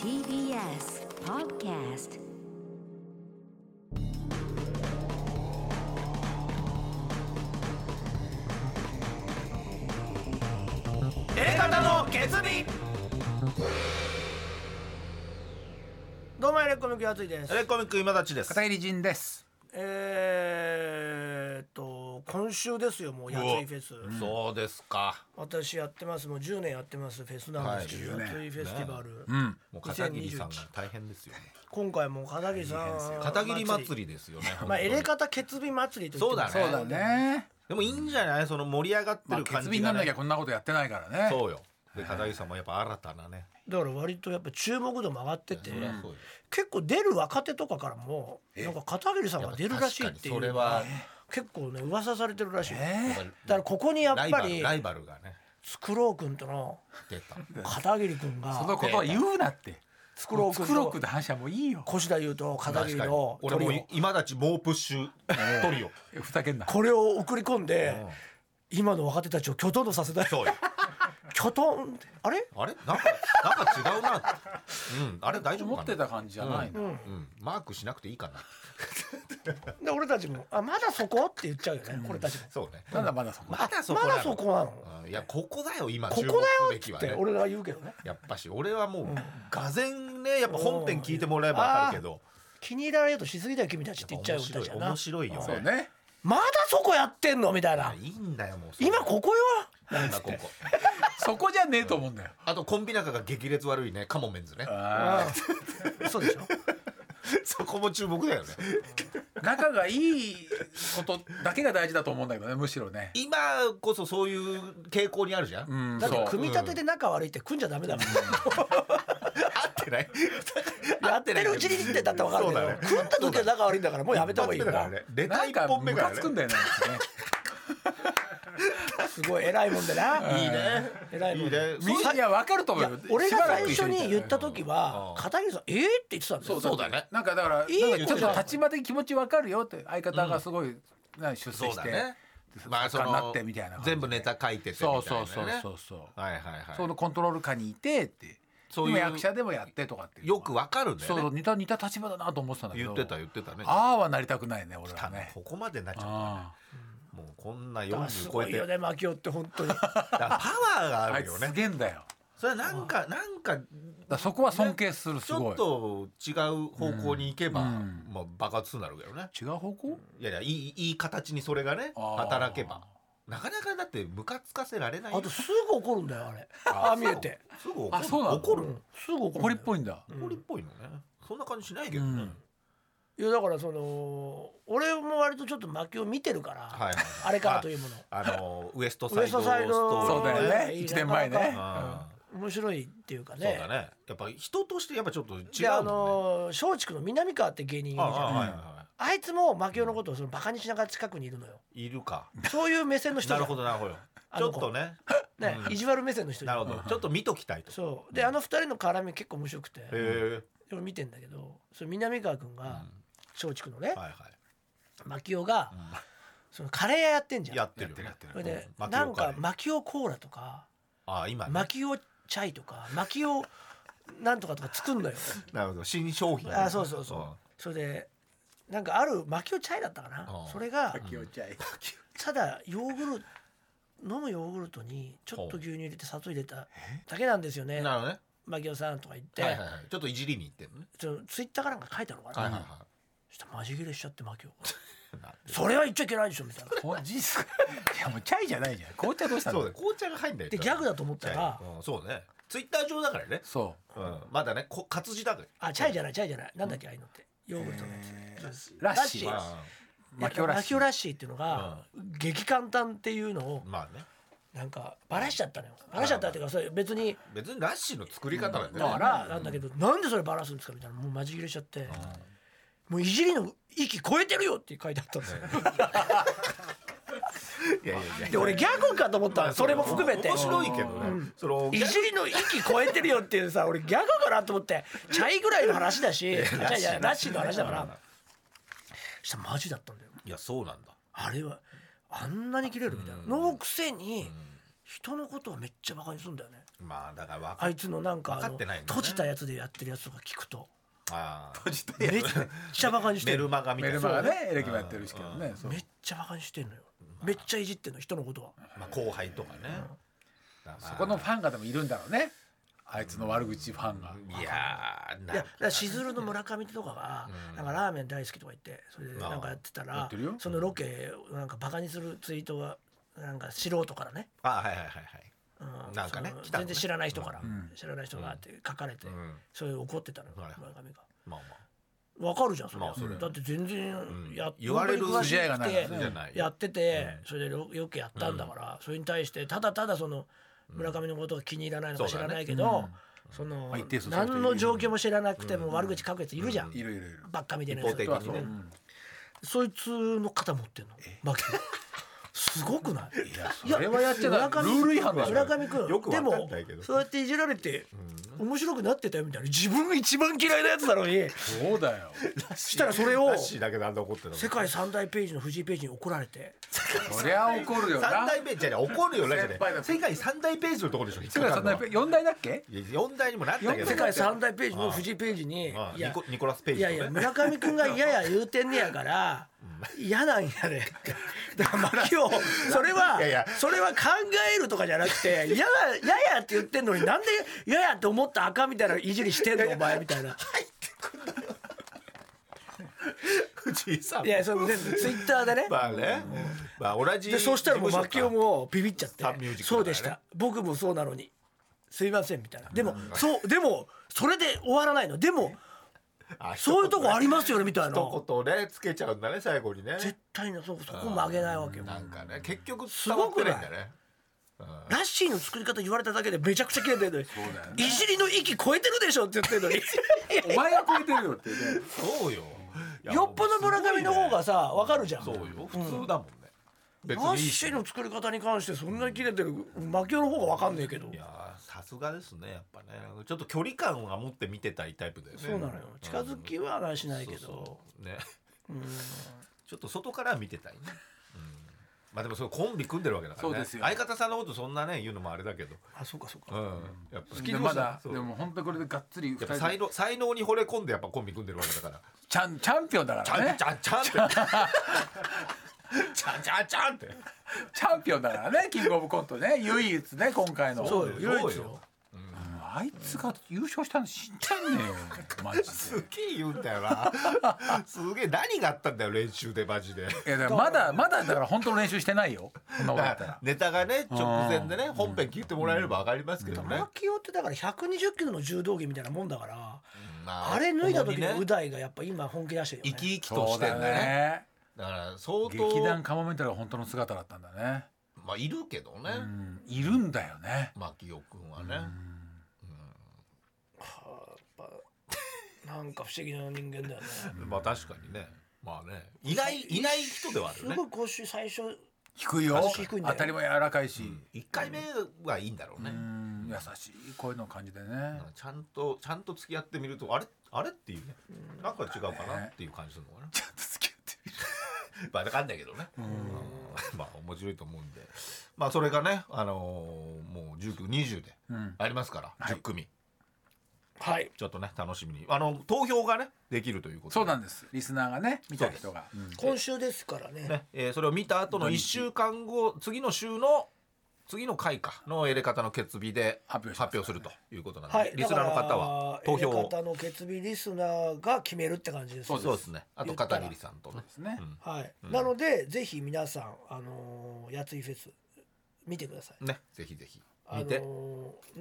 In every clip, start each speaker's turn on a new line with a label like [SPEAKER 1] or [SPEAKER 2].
[SPEAKER 1] TBS Podcast
[SPEAKER 2] エレカタの決日
[SPEAKER 3] どうもエレコミックやついです
[SPEAKER 2] エ。レコミック今立ちです
[SPEAKER 4] 片入仁です。
[SPEAKER 3] えー、っと今週ですよもうやついフェス。
[SPEAKER 2] そうですか
[SPEAKER 3] 私やってますもう10年やってますフェスなんですけど、
[SPEAKER 4] はい
[SPEAKER 3] やついフェスティバル。
[SPEAKER 4] うん。
[SPEAKER 2] もう片桐さんが大変ですよね
[SPEAKER 3] 今回も片桐さん
[SPEAKER 2] 片桐祭りですよね
[SPEAKER 3] まあエレ
[SPEAKER 2] カ
[SPEAKER 3] カタ決備祭りと言っても
[SPEAKER 2] そうだ
[SPEAKER 4] ね。
[SPEAKER 2] でもいいんじゃないその盛り上がって
[SPEAKER 4] まあ、
[SPEAKER 2] る感
[SPEAKER 4] 決意
[SPEAKER 2] じ
[SPEAKER 4] に
[SPEAKER 2] が
[SPEAKER 4] ならなき
[SPEAKER 2] ね
[SPEAKER 4] ゃこんなことやってないからね。
[SPEAKER 2] そうよで片桐さんもやっぱ新たなね
[SPEAKER 3] だから割とやっぱ注目度も上がってて、
[SPEAKER 2] りゃそうよ
[SPEAKER 3] 結構出る若手とかからもなんか片桐さんが出るらしいってい
[SPEAKER 2] やっぱ確かにそうれ
[SPEAKER 3] の
[SPEAKER 2] は
[SPEAKER 3] が結構ね噂されてるらしい。
[SPEAKER 4] え
[SPEAKER 2] や
[SPEAKER 3] だ
[SPEAKER 2] っ
[SPEAKER 3] からここにやっ
[SPEAKER 2] ライ
[SPEAKER 3] ぱ
[SPEAKER 2] バル
[SPEAKER 3] り
[SPEAKER 2] ライバルがね
[SPEAKER 3] スクロー君との
[SPEAKER 2] 出た
[SPEAKER 3] 片桐君が
[SPEAKER 4] ーそのことは言うなって。
[SPEAKER 3] スクロー君
[SPEAKER 4] 黒
[SPEAKER 3] と
[SPEAKER 4] くで話はもういいよ。
[SPEAKER 3] 越田優と片
[SPEAKER 2] 確
[SPEAKER 3] 桐
[SPEAKER 2] かに
[SPEAKER 3] の
[SPEAKER 2] 俺
[SPEAKER 3] トリオ
[SPEAKER 2] もう今立ち猛プッシュトリオ
[SPEAKER 4] ふけんな。
[SPEAKER 3] これを送り込んで今の若手たちをきょとんとさせたい
[SPEAKER 2] そうよ
[SPEAKER 3] きょとんってあれ
[SPEAKER 2] あれなんかなんか違うなうんあれ大丈夫
[SPEAKER 4] 思
[SPEAKER 2] か
[SPEAKER 4] って
[SPEAKER 2] な
[SPEAKER 4] た感じじゃないの。
[SPEAKER 2] うんマークしなくていいかな
[SPEAKER 3] で俺たちもあまだそこって言っちゃうよね俺たちも
[SPEAKER 2] そうね
[SPEAKER 4] まだまだそこ。
[SPEAKER 2] まだそこ
[SPEAKER 3] ま
[SPEAKER 2] な
[SPEAKER 3] だ
[SPEAKER 2] の
[SPEAKER 3] そこなの
[SPEAKER 2] うんいやここだよ今
[SPEAKER 3] ここ
[SPEAKER 2] 注
[SPEAKER 3] だ
[SPEAKER 2] 目
[SPEAKER 3] よ
[SPEAKER 2] すべ
[SPEAKER 3] っ
[SPEAKER 2] き
[SPEAKER 3] つ
[SPEAKER 2] は
[SPEAKER 3] って
[SPEAKER 2] ね
[SPEAKER 3] 俺が言うけどね
[SPEAKER 2] やっぱし俺はもうがぜんねやっぱ本編聞いてもらえばわかるけど
[SPEAKER 3] 気に入られようとしすぎだよ君たちって言っちゃう
[SPEAKER 2] 面
[SPEAKER 3] よ俺
[SPEAKER 2] 白
[SPEAKER 3] た
[SPEAKER 2] い
[SPEAKER 3] ちはな
[SPEAKER 2] 面白いよ
[SPEAKER 4] そうね。
[SPEAKER 3] まだそこやってんのみたいない
[SPEAKER 2] いんだよもうそれ
[SPEAKER 3] 今ここよ
[SPEAKER 2] 今ここ
[SPEAKER 4] そこじゃねえと思うんだよ。
[SPEAKER 2] あとコンビ仲が激烈悪いねカモメンズね
[SPEAKER 4] あ
[SPEAKER 3] そうでしょ
[SPEAKER 2] そこも注目だよね
[SPEAKER 4] ー仲がいいことだけが大事だと思うんだけどね、むしろね。
[SPEAKER 2] 今こそそういう傾向にあるじゃん
[SPEAKER 4] う
[SPEAKER 2] 合
[SPEAKER 4] ん、
[SPEAKER 3] だっ
[SPEAKER 4] そ
[SPEAKER 3] て
[SPEAKER 4] う。
[SPEAKER 3] 組み立てで仲悪いって組んじゃダメだもん
[SPEAKER 2] っ てない
[SPEAKER 3] やってるうちにってだったら分か
[SPEAKER 2] そうだ
[SPEAKER 3] る
[SPEAKER 2] ね
[SPEAKER 3] けど組んだ時は仲悪いんだからもうやめた方がいいよ
[SPEAKER 2] だから
[SPEAKER 3] な
[SPEAKER 2] ねレタ
[SPEAKER 4] なん
[SPEAKER 2] 1
[SPEAKER 4] か
[SPEAKER 2] 本目
[SPEAKER 4] ム
[SPEAKER 2] から
[SPEAKER 4] カ
[SPEAKER 2] ね
[SPEAKER 4] つくんだよね。
[SPEAKER 3] すごい偉いもんでない
[SPEAKER 2] いね
[SPEAKER 3] 偉いも
[SPEAKER 2] いい
[SPEAKER 3] んで
[SPEAKER 2] ね
[SPEAKER 4] みんないやわかると思うよ。
[SPEAKER 3] 俺が
[SPEAKER 4] しばら
[SPEAKER 3] 最
[SPEAKER 4] く一緒
[SPEAKER 3] 初に言った
[SPEAKER 4] と
[SPEAKER 3] 時
[SPEAKER 2] う
[SPEAKER 3] は
[SPEAKER 2] ん
[SPEAKER 3] 片桐さん「えー?」って言ってたんだよ
[SPEAKER 2] そうだね
[SPEAKER 4] なんかだから
[SPEAKER 3] いい
[SPEAKER 4] なんかちょっ
[SPEAKER 3] こと
[SPEAKER 4] と
[SPEAKER 3] だ
[SPEAKER 4] 立場的気持ちわかるよって相方がすごいな出世
[SPEAKER 2] そう
[SPEAKER 4] し
[SPEAKER 2] だ
[SPEAKER 4] て、
[SPEAKER 2] ねまあそ
[SPEAKER 4] 作家にな
[SPEAKER 2] の
[SPEAKER 4] ってみたいな感じで
[SPEAKER 2] 全部ネタ書いてて
[SPEAKER 4] そ
[SPEAKER 2] み
[SPEAKER 4] う
[SPEAKER 2] たいな
[SPEAKER 4] そ
[SPEAKER 2] ね
[SPEAKER 4] うそうそうそう、
[SPEAKER 2] はいはいはい
[SPEAKER 4] そのコントロール下にいてって
[SPEAKER 2] そういう
[SPEAKER 4] でも役者でもやってとかっていうの
[SPEAKER 2] よ
[SPEAKER 4] は
[SPEAKER 2] くわかるんだよ
[SPEAKER 4] そう
[SPEAKER 2] ね
[SPEAKER 4] 似た似た立場だなと思ってたんだけ
[SPEAKER 2] 言
[SPEAKER 4] ど
[SPEAKER 2] ってた言ってたね
[SPEAKER 4] ああはなりたくないね俺
[SPEAKER 2] た
[SPEAKER 4] は
[SPEAKER 2] ね
[SPEAKER 4] ね
[SPEAKER 2] ここまでになっちゃった
[SPEAKER 4] あ
[SPEAKER 2] もうこんな
[SPEAKER 3] だから
[SPEAKER 2] 40
[SPEAKER 3] す
[SPEAKER 2] 超
[SPEAKER 3] ご
[SPEAKER 2] え
[SPEAKER 3] い
[SPEAKER 2] て
[SPEAKER 3] よねマキオって本当に
[SPEAKER 2] だからパワーがあ
[SPEAKER 4] ああ
[SPEAKER 2] る
[SPEAKER 4] いつ
[SPEAKER 2] よ
[SPEAKER 4] す
[SPEAKER 2] ね
[SPEAKER 4] げえんだよだか
[SPEAKER 2] それはなんかなんから
[SPEAKER 4] そこは尊敬するす
[SPEAKER 2] ち
[SPEAKER 4] ご
[SPEAKER 2] ょ
[SPEAKER 4] い
[SPEAKER 2] っと違う方向に行けば、
[SPEAKER 4] うん
[SPEAKER 2] まあ、爆発するんだろうけどね
[SPEAKER 4] 違う方向
[SPEAKER 2] いやいやいいいい形にそれがね
[SPEAKER 4] あー
[SPEAKER 2] 働けばなかなかだってムカつかせられないよ
[SPEAKER 3] あとすぐ怒るんだよあれああ見えて
[SPEAKER 2] すぐ怒る
[SPEAKER 4] あそうなの
[SPEAKER 2] 怒る
[SPEAKER 3] うんすぐ怒るん
[SPEAKER 4] 怒
[SPEAKER 3] だ
[SPEAKER 4] りっ
[SPEAKER 3] よ
[SPEAKER 4] ぽいんだ、
[SPEAKER 2] 怒りっぽいのねそんな感じしないけどね、
[SPEAKER 4] うん
[SPEAKER 3] いやだからその俺も割とちょっとマキオ見てるから、
[SPEAKER 2] はいはいはい
[SPEAKER 3] あれからというもの
[SPEAKER 2] あのウエストサ
[SPEAKER 3] ウエ
[SPEAKER 2] イ
[SPEAKER 3] ス
[SPEAKER 2] ド
[SPEAKER 3] ト
[SPEAKER 2] ストー
[SPEAKER 3] サ
[SPEAKER 2] リ
[SPEAKER 3] イ
[SPEAKER 2] ー
[SPEAKER 3] ド
[SPEAKER 4] そうだよね
[SPEAKER 3] いい
[SPEAKER 4] 一年前ね
[SPEAKER 3] なかなか
[SPEAKER 2] あ
[SPEAKER 3] 面白いっていうか
[SPEAKER 2] ー
[SPEAKER 3] ね
[SPEAKER 2] そうだねやっぱ人としてやっぱちょっと違うもんね
[SPEAKER 3] であのー松竹の南川って芸人いるじゃ
[SPEAKER 2] あ
[SPEAKER 3] ん
[SPEAKER 2] あ
[SPEAKER 3] あ
[SPEAKER 2] はいはいはい
[SPEAKER 3] いつもマキオのことをそのバカにしながら近くにいるのよ
[SPEAKER 2] いるか
[SPEAKER 3] そういう目線の人じ
[SPEAKER 2] な
[SPEAKER 3] ゃん
[SPEAKER 2] るほどなるほど
[SPEAKER 3] あ
[SPEAKER 2] ちょ
[SPEAKER 3] の
[SPEAKER 2] っ
[SPEAKER 3] 子
[SPEAKER 2] とね
[SPEAKER 3] ね、意地悪目線の人じゃ
[SPEAKER 2] なんるほどちょっと見ときたいと
[SPEAKER 3] そうであの二人の絡み結構面白くて
[SPEAKER 2] へ
[SPEAKER 3] でも見てんだけどその南川君が松竹のね
[SPEAKER 2] えはいは
[SPEAKER 3] マキオが、そのカレー屋やってんじ
[SPEAKER 2] い
[SPEAKER 3] ゃ
[SPEAKER 2] や
[SPEAKER 3] ん
[SPEAKER 2] ってるよね
[SPEAKER 4] やってる
[SPEAKER 3] それで
[SPEAKER 2] うん
[SPEAKER 3] な
[SPEAKER 2] マキオ
[SPEAKER 3] ん
[SPEAKER 2] カレ
[SPEAKER 3] か
[SPEAKER 2] ー
[SPEAKER 3] マキオコーラとか
[SPEAKER 2] あ今ね
[SPEAKER 3] マキオチャイとかマキオなんとかとか作 んのよ
[SPEAKER 2] なるほど新商品
[SPEAKER 3] あそうそうそう、それでなんかあるマキオチャイだったかな、
[SPEAKER 2] うん
[SPEAKER 3] それが
[SPEAKER 4] 気持ち悪い
[SPEAKER 3] ただヨーグルト飲むヨーグルトにちょっと牛乳入れて砂糖入れただけなんですよ
[SPEAKER 2] う
[SPEAKER 3] ね
[SPEAKER 2] んなるほどね
[SPEAKER 3] マキオさんとか言って、
[SPEAKER 2] はいはいはいちょっといじりに行ってるね
[SPEAKER 3] ちょツイッターかなんか書いたのかな、
[SPEAKER 2] はいはい
[SPEAKER 3] そしたらマジ切れしちゃってマキオが
[SPEAKER 2] はい
[SPEAKER 3] それは言っちゃいけないでしょみたいな
[SPEAKER 4] おじいっすかいやもうチャイじゃないじゃん紅茶どうしたんだ
[SPEAKER 2] そうだ
[SPEAKER 4] よ
[SPEAKER 2] よ紅茶が入んない
[SPEAKER 3] でギャグだと思ったら
[SPEAKER 2] うんそうねツイッター上だからね
[SPEAKER 4] そう
[SPEAKER 2] うんまだねこ活字だから
[SPEAKER 3] あチャイじゃないチャイじゃないなんだっけああいうのってヨーグルトのやつ
[SPEAKER 4] ラッシー
[SPEAKER 3] ラッシー
[SPEAKER 2] ま
[SPEAKER 4] マキオラッシ
[SPEAKER 3] マ
[SPEAKER 4] ー
[SPEAKER 3] キオラッシーっていうのが激簡単っていうのを
[SPEAKER 2] あまあね
[SPEAKER 3] なんかバラしちゃったのよバラしちゃったっていうかそれ別に
[SPEAKER 2] 別にラッシーの作り方だよね
[SPEAKER 3] だからなんだけどなんでそれバラすんですかみたいなもうマジ切れしちゃってもういじりの域超えてるよって書いてあったんですよ
[SPEAKER 2] いやいやいや
[SPEAKER 3] で俺ギャグかと思ったのそれも含めて
[SPEAKER 2] 面白いけどねその
[SPEAKER 3] いじりの域超えてるよっていうさ俺ギャグかなと思ってチャイぐらいの話だしチャイじゃないラッシーの話だからそしたらマジだったんだよ
[SPEAKER 2] いやそうなんだ
[SPEAKER 3] あれはあんなに切れるみたいなのくせに人のことはめっちゃバカにするんだよね
[SPEAKER 2] まあだからわか
[SPEAKER 3] あいつのなんかあ
[SPEAKER 2] 分か
[SPEAKER 3] の
[SPEAKER 2] ってないんだね
[SPEAKER 3] 閉じたやつでやってるやつとか聞くと
[SPEAKER 2] あー
[SPEAKER 4] 閉じた
[SPEAKER 3] め
[SPEAKER 4] や
[SPEAKER 3] っ
[SPEAKER 4] つ
[SPEAKER 3] ちゃバカにして
[SPEAKER 2] メ
[SPEAKER 3] る
[SPEAKER 2] ルマガみたい
[SPEAKER 4] メ
[SPEAKER 2] な
[SPEAKER 4] ルマガねエレキもやってるしけど
[SPEAKER 2] うん
[SPEAKER 4] ねそう
[SPEAKER 3] めっちゃバカにしてんのよめっちゃいじってんの人のことは
[SPEAKER 2] まあ、後輩とかね、だから
[SPEAKER 4] そこのファンがでもいるんだろうねあいつの悪口ファンが
[SPEAKER 2] いやー
[SPEAKER 3] いや
[SPEAKER 2] な
[SPEAKER 3] だからしずるの村上とか
[SPEAKER 2] うん
[SPEAKER 3] がなんかラーメン大好きとか言ってそれでなんかやってた
[SPEAKER 4] や
[SPEAKER 3] ら
[SPEAKER 4] ってるよ
[SPEAKER 3] そのロケをなんかバカにするツイートはなんか素人からね
[SPEAKER 2] あはいはいはいはい
[SPEAKER 3] うん
[SPEAKER 2] なんかね
[SPEAKER 3] その
[SPEAKER 2] 来たの
[SPEAKER 3] 全
[SPEAKER 2] ね
[SPEAKER 3] 然知らない人から
[SPEAKER 4] ん
[SPEAKER 3] 知らない人があって書かれて
[SPEAKER 2] うん
[SPEAKER 3] それ怒ってたのよ
[SPEAKER 2] はい
[SPEAKER 3] 村上が。
[SPEAKER 2] まあ
[SPEAKER 3] わかるじゃんそれ,、
[SPEAKER 2] まあそれ
[SPEAKER 3] だって全然や、
[SPEAKER 2] うん言われる
[SPEAKER 3] 本当に詳しくて
[SPEAKER 4] 筋合いがない
[SPEAKER 2] まあじゃない
[SPEAKER 3] やってて、それでよよくやったんだから、それに対してただただその村上のことが気に入らないのか
[SPEAKER 2] そ
[SPEAKER 3] 知
[SPEAKER 2] うだ
[SPEAKER 3] ら
[SPEAKER 2] ね
[SPEAKER 3] ないけど、その、
[SPEAKER 4] まあ一定数そういう人い
[SPEAKER 3] 何
[SPEAKER 4] る
[SPEAKER 3] の状況も知らなくても悪口書くやついるじゃん、
[SPEAKER 4] いるいるいる
[SPEAKER 3] ばっかみたいな
[SPEAKER 2] 一方的
[SPEAKER 4] と
[SPEAKER 3] や
[SPEAKER 4] は
[SPEAKER 3] つ
[SPEAKER 4] そう
[SPEAKER 2] にね
[SPEAKER 4] うん
[SPEAKER 3] そいつの肩持ってんのバキすごくない
[SPEAKER 4] いやそれはやっちゃダメ
[SPEAKER 3] 村上
[SPEAKER 4] ルール違反だよ
[SPEAKER 3] 村上君
[SPEAKER 2] よく
[SPEAKER 3] で
[SPEAKER 2] わかん
[SPEAKER 3] も
[SPEAKER 2] ないけど
[SPEAKER 3] そうやっていじられて、面白くなってたよみたいな自分が一番嫌いなやつなのに
[SPEAKER 4] そうだよ
[SPEAKER 3] そしたらそれを
[SPEAKER 2] らしいだけであんな怒ってたの
[SPEAKER 3] 世界三大ページの藤井ページに怒られて
[SPEAKER 4] そりゃ怒るよ
[SPEAKER 2] 三
[SPEAKER 4] な
[SPEAKER 2] 大ページじゃね怒るよなじゃね
[SPEAKER 4] 先輩だ
[SPEAKER 2] 世界三大ページのとこでしょ引っ
[SPEAKER 4] 世
[SPEAKER 2] か
[SPEAKER 4] 界
[SPEAKER 2] かん
[SPEAKER 4] 三
[SPEAKER 2] のは
[SPEAKER 4] 大ペ四大だっけ
[SPEAKER 2] いや四大にもなったけど
[SPEAKER 3] 世界三大ページの藤井ページに
[SPEAKER 2] ああ
[SPEAKER 3] いや
[SPEAKER 2] ニコニコラスペー
[SPEAKER 3] い
[SPEAKER 2] ジ
[SPEAKER 3] や
[SPEAKER 2] とね
[SPEAKER 3] い や村上君が嫌や言うてんねやから嫌なんやね ってだからマキオそれはい
[SPEAKER 2] やいや
[SPEAKER 3] それは考えるとかじゃなくて嫌や嫌やって言ってんのになんで嫌やって思った赤みたいないじりしてんのお前みた いな
[SPEAKER 2] 藤井さん
[SPEAKER 3] いやそれ全部ツイッターでね
[SPEAKER 2] まあねまあ同じ
[SPEAKER 3] でそしたらもうマキオもビビっちゃって
[SPEAKER 2] サンミュージックだ
[SPEAKER 3] そ
[SPEAKER 2] からね
[SPEAKER 3] うでした僕もそうなのにすいませんみたいなでもそうでもそれで終わらないのでも
[SPEAKER 2] あ
[SPEAKER 3] そういうとこありますよねみたいな
[SPEAKER 2] 一言ねつけちゃうんだね最後にね
[SPEAKER 3] 絶対なそこそこ曲げないわけよ
[SPEAKER 2] なんかね結局
[SPEAKER 3] す
[SPEAKER 2] 伝わ
[SPEAKER 3] ご
[SPEAKER 2] って
[SPEAKER 3] くな
[SPEAKER 2] ないいんだね
[SPEAKER 3] ラッシーの作り方言われただけでめちゃくちゃ切れてるのに、いじりの域超えてるでしょって言って るのに
[SPEAKER 4] お前が超えてるよってね
[SPEAKER 2] そうよいや
[SPEAKER 3] よっぽど村上の方がさわかるじゃん
[SPEAKER 2] そうよ普通だもんね別
[SPEAKER 3] ラッ
[SPEAKER 2] いい
[SPEAKER 3] シーの作り方に関してそんなに切れてるマキオの方がわかんないけど
[SPEAKER 2] いやーさすがですねやっぱねちょっと距離感は持って見てたいタイプだよね
[SPEAKER 3] そうなのよ近づきは話しないけど、
[SPEAKER 2] そうそうねちょっと外からは見てたいね、うんまあでもそのコンビ組んでるわけだからね
[SPEAKER 4] そうですよ
[SPEAKER 2] 相方さんのことそんなね言うのもあれだけど、
[SPEAKER 3] あそうかそうか
[SPEAKER 2] うん、やっぱ好き
[SPEAKER 4] で
[SPEAKER 2] 同士
[SPEAKER 4] まだ
[SPEAKER 2] そう
[SPEAKER 4] でも本当これでがっつり
[SPEAKER 2] や
[SPEAKER 4] 二
[SPEAKER 2] っぱ
[SPEAKER 4] 人
[SPEAKER 2] 才
[SPEAKER 4] で
[SPEAKER 2] 能才能に惚れ込んでやっぱコンビ組んでるわけだから
[SPEAKER 4] チャンチャンピオンだか
[SPEAKER 2] ちゃ
[SPEAKER 4] ら
[SPEAKER 2] ん
[SPEAKER 4] ね
[SPEAKER 2] ちゃんちゃんって ちゃんちゃんちゃんって
[SPEAKER 4] チャンピオンだからねキングオブコントね唯一ね今回の
[SPEAKER 3] そうよ
[SPEAKER 2] そう
[SPEAKER 3] 唯一よ
[SPEAKER 2] よ
[SPEAKER 4] あいつが優勝したの知っちゃんねえよマ ジ
[SPEAKER 2] すげえ言うんだよなすげえ何があったんだよ練習でマジで
[SPEAKER 4] でいやだからまだまだだから本当の練習してないよそんなことだった ら
[SPEAKER 2] ネタがね直前でね本編聞いてもらえればわかりますけどね、
[SPEAKER 3] マキオってだから120キロの柔道着みたいなもんだから、
[SPEAKER 2] ま
[SPEAKER 3] あれ脱いだ時
[SPEAKER 2] 共
[SPEAKER 3] の
[SPEAKER 2] に
[SPEAKER 3] う
[SPEAKER 2] ね
[SPEAKER 3] だいがやっぱ今本気出してるよ
[SPEAKER 2] 生
[SPEAKER 3] ね
[SPEAKER 2] き生きと
[SPEAKER 4] そ
[SPEAKER 2] し
[SPEAKER 4] う
[SPEAKER 2] てんだ
[SPEAKER 4] だ
[SPEAKER 2] ね
[SPEAKER 4] ね
[SPEAKER 2] だから相当
[SPEAKER 4] 劇団カモメンタルが本当の姿だったんだね
[SPEAKER 2] まあいるけどね、
[SPEAKER 4] うんいるんだよね
[SPEAKER 2] 牧雄君はね、
[SPEAKER 3] やっぱなんか不思議な人間だよね
[SPEAKER 2] まあ確かにねまあねいないいない人ではある
[SPEAKER 3] す
[SPEAKER 2] よね
[SPEAKER 3] ごい腰最初
[SPEAKER 4] 低いよ
[SPEAKER 3] 足低いんだよ
[SPEAKER 4] 当たり前柔らかいし
[SPEAKER 2] 1回目はいいんだろうね、
[SPEAKER 4] うん優しい声の感じでね
[SPEAKER 2] ちゃんとちゃんと付き合ってみるとあれあれっていうねなんか違うかなっていう感じするのかな、
[SPEAKER 4] ちゃんと付き合ってる
[SPEAKER 2] まあ分かんないけどね、うんまあ面白いと思うんでまあそれがねあのーもう1920で
[SPEAKER 4] うん
[SPEAKER 2] ありますから、10組
[SPEAKER 3] はい
[SPEAKER 2] ちょっとね楽しみにあの投票がねできるということで
[SPEAKER 4] そうなんですリスナーがね見た人がうん
[SPEAKER 3] 今週ですからね
[SPEAKER 2] ねえーそれを見た後の1週間後次の週の次の回かの入れ方の決日で
[SPEAKER 4] 発
[SPEAKER 2] 発
[SPEAKER 4] 表します
[SPEAKER 2] 表するということなんで、
[SPEAKER 3] はい
[SPEAKER 2] リスナーの方は投票
[SPEAKER 3] を
[SPEAKER 2] を
[SPEAKER 3] 方の決議リスナーが決めるって感じです
[SPEAKER 4] そう
[SPEAKER 2] そうですねあ
[SPEAKER 3] 言
[SPEAKER 2] と
[SPEAKER 3] ったら
[SPEAKER 2] 片桐さんと
[SPEAKER 4] そう
[SPEAKER 2] ね
[SPEAKER 4] ですね
[SPEAKER 3] はい、なのでぜひ皆さんあのーやついフェス見てください
[SPEAKER 2] ねぜひぜひ
[SPEAKER 3] あ
[SPEAKER 2] 見
[SPEAKER 3] の
[SPEAKER 2] て、
[SPEAKER 3] ー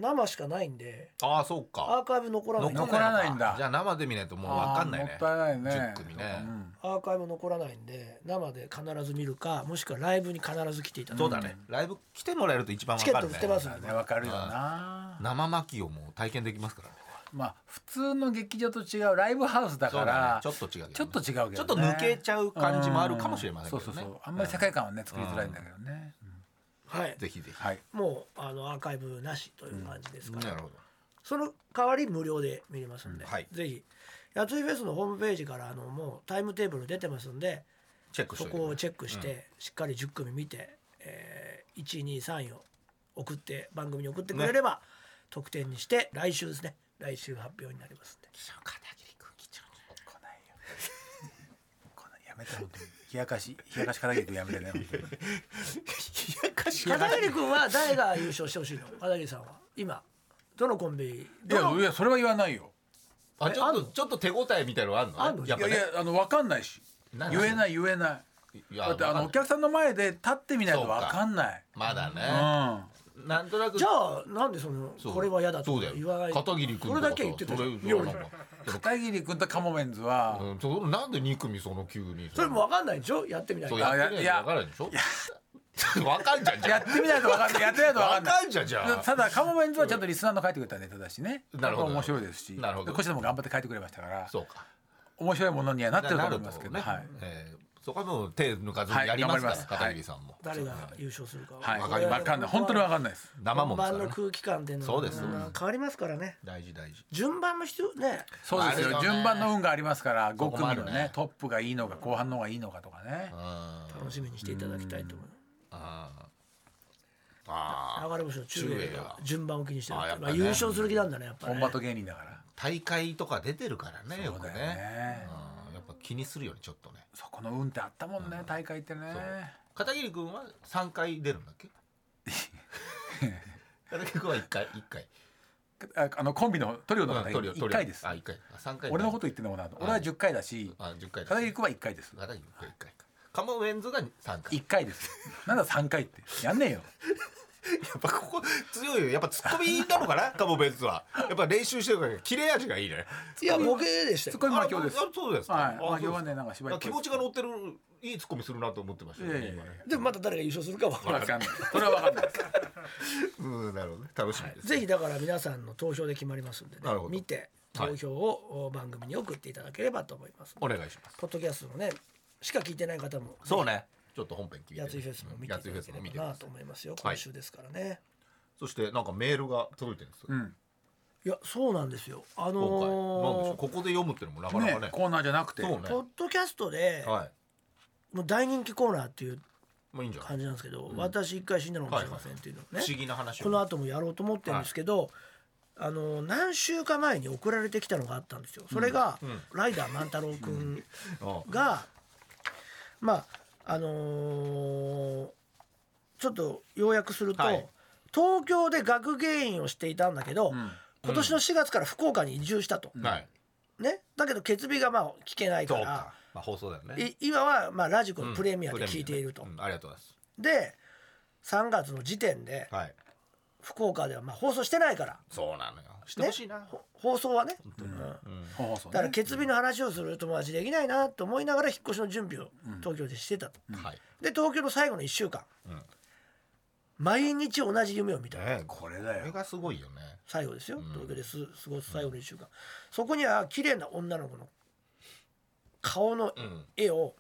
[SPEAKER 3] 生しかないんで
[SPEAKER 2] ああそうか
[SPEAKER 3] アーカイブ残らない
[SPEAKER 4] 残らないんだ
[SPEAKER 2] じゃあ生で見ないともう分かんないね
[SPEAKER 4] あーもったいない
[SPEAKER 2] 10
[SPEAKER 4] ね
[SPEAKER 2] 組ね
[SPEAKER 4] うん
[SPEAKER 3] アーカイブ残らないんで生で必ず見るかもしくはライブに必ず来ていただ
[SPEAKER 2] そ
[SPEAKER 3] く
[SPEAKER 2] うだねライブ来てもらえると一番
[SPEAKER 3] チケ
[SPEAKER 2] 分か
[SPEAKER 3] ッ
[SPEAKER 2] る
[SPEAKER 3] ト
[SPEAKER 2] ね
[SPEAKER 3] 売ってますんで
[SPEAKER 4] ねわかるよな
[SPEAKER 2] 生巻きをもう体験できますからね
[SPEAKER 4] まあ普通の劇場と違うライブハウスだ
[SPEAKER 2] そ
[SPEAKER 4] か
[SPEAKER 2] うだね
[SPEAKER 4] ら
[SPEAKER 2] ちょっと違うけどね
[SPEAKER 4] ちょっと違うけどね
[SPEAKER 2] ちょっと抜けちゃう感じもあるかもしれませんけどね
[SPEAKER 4] そうそうそうあんまり世界観はね作りづらいんだけどね
[SPEAKER 3] はい
[SPEAKER 2] ぜひぜひ、
[SPEAKER 4] はい
[SPEAKER 3] もうあのアーカイブなしという感じですから、
[SPEAKER 2] なるほど
[SPEAKER 3] その代わり無料で見れますんで、
[SPEAKER 2] はい
[SPEAKER 3] ぜひやついフェスのホームページからあのもうタイムテーブル出てますんで
[SPEAKER 2] チェックし
[SPEAKER 3] そ
[SPEAKER 2] といて
[SPEAKER 3] こをチェックして、しっかり10組見て、えー、123位を送って番組に送ってくれれば、特典にして来週ですね来週発表になりますんで
[SPEAKER 4] 片桐君来ちゃう来ないよ来ないやめて本当に冷やかし冷やかし片桐君やめて ね本当に
[SPEAKER 3] 片桐君は誰が優勝してほしい の片桐さんは今どのコンビ
[SPEAKER 4] い
[SPEAKER 3] どの
[SPEAKER 4] やいやそれは言わないよ
[SPEAKER 2] あちょっ
[SPEAKER 3] あん
[SPEAKER 2] と
[SPEAKER 3] の
[SPEAKER 2] ちょっと手応えみたいのがあるの
[SPEAKER 3] あんの
[SPEAKER 2] やっ
[SPEAKER 4] いや
[SPEAKER 2] ぱ
[SPEAKER 4] い
[SPEAKER 2] ね
[SPEAKER 4] やあの分かんないし
[SPEAKER 2] な
[SPEAKER 4] 言えない言えない
[SPEAKER 2] いや
[SPEAKER 4] だって
[SPEAKER 2] わかん
[SPEAKER 4] あの
[SPEAKER 2] ない
[SPEAKER 4] お客さんの前で立ってみないと
[SPEAKER 2] そうか
[SPEAKER 4] 分かんない
[SPEAKER 2] まだ
[SPEAKER 4] う
[SPEAKER 2] ね、
[SPEAKER 4] ん
[SPEAKER 2] なんとなく
[SPEAKER 3] じゃあなんでその
[SPEAKER 2] そう
[SPEAKER 3] これは嫌だと
[SPEAKER 2] そうだ
[SPEAKER 3] か
[SPEAKER 2] よ
[SPEAKER 3] 言わない
[SPEAKER 2] 片桐君とか
[SPEAKER 3] それだけ言ってたじゃん
[SPEAKER 2] それ
[SPEAKER 3] 料理
[SPEAKER 2] な
[SPEAKER 3] そ
[SPEAKER 2] ん
[SPEAKER 3] れ
[SPEAKER 2] か
[SPEAKER 4] 片桐君とカモメンズは、
[SPEAKER 2] うんそうなんで2組その急に
[SPEAKER 3] も分かんないでしょやってみない
[SPEAKER 2] そ
[SPEAKER 3] と
[SPEAKER 2] う
[SPEAKER 3] いや
[SPEAKER 2] やっ
[SPEAKER 4] あ
[SPEAKER 2] て
[SPEAKER 4] い
[SPEAKER 2] み
[SPEAKER 4] や
[SPEAKER 2] ないと分からないでしょ 分かんじゃんじ
[SPEAKER 4] や
[SPEAKER 2] ゃ
[SPEAKER 4] ってみないと分かんないやってみない
[SPEAKER 2] あ
[SPEAKER 4] と分か
[SPEAKER 2] 分
[SPEAKER 4] んな
[SPEAKER 2] か
[SPEAKER 4] い
[SPEAKER 2] んじゃんじゃあ
[SPEAKER 4] ただカモメンズはちゃんとリスナーの書いてくれたネタだしね
[SPEAKER 2] なるほど
[SPEAKER 4] 面白いですし
[SPEAKER 2] なるほど
[SPEAKER 4] こっちでも頑張って書いてくれましたから
[SPEAKER 2] そうか
[SPEAKER 4] 面白いものにはなってると
[SPEAKER 2] な
[SPEAKER 4] 思
[SPEAKER 2] る
[SPEAKER 4] い
[SPEAKER 2] と
[SPEAKER 4] ますけど、
[SPEAKER 2] ね、
[SPEAKER 4] はい
[SPEAKER 2] えーそこはもう手抜かずにやりますから、
[SPEAKER 4] はい頑張ります
[SPEAKER 2] 片桐さんも、
[SPEAKER 3] 誰が優勝するか
[SPEAKER 4] はい、
[SPEAKER 2] わ
[SPEAKER 4] 分
[SPEAKER 2] かります
[SPEAKER 4] かんない本当に分かんないです
[SPEAKER 2] 生もんです
[SPEAKER 3] 本
[SPEAKER 2] か
[SPEAKER 3] 番
[SPEAKER 2] ら
[SPEAKER 3] の
[SPEAKER 2] ね
[SPEAKER 3] 空気感っていうのは
[SPEAKER 2] そうです
[SPEAKER 3] ん変わりますからね
[SPEAKER 2] 大事大事
[SPEAKER 3] 順番も必要ね
[SPEAKER 4] そうです
[SPEAKER 2] ある
[SPEAKER 4] よ
[SPEAKER 2] よね
[SPEAKER 4] 順番の運がありますから
[SPEAKER 2] そ
[SPEAKER 4] 5
[SPEAKER 2] こもあ
[SPEAKER 4] 組
[SPEAKER 2] る
[SPEAKER 4] の
[SPEAKER 2] ね
[SPEAKER 4] ねトップがいいのか後半の方がいいのかとかね
[SPEAKER 2] あー
[SPEAKER 3] 楽しみにしていただきたいと思う
[SPEAKER 2] あーあー
[SPEAKER 3] 流れ星の中
[SPEAKER 2] 中
[SPEAKER 3] 英
[SPEAKER 2] 英は
[SPEAKER 3] が順番を気にしてる
[SPEAKER 2] あーやっぱね
[SPEAKER 3] まあ優勝する気なんだねやっぱ
[SPEAKER 4] コン
[SPEAKER 3] ね
[SPEAKER 4] バット芸人だから
[SPEAKER 2] 大会とか出てるからねよ
[SPEAKER 4] そう
[SPEAKER 2] く
[SPEAKER 4] だ
[SPEAKER 2] ね
[SPEAKER 4] よね
[SPEAKER 2] うんやっぱ気にするよねちょっとね
[SPEAKER 4] そこの運ってあったもんね大会ってね
[SPEAKER 2] そう片桐君は3回出るん だっけ片桐君は1回一回
[SPEAKER 4] ああのコンビのトリオの
[SPEAKER 2] う
[SPEAKER 4] 方
[SPEAKER 2] んトリオ
[SPEAKER 4] 1
[SPEAKER 2] トリオ
[SPEAKER 4] 回です
[SPEAKER 2] あ一回あ三回
[SPEAKER 4] 俺のこと言ってんのかな俺は10回だし
[SPEAKER 2] あ10回だ
[SPEAKER 4] 片桐君は1回です
[SPEAKER 2] 片桐君は1回かカモウェンズが3回
[SPEAKER 4] 1回ですなんだ3回ってやんねえ よ
[SPEAKER 2] やっぱここ強いよやっぱツッコミなのか なカモベンツはやっぱ練習してるから切れ味がいいね
[SPEAKER 3] いやボケでした
[SPEAKER 4] ツッ
[SPEAKER 3] よ
[SPEAKER 4] コミ魔境です
[SPEAKER 2] ああそうですか、
[SPEAKER 4] は
[SPEAKER 2] あ
[SPEAKER 4] い魔境は
[SPEAKER 2] そうですか
[SPEAKER 4] ねなんか芝居っぽ
[SPEAKER 2] 気
[SPEAKER 4] い
[SPEAKER 2] 持ちが乗ってるいいツッコミするなと思ってました
[SPEAKER 4] い
[SPEAKER 2] よ
[SPEAKER 4] やい
[SPEAKER 2] ね
[SPEAKER 4] やいや
[SPEAKER 2] 今ね
[SPEAKER 3] でもまた誰が優勝するか分から
[SPEAKER 4] 分かんないそれは分かん ない
[SPEAKER 2] うんなるほどね楽しみです、
[SPEAKER 3] ぜひだから皆さんの投票で決まりますんでね
[SPEAKER 2] なるほど
[SPEAKER 3] 見て
[SPEAKER 2] はい
[SPEAKER 3] 投票をお番組に送っていただければと思います、
[SPEAKER 2] お願いします
[SPEAKER 3] ポッドキャストもねしか聞いてない方も
[SPEAKER 2] そうねちょっと本編聞いて
[SPEAKER 3] やついフェスも見ていた
[SPEAKER 2] や
[SPEAKER 3] だ
[SPEAKER 2] ついフェス
[SPEAKER 3] け
[SPEAKER 2] も見
[SPEAKER 3] れ
[SPEAKER 2] て
[SPEAKER 3] ば
[SPEAKER 2] ま
[SPEAKER 3] な
[SPEAKER 2] す
[SPEAKER 3] と思いますよ
[SPEAKER 2] は
[SPEAKER 3] 今
[SPEAKER 2] い
[SPEAKER 3] 週ですからね、い、
[SPEAKER 2] そしてなんかメールが届いてるんですよ、
[SPEAKER 3] やそうなんですよあ
[SPEAKER 2] 今回なんでしょ
[SPEAKER 3] の
[SPEAKER 2] う
[SPEAKER 3] ー
[SPEAKER 2] ここで読むっていうのもなかなかね
[SPEAKER 4] ねコーナーじゃなくて
[SPEAKER 2] そうね
[SPEAKER 3] ポッドキャストで、
[SPEAKER 2] はい
[SPEAKER 3] もう大人気コーナーっていう
[SPEAKER 2] もういいんじゃない、
[SPEAKER 3] 感じなんですけど、私一回死んだのかもしれませんっていうのをね、
[SPEAKER 2] 不思議な話を
[SPEAKER 3] この後もやろうと思ってるんですけど、あの何週か前に送られてきたのがあったんですよそれが、ライダー万太郎くん
[SPEAKER 2] あ
[SPEAKER 3] が、まああのーちょっと要約すると、
[SPEAKER 2] はい
[SPEAKER 3] 東京で学芸員をしていたんだけど、今年の4月から福岡に移住したと、
[SPEAKER 2] はい
[SPEAKER 3] ね、だけど決備がまあ聞けないか
[SPEAKER 2] そ
[SPEAKER 3] ら
[SPEAKER 2] うか、まあ、放送だよね
[SPEAKER 3] い今はまあラジコ
[SPEAKER 2] う
[SPEAKER 3] の
[SPEAKER 2] ん
[SPEAKER 3] プレミアで聞いていると。
[SPEAKER 2] プレミアねうんありがとうございます
[SPEAKER 3] で3月の時点で
[SPEAKER 2] はい
[SPEAKER 3] 福岡ではまあ放送してないから、
[SPEAKER 2] そうなのよして
[SPEAKER 3] ね
[SPEAKER 2] ほしいな、
[SPEAKER 3] ほ放送はね、うん
[SPEAKER 4] 放送
[SPEAKER 3] だから
[SPEAKER 4] ね
[SPEAKER 3] 決備の話をする友達できないなと思いながら引っ越しの準備を東京でしてたと、
[SPEAKER 2] はい
[SPEAKER 3] で東京の最後の1週間、
[SPEAKER 2] ん
[SPEAKER 3] 毎日同じ夢を見た
[SPEAKER 2] ねこ
[SPEAKER 4] これだ
[SPEAKER 2] れ
[SPEAKER 4] よ
[SPEAKER 2] がすごいよね
[SPEAKER 3] 最後ですよ、東京です過ごす最後の1週間、そこには綺麗な女の子の顔の
[SPEAKER 2] ん
[SPEAKER 3] 絵を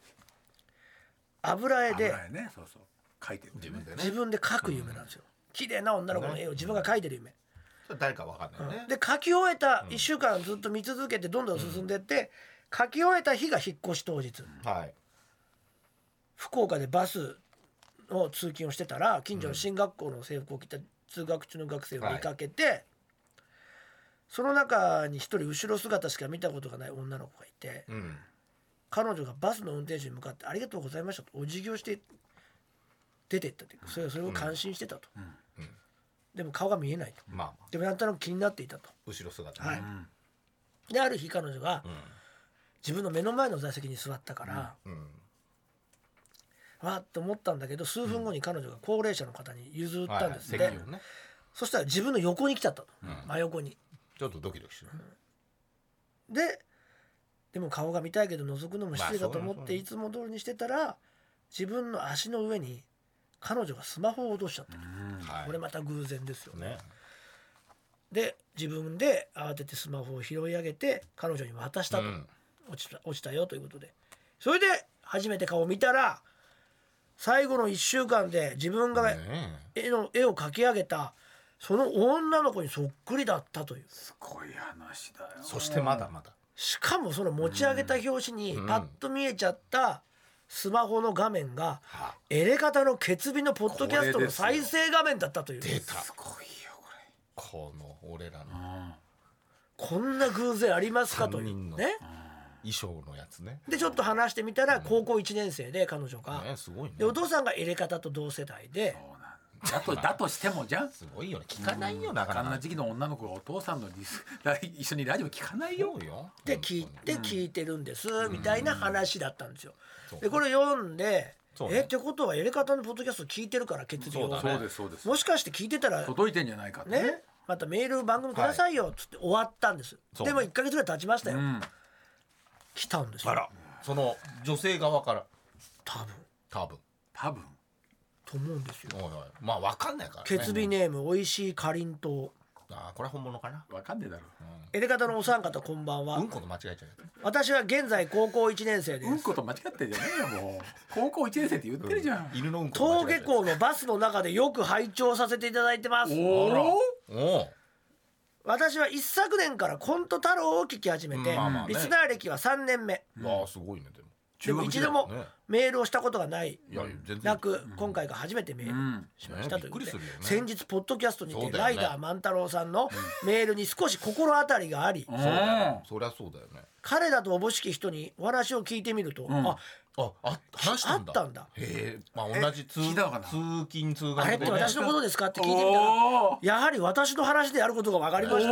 [SPEAKER 3] 油絵で
[SPEAKER 4] 油絵ねそうそう書いてるんだ
[SPEAKER 2] 自
[SPEAKER 4] よ
[SPEAKER 2] 分
[SPEAKER 4] ね
[SPEAKER 2] でね
[SPEAKER 3] 自分で描く夢なんですよ、綺麗な女の子の絵を自分が描いてる夢、
[SPEAKER 2] それ誰かわかんないよね、
[SPEAKER 3] で書き終えた1週間ずっと見続けてどんどん進んでって、書き終えた日が引っ越し当日
[SPEAKER 2] はい
[SPEAKER 3] 福岡でバスの通勤をしてたら近所の進学校の制服を着た通学中の学生を見かけて、その中に一人後ろ姿しか見たことがない女の子がいて
[SPEAKER 2] うん
[SPEAKER 3] 彼女がバスの運転手に向かって「ありがとうございました」とお辞儀をして出てったというそれそれを感心してたと、でも顔が見えないと
[SPEAKER 2] まあまあ
[SPEAKER 3] でもなんとなく気になっていたと。
[SPEAKER 2] 後ろ姿
[SPEAKER 3] はい
[SPEAKER 2] ね、
[SPEAKER 3] である日彼女が自分の目の前の座席に座ったから、
[SPEAKER 2] うん
[SPEAKER 3] わーって思ったんだけど数分後に彼女が高齢者の方に譲ったんですって、
[SPEAKER 2] はいはい席をね
[SPEAKER 3] そしたら自分の横に来ちゃったと、真横に。
[SPEAKER 2] ちょっとドキドキしてる、
[SPEAKER 3] ででも顔が見たいけど覗くのも失礼だと思っ
[SPEAKER 2] まあそうだ
[SPEAKER 3] て
[SPEAKER 2] ね
[SPEAKER 3] いつも通りにしてたら自分の足の上に彼女がスマホを落としちゃったと、
[SPEAKER 2] はい
[SPEAKER 3] これまた偶然ですよね。
[SPEAKER 2] ね
[SPEAKER 3] で自分で慌ててスマホを拾い上げて彼女に渡したと、
[SPEAKER 2] うん
[SPEAKER 3] 落ちた落ちたよということでそれで初めて顔を見たら最後の1週間で自分が
[SPEAKER 2] ねえ
[SPEAKER 3] 絵の絵を描き上げたその女の子にそっくりだったという
[SPEAKER 4] すごい話だよ
[SPEAKER 2] そしてまだまだ
[SPEAKER 3] しかもその持ち上げた表紙にパッと見えちゃったスマホの画面がエレ方の決備のポッドキャストの再生画面だったという
[SPEAKER 2] 出た
[SPEAKER 4] すごいよ
[SPEAKER 2] こ
[SPEAKER 4] こ
[SPEAKER 2] の俺らの
[SPEAKER 4] うん
[SPEAKER 3] こんな偶然ありますかと
[SPEAKER 2] 三
[SPEAKER 3] い
[SPEAKER 2] 人
[SPEAKER 3] う
[SPEAKER 2] の
[SPEAKER 3] ね
[SPEAKER 2] 衣装のやつね
[SPEAKER 3] でちょっと話してみたら高校1年生で彼女が、
[SPEAKER 2] ねすごいね
[SPEAKER 3] でお父さんが入れ方と同世代で
[SPEAKER 4] そうなんだとだとしてもじゃん
[SPEAKER 2] すごいよね聞かないよなか
[SPEAKER 4] あん
[SPEAKER 2] な
[SPEAKER 4] な
[SPEAKER 2] か
[SPEAKER 4] 時期の女の子がお父さんのリス 一緒にラジオ聞かないよ
[SPEAKER 2] よよ
[SPEAKER 3] で聞い
[SPEAKER 2] 本当に
[SPEAKER 3] て聞いてるんですみたいな話だったんですよ
[SPEAKER 2] そう。
[SPEAKER 3] でこれ読んで
[SPEAKER 2] そうね
[SPEAKER 3] えってことはエレカタのポッドキャスト聞いてるから血流
[SPEAKER 2] そう
[SPEAKER 3] が
[SPEAKER 2] だね
[SPEAKER 4] すそうです
[SPEAKER 3] もしかして聞いてたら
[SPEAKER 4] 届いてんじゃないかって
[SPEAKER 3] ねまたメール番組くださいよっつって終わったんです、
[SPEAKER 2] そう
[SPEAKER 3] でも1か月ぐらい経ちました
[SPEAKER 4] う
[SPEAKER 3] よ、
[SPEAKER 4] ん
[SPEAKER 3] 来たんです
[SPEAKER 2] あ
[SPEAKER 3] よ
[SPEAKER 2] らその女性側から
[SPEAKER 3] 多分
[SPEAKER 2] 多分
[SPEAKER 4] 多分
[SPEAKER 3] と思うんですよ
[SPEAKER 2] おいおいまあわかんないからね
[SPEAKER 3] 決備ネームおいしいかりんと
[SPEAKER 2] あーこれは本物かな
[SPEAKER 4] わかんねえだろ
[SPEAKER 3] エレカタのお三方こんばんは、
[SPEAKER 2] うんこと間違えちゃう
[SPEAKER 3] 私は現在高校1年生です、
[SPEAKER 4] うんこと間違ってんじゃねえよもう高校1年生って言ってるじゃん
[SPEAKER 2] 犬のうんこと間違
[SPEAKER 3] 登
[SPEAKER 2] え
[SPEAKER 3] 下
[SPEAKER 2] ちゃう
[SPEAKER 3] 校のバスの中でよく拝聴させていただいてます
[SPEAKER 4] お
[SPEAKER 2] あら
[SPEAKER 4] お
[SPEAKER 2] おう
[SPEAKER 3] 私は一昨年からコント太郎を聞き始めて、
[SPEAKER 2] うんまあまあね
[SPEAKER 3] リスナー歴は3年目
[SPEAKER 2] わあすごいねでも
[SPEAKER 3] で
[SPEAKER 4] 中
[SPEAKER 3] も
[SPEAKER 4] 学時
[SPEAKER 3] 一
[SPEAKER 4] 代
[SPEAKER 3] 度も
[SPEAKER 2] ね
[SPEAKER 3] メールをしたことがない
[SPEAKER 2] いや全然
[SPEAKER 3] なく、今回が初めてメール
[SPEAKER 4] うん
[SPEAKER 3] しました
[SPEAKER 2] ね
[SPEAKER 3] ということ
[SPEAKER 2] びっくり
[SPEAKER 3] で、
[SPEAKER 2] するよね
[SPEAKER 3] 先日ポッドキャストに
[SPEAKER 2] そ
[SPEAKER 3] て
[SPEAKER 2] うだよ
[SPEAKER 3] ラ
[SPEAKER 2] ね
[SPEAKER 3] イダー万太郎さんのメールに少し心当たりがあり、
[SPEAKER 2] そうだよそりゃそうだよね
[SPEAKER 3] 彼だとおぼしき人にお話を聞いてみると、
[SPEAKER 4] ん
[SPEAKER 3] あ
[SPEAKER 2] ああ話したん
[SPEAKER 3] あ
[SPEAKER 2] だ
[SPEAKER 3] ったんだ
[SPEAKER 2] へえまあ同じ通
[SPEAKER 4] 聞いたのかな
[SPEAKER 2] 通勤通学
[SPEAKER 3] あれって
[SPEAKER 2] でね
[SPEAKER 3] 私のことですかって聞いてみたら
[SPEAKER 4] お
[SPEAKER 3] やはり私の話であることが分かりました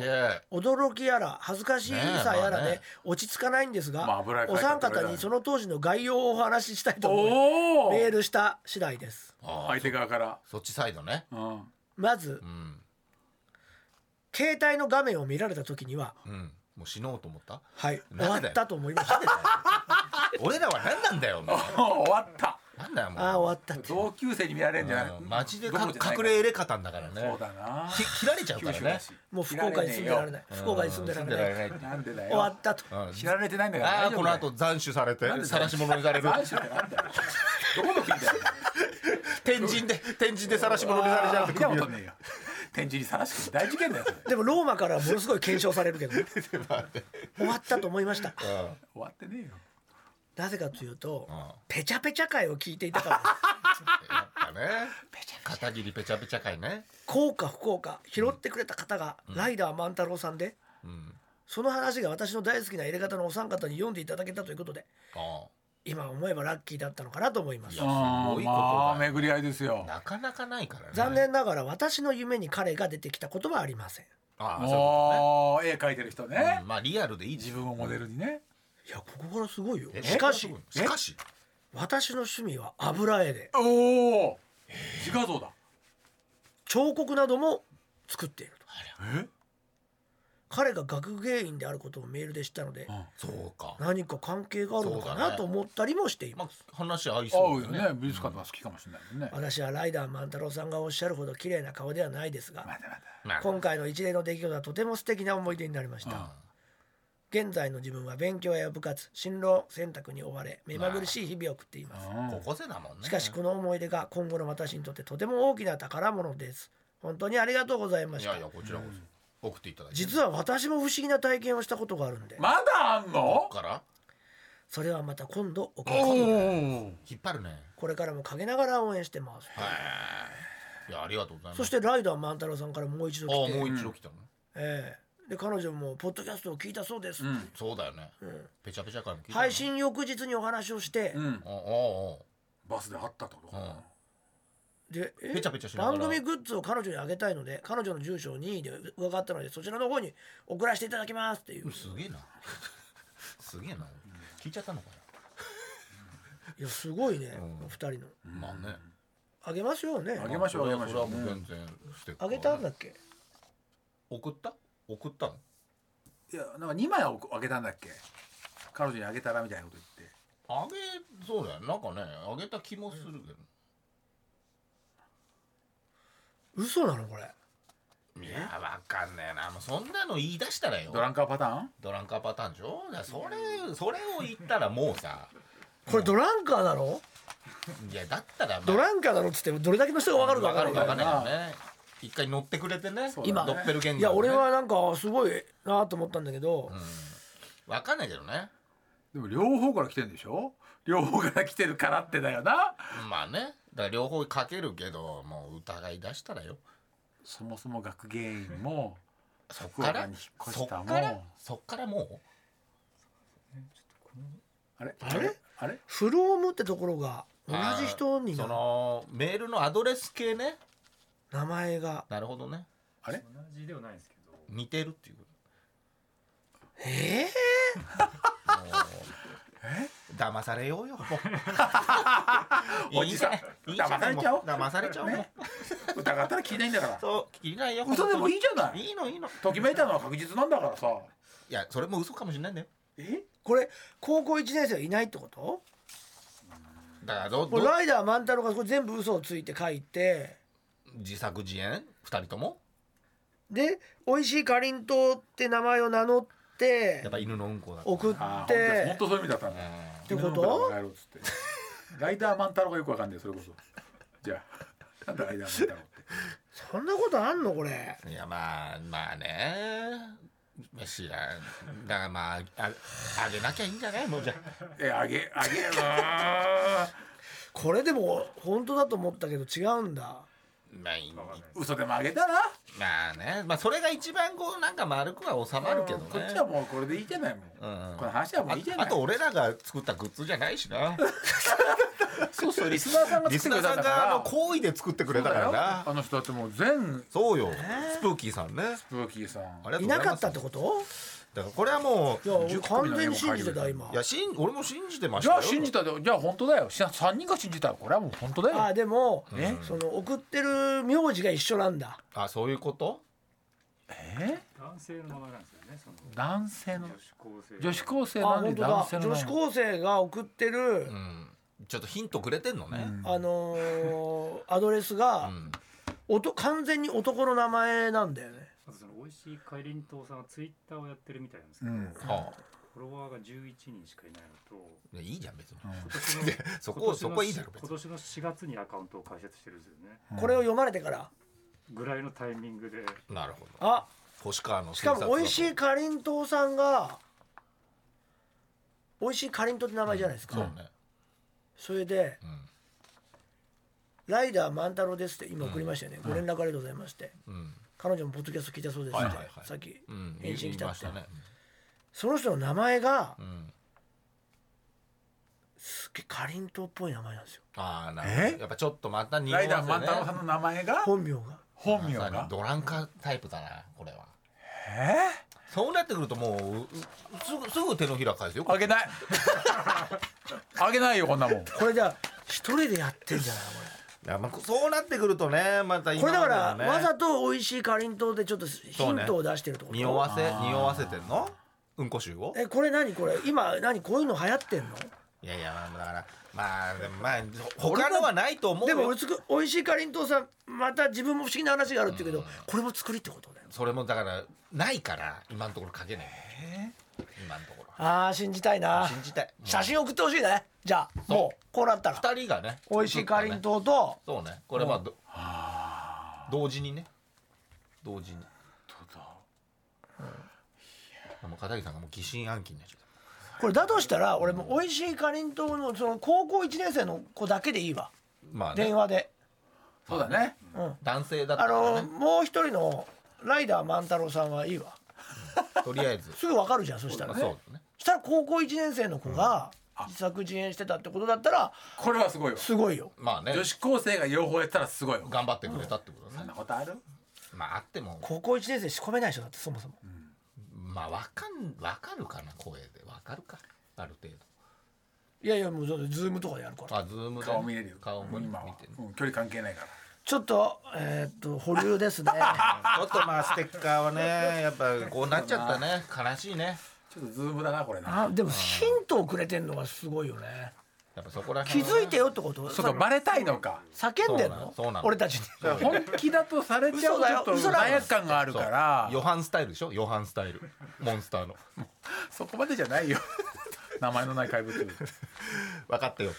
[SPEAKER 2] す
[SPEAKER 4] お
[SPEAKER 2] げえ
[SPEAKER 3] 驚きやら恥ずかしいさやら
[SPEAKER 2] ねえまあ
[SPEAKER 3] で
[SPEAKER 2] ね
[SPEAKER 3] 落ち着かないんですが、
[SPEAKER 4] まあ油絵描
[SPEAKER 3] お
[SPEAKER 4] いた
[SPEAKER 3] 三
[SPEAKER 4] って言われたら
[SPEAKER 3] 方にその当時の概要をお話ししたいと思い
[SPEAKER 4] おお
[SPEAKER 3] メールした次第です
[SPEAKER 2] あ
[SPEAKER 4] 相手側から
[SPEAKER 2] そっちサイドね
[SPEAKER 4] うん
[SPEAKER 3] まず
[SPEAKER 2] うん
[SPEAKER 3] 携帯の画面を見られた時には
[SPEAKER 2] うんもう死のうと思った
[SPEAKER 3] はい
[SPEAKER 2] なん
[SPEAKER 3] 終
[SPEAKER 2] で
[SPEAKER 3] わったと思いました
[SPEAKER 2] 俺らは何なんだよお前
[SPEAKER 4] 終わった
[SPEAKER 2] なんだよもう
[SPEAKER 3] ああ終わったって
[SPEAKER 4] 同級生に見られるんじゃな
[SPEAKER 2] う
[SPEAKER 4] い
[SPEAKER 2] んマジで
[SPEAKER 4] ど
[SPEAKER 2] か
[SPEAKER 4] こじゃない
[SPEAKER 2] 隠れエレカタンだからね
[SPEAKER 4] そうだな
[SPEAKER 2] き切られちゃうか
[SPEAKER 4] 九
[SPEAKER 2] ら
[SPEAKER 4] 州
[SPEAKER 2] ね
[SPEAKER 4] だし
[SPEAKER 3] もう福岡に住んでられない福岡に住んでられない
[SPEAKER 2] ないっていう
[SPEAKER 4] なんでだ
[SPEAKER 3] 終わ
[SPEAKER 4] よ
[SPEAKER 3] ったと
[SPEAKER 2] うん
[SPEAKER 4] 知られてないんだから
[SPEAKER 2] ああ
[SPEAKER 4] 大丈
[SPEAKER 2] こ
[SPEAKER 4] 夫
[SPEAKER 2] の
[SPEAKER 4] だよ
[SPEAKER 2] 後斬首されて
[SPEAKER 4] なんで
[SPEAKER 2] 晒し者にされる
[SPEAKER 4] 何しろよなんだよどこの国だよ
[SPEAKER 2] 天神 で天神で晒し者にされちゃうって
[SPEAKER 4] 見たこ
[SPEAKER 2] 首
[SPEAKER 4] と
[SPEAKER 2] を
[SPEAKER 4] ねえよ天神にさらしくて大事件だよそれ
[SPEAKER 3] でもローマからはものすごい検証されるけどね終わったと思いました
[SPEAKER 2] うん
[SPEAKER 4] 終わってねえよ
[SPEAKER 3] なぜかというと
[SPEAKER 2] うん
[SPEAKER 3] ペチャペチャ会を聞いていたからです
[SPEAKER 2] やっぱね片桐ペチャペチャ会ね
[SPEAKER 3] 効か不効か拾ってくれた方がライダー万太郎さんで、
[SPEAKER 2] うん
[SPEAKER 3] その話が私の大好きな入れ方のお三方に読んでいただけたということで
[SPEAKER 2] あ
[SPEAKER 3] 今思えばラッキーだったのかなと思います
[SPEAKER 2] いやすごいことだよ
[SPEAKER 4] まあ巡り合いですよ
[SPEAKER 2] あなかなかないからね
[SPEAKER 3] 残念ながら私の夢に彼が出てきたことはありません
[SPEAKER 2] ああそういうこ
[SPEAKER 4] おー絵描いてる人
[SPEAKER 2] とねう
[SPEAKER 4] ね
[SPEAKER 2] んまあリアルでいい
[SPEAKER 4] 自分をモデルにね
[SPEAKER 3] いやここからすごいよ
[SPEAKER 2] え
[SPEAKER 3] しかし
[SPEAKER 2] しかし
[SPEAKER 3] 私の趣味は油絵で
[SPEAKER 4] おお自画像だ
[SPEAKER 3] 彫刻なども作っていると
[SPEAKER 4] え
[SPEAKER 3] 彼が学芸員であることをメールで知ったので
[SPEAKER 4] うん
[SPEAKER 2] そうか
[SPEAKER 3] 何か関係があるのか
[SPEAKER 2] そうだ
[SPEAKER 3] な
[SPEAKER 2] ね
[SPEAKER 3] と思ったりもしています
[SPEAKER 2] まあ話合い
[SPEAKER 4] 合
[SPEAKER 2] そう
[SPEAKER 4] う
[SPEAKER 2] だ
[SPEAKER 4] よ
[SPEAKER 2] よね
[SPEAKER 4] ね美術館とか好きかもしれないもんね
[SPEAKER 3] 私はライダー万太郎さんがおっしゃるほど綺麗な顔ではないですが
[SPEAKER 4] まだまだ
[SPEAKER 2] まあ
[SPEAKER 3] 今回の一連の出来事はとても素敵な思い出になりました、現在の自分は勉強や部活進路選択に追われ目まぐるしい日々を送っています
[SPEAKER 4] うん
[SPEAKER 2] 高校生だもんね
[SPEAKER 3] しかしこの思い出が今後の私にとってとても大きな宝物です本当にありがとうございま
[SPEAKER 2] い
[SPEAKER 3] し
[SPEAKER 2] や
[SPEAKER 3] た
[SPEAKER 2] いやこちらこそ送っていただいて
[SPEAKER 3] 実は私も不思議な体験をしたことがあるんで
[SPEAKER 4] まだあんの
[SPEAKER 2] から
[SPEAKER 3] それはまた今度お聞か
[SPEAKER 4] お
[SPEAKER 3] せ
[SPEAKER 4] ー
[SPEAKER 2] 引っ張るね
[SPEAKER 3] これからも陰ながら応援してます
[SPEAKER 2] いやありがとうございます
[SPEAKER 3] そしてライダー万太郎さんからもう一度
[SPEAKER 2] ああ
[SPEAKER 3] 来
[SPEAKER 2] も
[SPEAKER 3] て
[SPEAKER 2] う一度来たの
[SPEAKER 3] ええで彼女も「ポッドキャストを聞いたそうです」
[SPEAKER 2] そうだよねペチャペチャ会も聞いた
[SPEAKER 3] 配信翌日にお話をして、
[SPEAKER 4] うん
[SPEAKER 2] おお
[SPEAKER 4] バスで会ったってことかな
[SPEAKER 3] でえ
[SPEAKER 2] ペチャペチャしながら
[SPEAKER 3] 番組グッズを彼女にあげたいので彼女の住所を任意で伺ったのでそちらの方に送らせていただきますっていう
[SPEAKER 2] おすげえなすげえな聞いちゃったのか
[SPEAKER 3] いやすごいね、
[SPEAKER 2] うん
[SPEAKER 3] お二人の
[SPEAKER 2] なまあね
[SPEAKER 3] あげますよね
[SPEAKER 4] あげましょうあげまし
[SPEAKER 2] それ
[SPEAKER 4] ょ
[SPEAKER 2] は
[SPEAKER 4] う
[SPEAKER 2] もう全然ステッカ
[SPEAKER 3] あ
[SPEAKER 2] ー
[SPEAKER 3] げたんだっけ
[SPEAKER 2] 送った送ったの
[SPEAKER 4] いやなんか2枚あげたんだっけ彼女にあげたらみたいなこと言って
[SPEAKER 2] あげそうだよなんかねあげた気もするけど
[SPEAKER 3] 嘘なのこれ
[SPEAKER 2] いやわかんねえなもうそんなの言い出したらよ
[SPEAKER 4] ドランカーパターン
[SPEAKER 2] ドランカーパターンでしょだからそれそれを言ったらもうさ
[SPEAKER 3] これドランカーなの
[SPEAKER 2] いやだったらまあ
[SPEAKER 3] ドランカーなのっつってどれだけの人が分かるか
[SPEAKER 2] わか
[SPEAKER 3] 分
[SPEAKER 2] る
[SPEAKER 3] か
[SPEAKER 2] わ
[SPEAKER 3] る
[SPEAKER 2] かんないよね一回乗ってくれてね
[SPEAKER 4] そうだね
[SPEAKER 2] 今ドッペルゲンガー、ね、
[SPEAKER 3] いや俺はなんかすごいなと思ったんだけど、
[SPEAKER 2] わかんないけどね
[SPEAKER 4] でも両方から来てんでしょ両方から来てるからってだよな
[SPEAKER 2] まあねだから両方かけるけどもう疑い出したらよ
[SPEAKER 4] そもそも学芸員も
[SPEAKER 2] そっ
[SPEAKER 4] 福
[SPEAKER 2] か
[SPEAKER 4] 岡
[SPEAKER 2] ら
[SPEAKER 4] に引っ越
[SPEAKER 2] そ
[SPEAKER 4] し
[SPEAKER 2] った
[SPEAKER 4] も
[SPEAKER 2] からそっからもう
[SPEAKER 4] あれ
[SPEAKER 3] あれ
[SPEAKER 4] あれ
[SPEAKER 3] フロームってところが同じ人に
[SPEAKER 2] そ
[SPEAKER 3] な
[SPEAKER 2] のメールのアドレス系ね
[SPEAKER 3] 名前が
[SPEAKER 2] なるほどね
[SPEAKER 4] あ れ
[SPEAKER 1] 同じではないですけど
[SPEAKER 2] 似てるっていうこ
[SPEAKER 3] え
[SPEAKER 2] ともう騙されよう よもう
[SPEAKER 4] おじさん
[SPEAKER 2] いいじゃ
[SPEAKER 4] 騙され
[SPEAKER 2] いい
[SPEAKER 4] ちゃおう
[SPEAKER 2] じんも騙されちゃおう、ね、
[SPEAKER 4] 疑ったら聞いないんだから
[SPEAKER 2] そう聞きないよ
[SPEAKER 4] 嘘でもいいじゃない
[SPEAKER 2] いいのいいの
[SPEAKER 4] ときめいたのは確実なんだからさ
[SPEAKER 2] いやそれも嘘かもしれないんだよ
[SPEAKER 4] え
[SPEAKER 3] ーこれ高校1年生はいないってこと
[SPEAKER 2] だからど
[SPEAKER 3] こ
[SPEAKER 2] ど
[SPEAKER 3] れライダー万太郎がこれ全部嘘をついて書いて
[SPEAKER 2] 自作自演二人とも
[SPEAKER 3] で「美味しいかりんとう」って名前を名乗って
[SPEAKER 2] やっぱ犬のうんこだった
[SPEAKER 3] 送っ
[SPEAKER 4] あー
[SPEAKER 3] て
[SPEAKER 4] 本当だ本当そういう意味だったんだ
[SPEAKER 2] え
[SPEAKER 3] てこと
[SPEAKER 4] 犬の中で帰ろうっつって ライダーマンタロがよくわかんないそれこそじゃあなんだライダーマンタロって
[SPEAKER 3] そんなことあんのこれ
[SPEAKER 2] ーいやまあまあね知らんだからまあああげなきゃいいんじゃないもうじゃあ
[SPEAKER 4] えあげあげうーん
[SPEAKER 3] これでも本当だと思ったけど違うんだ
[SPEAKER 2] まあいい
[SPEAKER 1] わかんない
[SPEAKER 4] 嘘でもあげたら
[SPEAKER 2] まあねまあそれが一番こうなんか丸くは収まるけどね
[SPEAKER 4] こっちはもうこれでいいじゃないもう、
[SPEAKER 2] うん
[SPEAKER 4] この話はもういいじゃな
[SPEAKER 2] あ
[SPEAKER 4] い
[SPEAKER 2] あと俺らが作ったグッズじゃないしな
[SPEAKER 4] そうそうリスナーさんが
[SPEAKER 2] リスナーさんがあの行為で作ってくれたからな
[SPEAKER 4] あの人だってもう全
[SPEAKER 2] そうよスプーキーさんね
[SPEAKER 4] プーキーさん
[SPEAKER 2] ありがと
[SPEAKER 3] いう
[SPEAKER 2] ござ
[SPEAKER 3] ない
[SPEAKER 2] ます
[SPEAKER 3] かったってこと
[SPEAKER 2] だからこれはも
[SPEAKER 3] いうや俺
[SPEAKER 4] 10組
[SPEAKER 3] 完
[SPEAKER 4] の
[SPEAKER 3] 全に信じてた
[SPEAKER 4] メ
[SPEAKER 3] 今
[SPEAKER 2] いやしん俺も信じてまし
[SPEAKER 4] じ
[SPEAKER 2] たよ
[SPEAKER 4] ゃあ信じたでじゃあ本当だよし3人が信じたらこれはもう本当だ
[SPEAKER 3] あ
[SPEAKER 4] よ
[SPEAKER 3] あでも
[SPEAKER 4] え
[SPEAKER 3] その送ってる名字が一緒なんだ
[SPEAKER 2] あそういうこと
[SPEAKER 4] え
[SPEAKER 1] 男性の名前なんですよねその
[SPEAKER 4] 男性の
[SPEAKER 1] 女子高生
[SPEAKER 4] 女子高生
[SPEAKER 3] あ
[SPEAKER 4] なの
[SPEAKER 3] 本
[SPEAKER 4] に
[SPEAKER 3] 当
[SPEAKER 4] 男
[SPEAKER 3] だ
[SPEAKER 4] 性の
[SPEAKER 3] 女子高生が送ってる
[SPEAKER 2] うんちょっとヒントくれてんのね
[SPEAKER 3] あのーアドレスが
[SPEAKER 2] うん
[SPEAKER 3] おと完全に男の名前なんだよね
[SPEAKER 1] あとその美味しいかりんとうさんはツイッターをやってるみたいなんですけど、
[SPEAKER 4] うん
[SPEAKER 2] は
[SPEAKER 1] フォロワーが11人しかいないのと
[SPEAKER 2] あいやいいじゃん別に
[SPEAKER 1] 今年の
[SPEAKER 2] そ
[SPEAKER 1] 今
[SPEAKER 2] こ
[SPEAKER 1] 年の
[SPEAKER 2] そこはいいだろ別
[SPEAKER 1] 今
[SPEAKER 2] に
[SPEAKER 1] 年の4月にアカウントを開設してるんですよね
[SPEAKER 3] これを読まれてから
[SPEAKER 1] ぐらいのタイミングで
[SPEAKER 2] なるほど
[SPEAKER 3] あ
[SPEAKER 2] 星川の
[SPEAKER 3] しかも美味しい
[SPEAKER 2] い
[SPEAKER 3] かりんとうさんが美味しいかりんとうって名前じゃないですか、
[SPEAKER 2] そうね
[SPEAKER 3] それで「
[SPEAKER 2] う
[SPEAKER 3] ライダー万太郎です」って今送りましたよね、ご連絡ありがとうございまして、
[SPEAKER 2] んうん
[SPEAKER 3] 彼女もポッドキャスト聞いたそうですって、
[SPEAKER 2] はいはいはい
[SPEAKER 3] さっき
[SPEAKER 2] うん
[SPEAKER 3] 返信来た
[SPEAKER 2] ま
[SPEAKER 3] っ、
[SPEAKER 2] してたね
[SPEAKER 3] その人の名前が
[SPEAKER 2] うん
[SPEAKER 3] すっげえかりんとうっぽい名前なんですよ
[SPEAKER 2] ああなるほど
[SPEAKER 4] え
[SPEAKER 2] やっぱちょっとまた似合
[SPEAKER 4] ライダー万太郎さんの名前が
[SPEAKER 3] 本名が
[SPEAKER 4] 本名
[SPEAKER 2] まさに
[SPEAKER 4] が
[SPEAKER 2] ドランカータイプだなこれは
[SPEAKER 4] え
[SPEAKER 2] そうなってくるともううすぐすぐ手のひら返すよ
[SPEAKER 4] ーあげ ないあげないよこんなもん
[SPEAKER 3] これじゃあ一人でやってんじゃない
[SPEAKER 2] いやまあそうなってくるとねまた
[SPEAKER 3] これこ
[SPEAKER 2] 今
[SPEAKER 3] れだか
[SPEAKER 2] ま
[SPEAKER 3] ら、
[SPEAKER 2] でのね
[SPEAKER 3] わざと美味しいかりんとうでちょっとヒ
[SPEAKER 2] うね
[SPEAKER 3] ントを出してるってこと、
[SPEAKER 2] 匂わせ
[SPEAKER 4] あー
[SPEAKER 2] 匂わせてんのうんこ臭を
[SPEAKER 3] えこれ何これ今何こういうの流行ってんの
[SPEAKER 2] いやいやまあだからまあでもまあ他のはないと思う
[SPEAKER 3] で
[SPEAKER 2] よ
[SPEAKER 3] も俺つく美味しいかりんとうさんまた自分も不思議な話があるって言うけど、これも作りってことだよ
[SPEAKER 2] それもだからないから今のところ書けない今のところ
[SPEAKER 3] あー信じたいな
[SPEAKER 2] 信じたいもう
[SPEAKER 3] 写真送ってほしいねじゃあもうこうなったら
[SPEAKER 2] 二人がね
[SPEAKER 3] 美味しいかりんとうと
[SPEAKER 2] そうねこれはど同時にね同時にもう片桐さんがもう疑心暗鬼になっちゃった
[SPEAKER 3] これだとしたら俺も美味しいかりんとうのその高校1年生の子だけでいいわ
[SPEAKER 2] まあね
[SPEAKER 3] 電話で
[SPEAKER 4] そうだね
[SPEAKER 2] 男性だった
[SPEAKER 3] あ
[SPEAKER 2] から
[SPEAKER 3] の
[SPEAKER 2] ね
[SPEAKER 3] もう一人のライダー万太郎さんはいいわ
[SPEAKER 2] とりあえず
[SPEAKER 3] すぐわかるじゃんそした
[SPEAKER 2] そ
[SPEAKER 3] ら
[SPEAKER 2] う
[SPEAKER 3] ね
[SPEAKER 2] だね
[SPEAKER 3] したら高校1年生の子が自作自演してたってことだったら
[SPEAKER 4] これはすごいよ
[SPEAKER 3] すごいよ
[SPEAKER 2] まあね
[SPEAKER 4] 女子高生が両方やったらすごいよ
[SPEAKER 2] 頑張ってくれたってこと
[SPEAKER 4] そ
[SPEAKER 2] だ
[SPEAKER 4] ん
[SPEAKER 2] ね
[SPEAKER 4] なことある
[SPEAKER 2] まああっても
[SPEAKER 3] 高校1年生仕込めない人だってそもそも
[SPEAKER 2] まあわかんわかるかな声でわかるかある程
[SPEAKER 3] いやいやもうだってズームとかでやるから
[SPEAKER 2] 度あズームでね
[SPEAKER 4] 顔見れるよ
[SPEAKER 2] 顔も見
[SPEAKER 4] 今は
[SPEAKER 2] てね
[SPEAKER 4] うん距離関係ないから
[SPEAKER 3] ちょっとえーっと保留です ね
[SPEAKER 2] ちょっとまあステッカーはねやっぱこうなっちゃったね悲しいね
[SPEAKER 4] ちょっとズームだなこれな
[SPEAKER 3] あでもヒントをくれてんのがすごいよね
[SPEAKER 2] やっぱそこら
[SPEAKER 3] 気
[SPEAKER 2] 辺はね
[SPEAKER 3] づいてよってこと
[SPEAKER 4] そうかバレたいのか
[SPEAKER 3] 叫んでん
[SPEAKER 2] そうなのそう
[SPEAKER 3] の
[SPEAKER 2] なの
[SPEAKER 3] 俺たちに
[SPEAKER 4] 本気だとされちゃう
[SPEAKER 3] 嘘だよ
[SPEAKER 4] とちょ
[SPEAKER 3] 嘘
[SPEAKER 4] っと
[SPEAKER 3] だ
[SPEAKER 4] 罪
[SPEAKER 3] よ
[SPEAKER 4] 悪感がある
[SPEAKER 2] そう
[SPEAKER 4] から
[SPEAKER 2] ヨハンスタイルでしょヨハンスタイルモンスターの
[SPEAKER 4] そこまでじゃないよ名前のない怪物
[SPEAKER 2] 分かったよ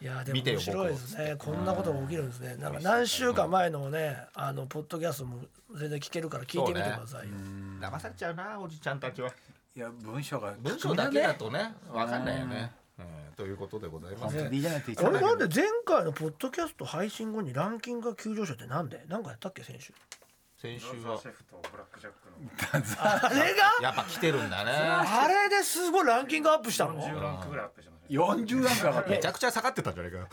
[SPEAKER 3] いやでも
[SPEAKER 2] 見てよ
[SPEAKER 3] 面白いですねこんなことが起きるんですねなんか何週間前のねあのポッドキャストも全然聞けるから聞いてみてくださいよ、
[SPEAKER 2] 騙されちゃうなおじちゃんたちはい
[SPEAKER 4] や文章が
[SPEAKER 2] 文章だけだとね分かんないよねうんということでございます
[SPEAKER 4] いいじゃないって言
[SPEAKER 3] こ
[SPEAKER 4] っ
[SPEAKER 3] れ
[SPEAKER 4] て
[SPEAKER 3] な
[SPEAKER 4] た
[SPEAKER 3] ん
[SPEAKER 4] んだ
[SPEAKER 3] で前回のポッドキャスト配信後にランキングが急上昇ってなんでなんかやったっけ先週
[SPEAKER 2] 先週
[SPEAKER 1] ロ
[SPEAKER 2] は
[SPEAKER 1] ザシェフとブラックジャックの
[SPEAKER 3] あれが
[SPEAKER 2] やっぱ来てるんだね
[SPEAKER 3] あれですごいランキングアップしたの
[SPEAKER 1] 40ランクぐらいアップしましたね
[SPEAKER 4] 40段から
[SPEAKER 2] めちゃくちゃ下がってたんじゃないかよ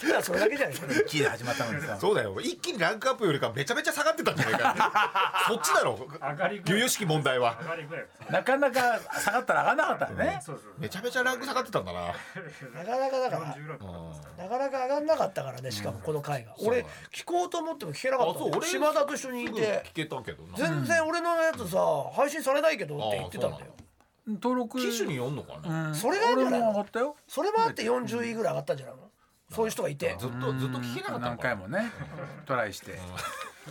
[SPEAKER 3] た だそれだけじゃないですか
[SPEAKER 4] 一気で始まったのにさ
[SPEAKER 2] そうだよ一気にランクアップよりかめちゃめちゃ下がってたんじゃないかそっちだろ
[SPEAKER 1] 上がりぐ
[SPEAKER 2] 由
[SPEAKER 1] らい
[SPEAKER 2] 々しき問題は
[SPEAKER 1] 上がりぐらいです
[SPEAKER 4] なかなか下がったら上がらなかったよね、
[SPEAKER 1] そうそうそう
[SPEAKER 2] めちゃめちゃランク下がってたんだな
[SPEAKER 3] なかなかだから
[SPEAKER 1] 40ランクだったんですか
[SPEAKER 3] なかなか上がんなかったからねしかもこの回が、
[SPEAKER 2] う
[SPEAKER 3] 俺聞こうと思っても聞けなかったんだよ島田と一緒にい
[SPEAKER 2] すぐ
[SPEAKER 3] て
[SPEAKER 2] 聞けたけどな
[SPEAKER 3] 全然俺のやつさ、配信されないけどって言ってたんだよ
[SPEAKER 4] 登録
[SPEAKER 2] 機種によんのかな
[SPEAKER 4] うん
[SPEAKER 3] それがいいんじゃない
[SPEAKER 4] 俺も上がったよ
[SPEAKER 3] それもあって40位ぐらい上がったんじゃないの、そういう人がいて
[SPEAKER 2] ずっとずっと聞けなかったの
[SPEAKER 4] 何
[SPEAKER 2] か
[SPEAKER 4] 回
[SPEAKER 2] な
[SPEAKER 4] もねトライして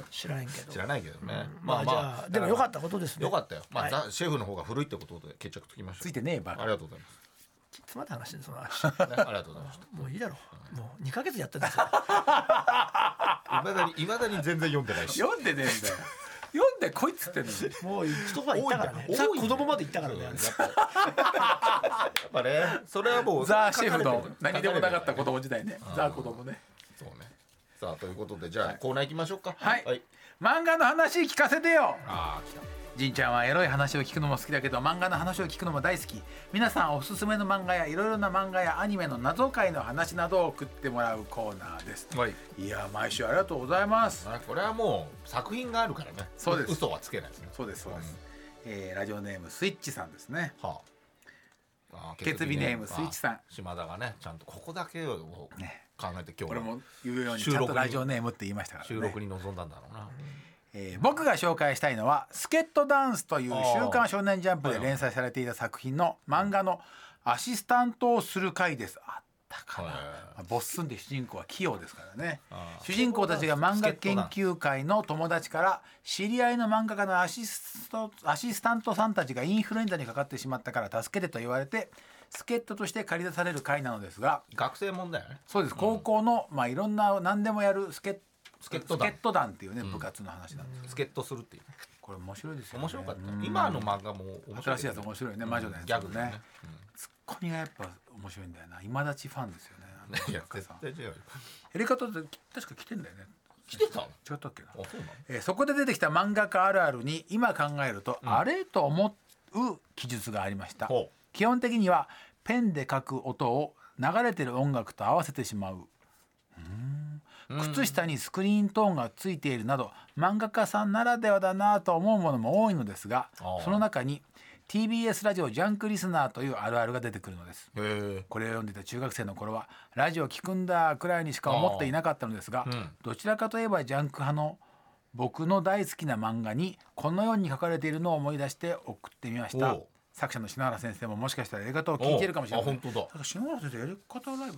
[SPEAKER 3] 知らんけど
[SPEAKER 2] 知らないけどね
[SPEAKER 3] まあじゃあでもよかったたことですね
[SPEAKER 2] よかったよま
[SPEAKER 3] は
[SPEAKER 2] あ
[SPEAKER 3] い
[SPEAKER 2] ザシェフの方が古いってことで決着つきました
[SPEAKER 4] ついてねえば
[SPEAKER 2] ありがとうございます
[SPEAKER 3] ちょっとまた話してんのその話
[SPEAKER 2] ねありがとうございまし
[SPEAKER 3] もういいだろもう2ヶ月やったんです よ
[SPEAKER 2] たいまだにいまだに全然読んでないし
[SPEAKER 4] 読んでねえんだよ読んでこいっつってんのに
[SPEAKER 3] もう一晩行ったからね
[SPEAKER 2] 多いんだ
[SPEAKER 3] さ
[SPEAKER 2] 多いんだ
[SPEAKER 3] 子供まで行ったからね
[SPEAKER 2] やっぱやっぱねそれはもう
[SPEAKER 4] ザ・シェフの
[SPEAKER 2] 書かれて
[SPEAKER 4] 何
[SPEAKER 2] る
[SPEAKER 4] でもなかった子供時代ねザ・子供ね
[SPEAKER 2] そうねさあということでじゃあコーナー行きましょうか
[SPEAKER 4] はい漫画の話聞かせてよ
[SPEAKER 2] あー来た
[SPEAKER 4] じんちゃんはエロい話を聞くのも好きだけど漫画の話を聞くのも大好き皆さんおすすめの漫画やいろいろな漫画やアニメの謎解の話などを送ってもらうコーナーです
[SPEAKER 2] はい
[SPEAKER 4] いや毎週ありがとうございます
[SPEAKER 2] まあこれはもう作品があるからね
[SPEAKER 4] そうです
[SPEAKER 2] 嘘はつけないですね
[SPEAKER 4] そうですそうです、えーラジオネームスイッチさんですね
[SPEAKER 2] はああー
[SPEAKER 4] 決意ネームスイッチさん
[SPEAKER 2] あー島田がねちゃんとここだけを考
[SPEAKER 4] ね
[SPEAKER 2] えて今日
[SPEAKER 4] 俺
[SPEAKER 2] は
[SPEAKER 4] も言うように
[SPEAKER 2] 収
[SPEAKER 4] ちゃ
[SPEAKER 2] 録に
[SPEAKER 4] んとラジオネームって言いましたから
[SPEAKER 2] 収
[SPEAKER 4] ね
[SPEAKER 2] 録に臨んだんだろうな
[SPEAKER 4] えー僕が紹介したいのは「スケットダンス」という
[SPEAKER 2] あ
[SPEAKER 4] 「
[SPEAKER 2] ー
[SPEAKER 4] 週刊少年ジャンプ」で連載されていた作品の漫画のアシスタントをする回ですあったかな、
[SPEAKER 2] はい
[SPEAKER 4] まあボッスンで主人公は器用ですからね
[SPEAKER 2] あー
[SPEAKER 4] 主人公たちが漫画研究会の友達から知り合いの漫画家のアシストアシスタントさんたちがインフルエンザにかかってしまったから助けてと言われて助っ人として借り出される回なのですが
[SPEAKER 2] 学生もんだよね
[SPEAKER 4] そうです、高校の、まあ、いろんな何でもやる助っ
[SPEAKER 2] 助っ人団
[SPEAKER 4] 助っ人団っていうね部活の話なんです
[SPEAKER 2] 助っ人するっていう
[SPEAKER 4] これ面白いですよね
[SPEAKER 2] 面白かった
[SPEAKER 4] うん
[SPEAKER 2] 今の漫画も面白
[SPEAKER 4] 新
[SPEAKER 2] い
[SPEAKER 4] しい
[SPEAKER 2] け
[SPEAKER 4] や
[SPEAKER 2] ど
[SPEAKER 4] つ面白いよね魔女のやつ
[SPEAKER 2] ギャグね
[SPEAKER 4] ツッコミがやっぱ面白いんだよな今立ちファンですよね
[SPEAKER 2] うんいや
[SPEAKER 4] 赤
[SPEAKER 2] 絶
[SPEAKER 4] さん
[SPEAKER 2] 対違うよ
[SPEAKER 4] エレカタって確か来てんだよね
[SPEAKER 2] 来てたのあ
[SPEAKER 4] 違ったっけな、
[SPEAKER 2] そうなの
[SPEAKER 4] えーそこで出てきた漫画家あるあるに今考えると、あれと思う記述がありました
[SPEAKER 2] ほう
[SPEAKER 4] 基本的にはペンで書く音を流れてる音楽と合わせてしまううーん靴下にスクリーントーンがついているなど漫画家さんならではだなと思うものも多いのですが
[SPEAKER 2] あー
[SPEAKER 4] その中に TBS ラジオジャンクリスナーというあるあるが出てくるのです
[SPEAKER 2] へえ
[SPEAKER 4] これを読んでいた中学生の頃はラジオ聞くんだくらいにしか思っていなかったのですが、
[SPEAKER 2] あーうん
[SPEAKER 4] どちらかといえばジャンク派の僕の大好きな漫画にこのように書かれているのを思い出して送ってみまし
[SPEAKER 2] お
[SPEAKER 4] た
[SPEAKER 2] う
[SPEAKER 4] 作者の篠原先生ももしかしたら映画とを聞いているかもしれない
[SPEAKER 2] おうあ本当だ
[SPEAKER 4] から篠原先生やり方ライ
[SPEAKER 2] へ
[SPEAKER 4] ブ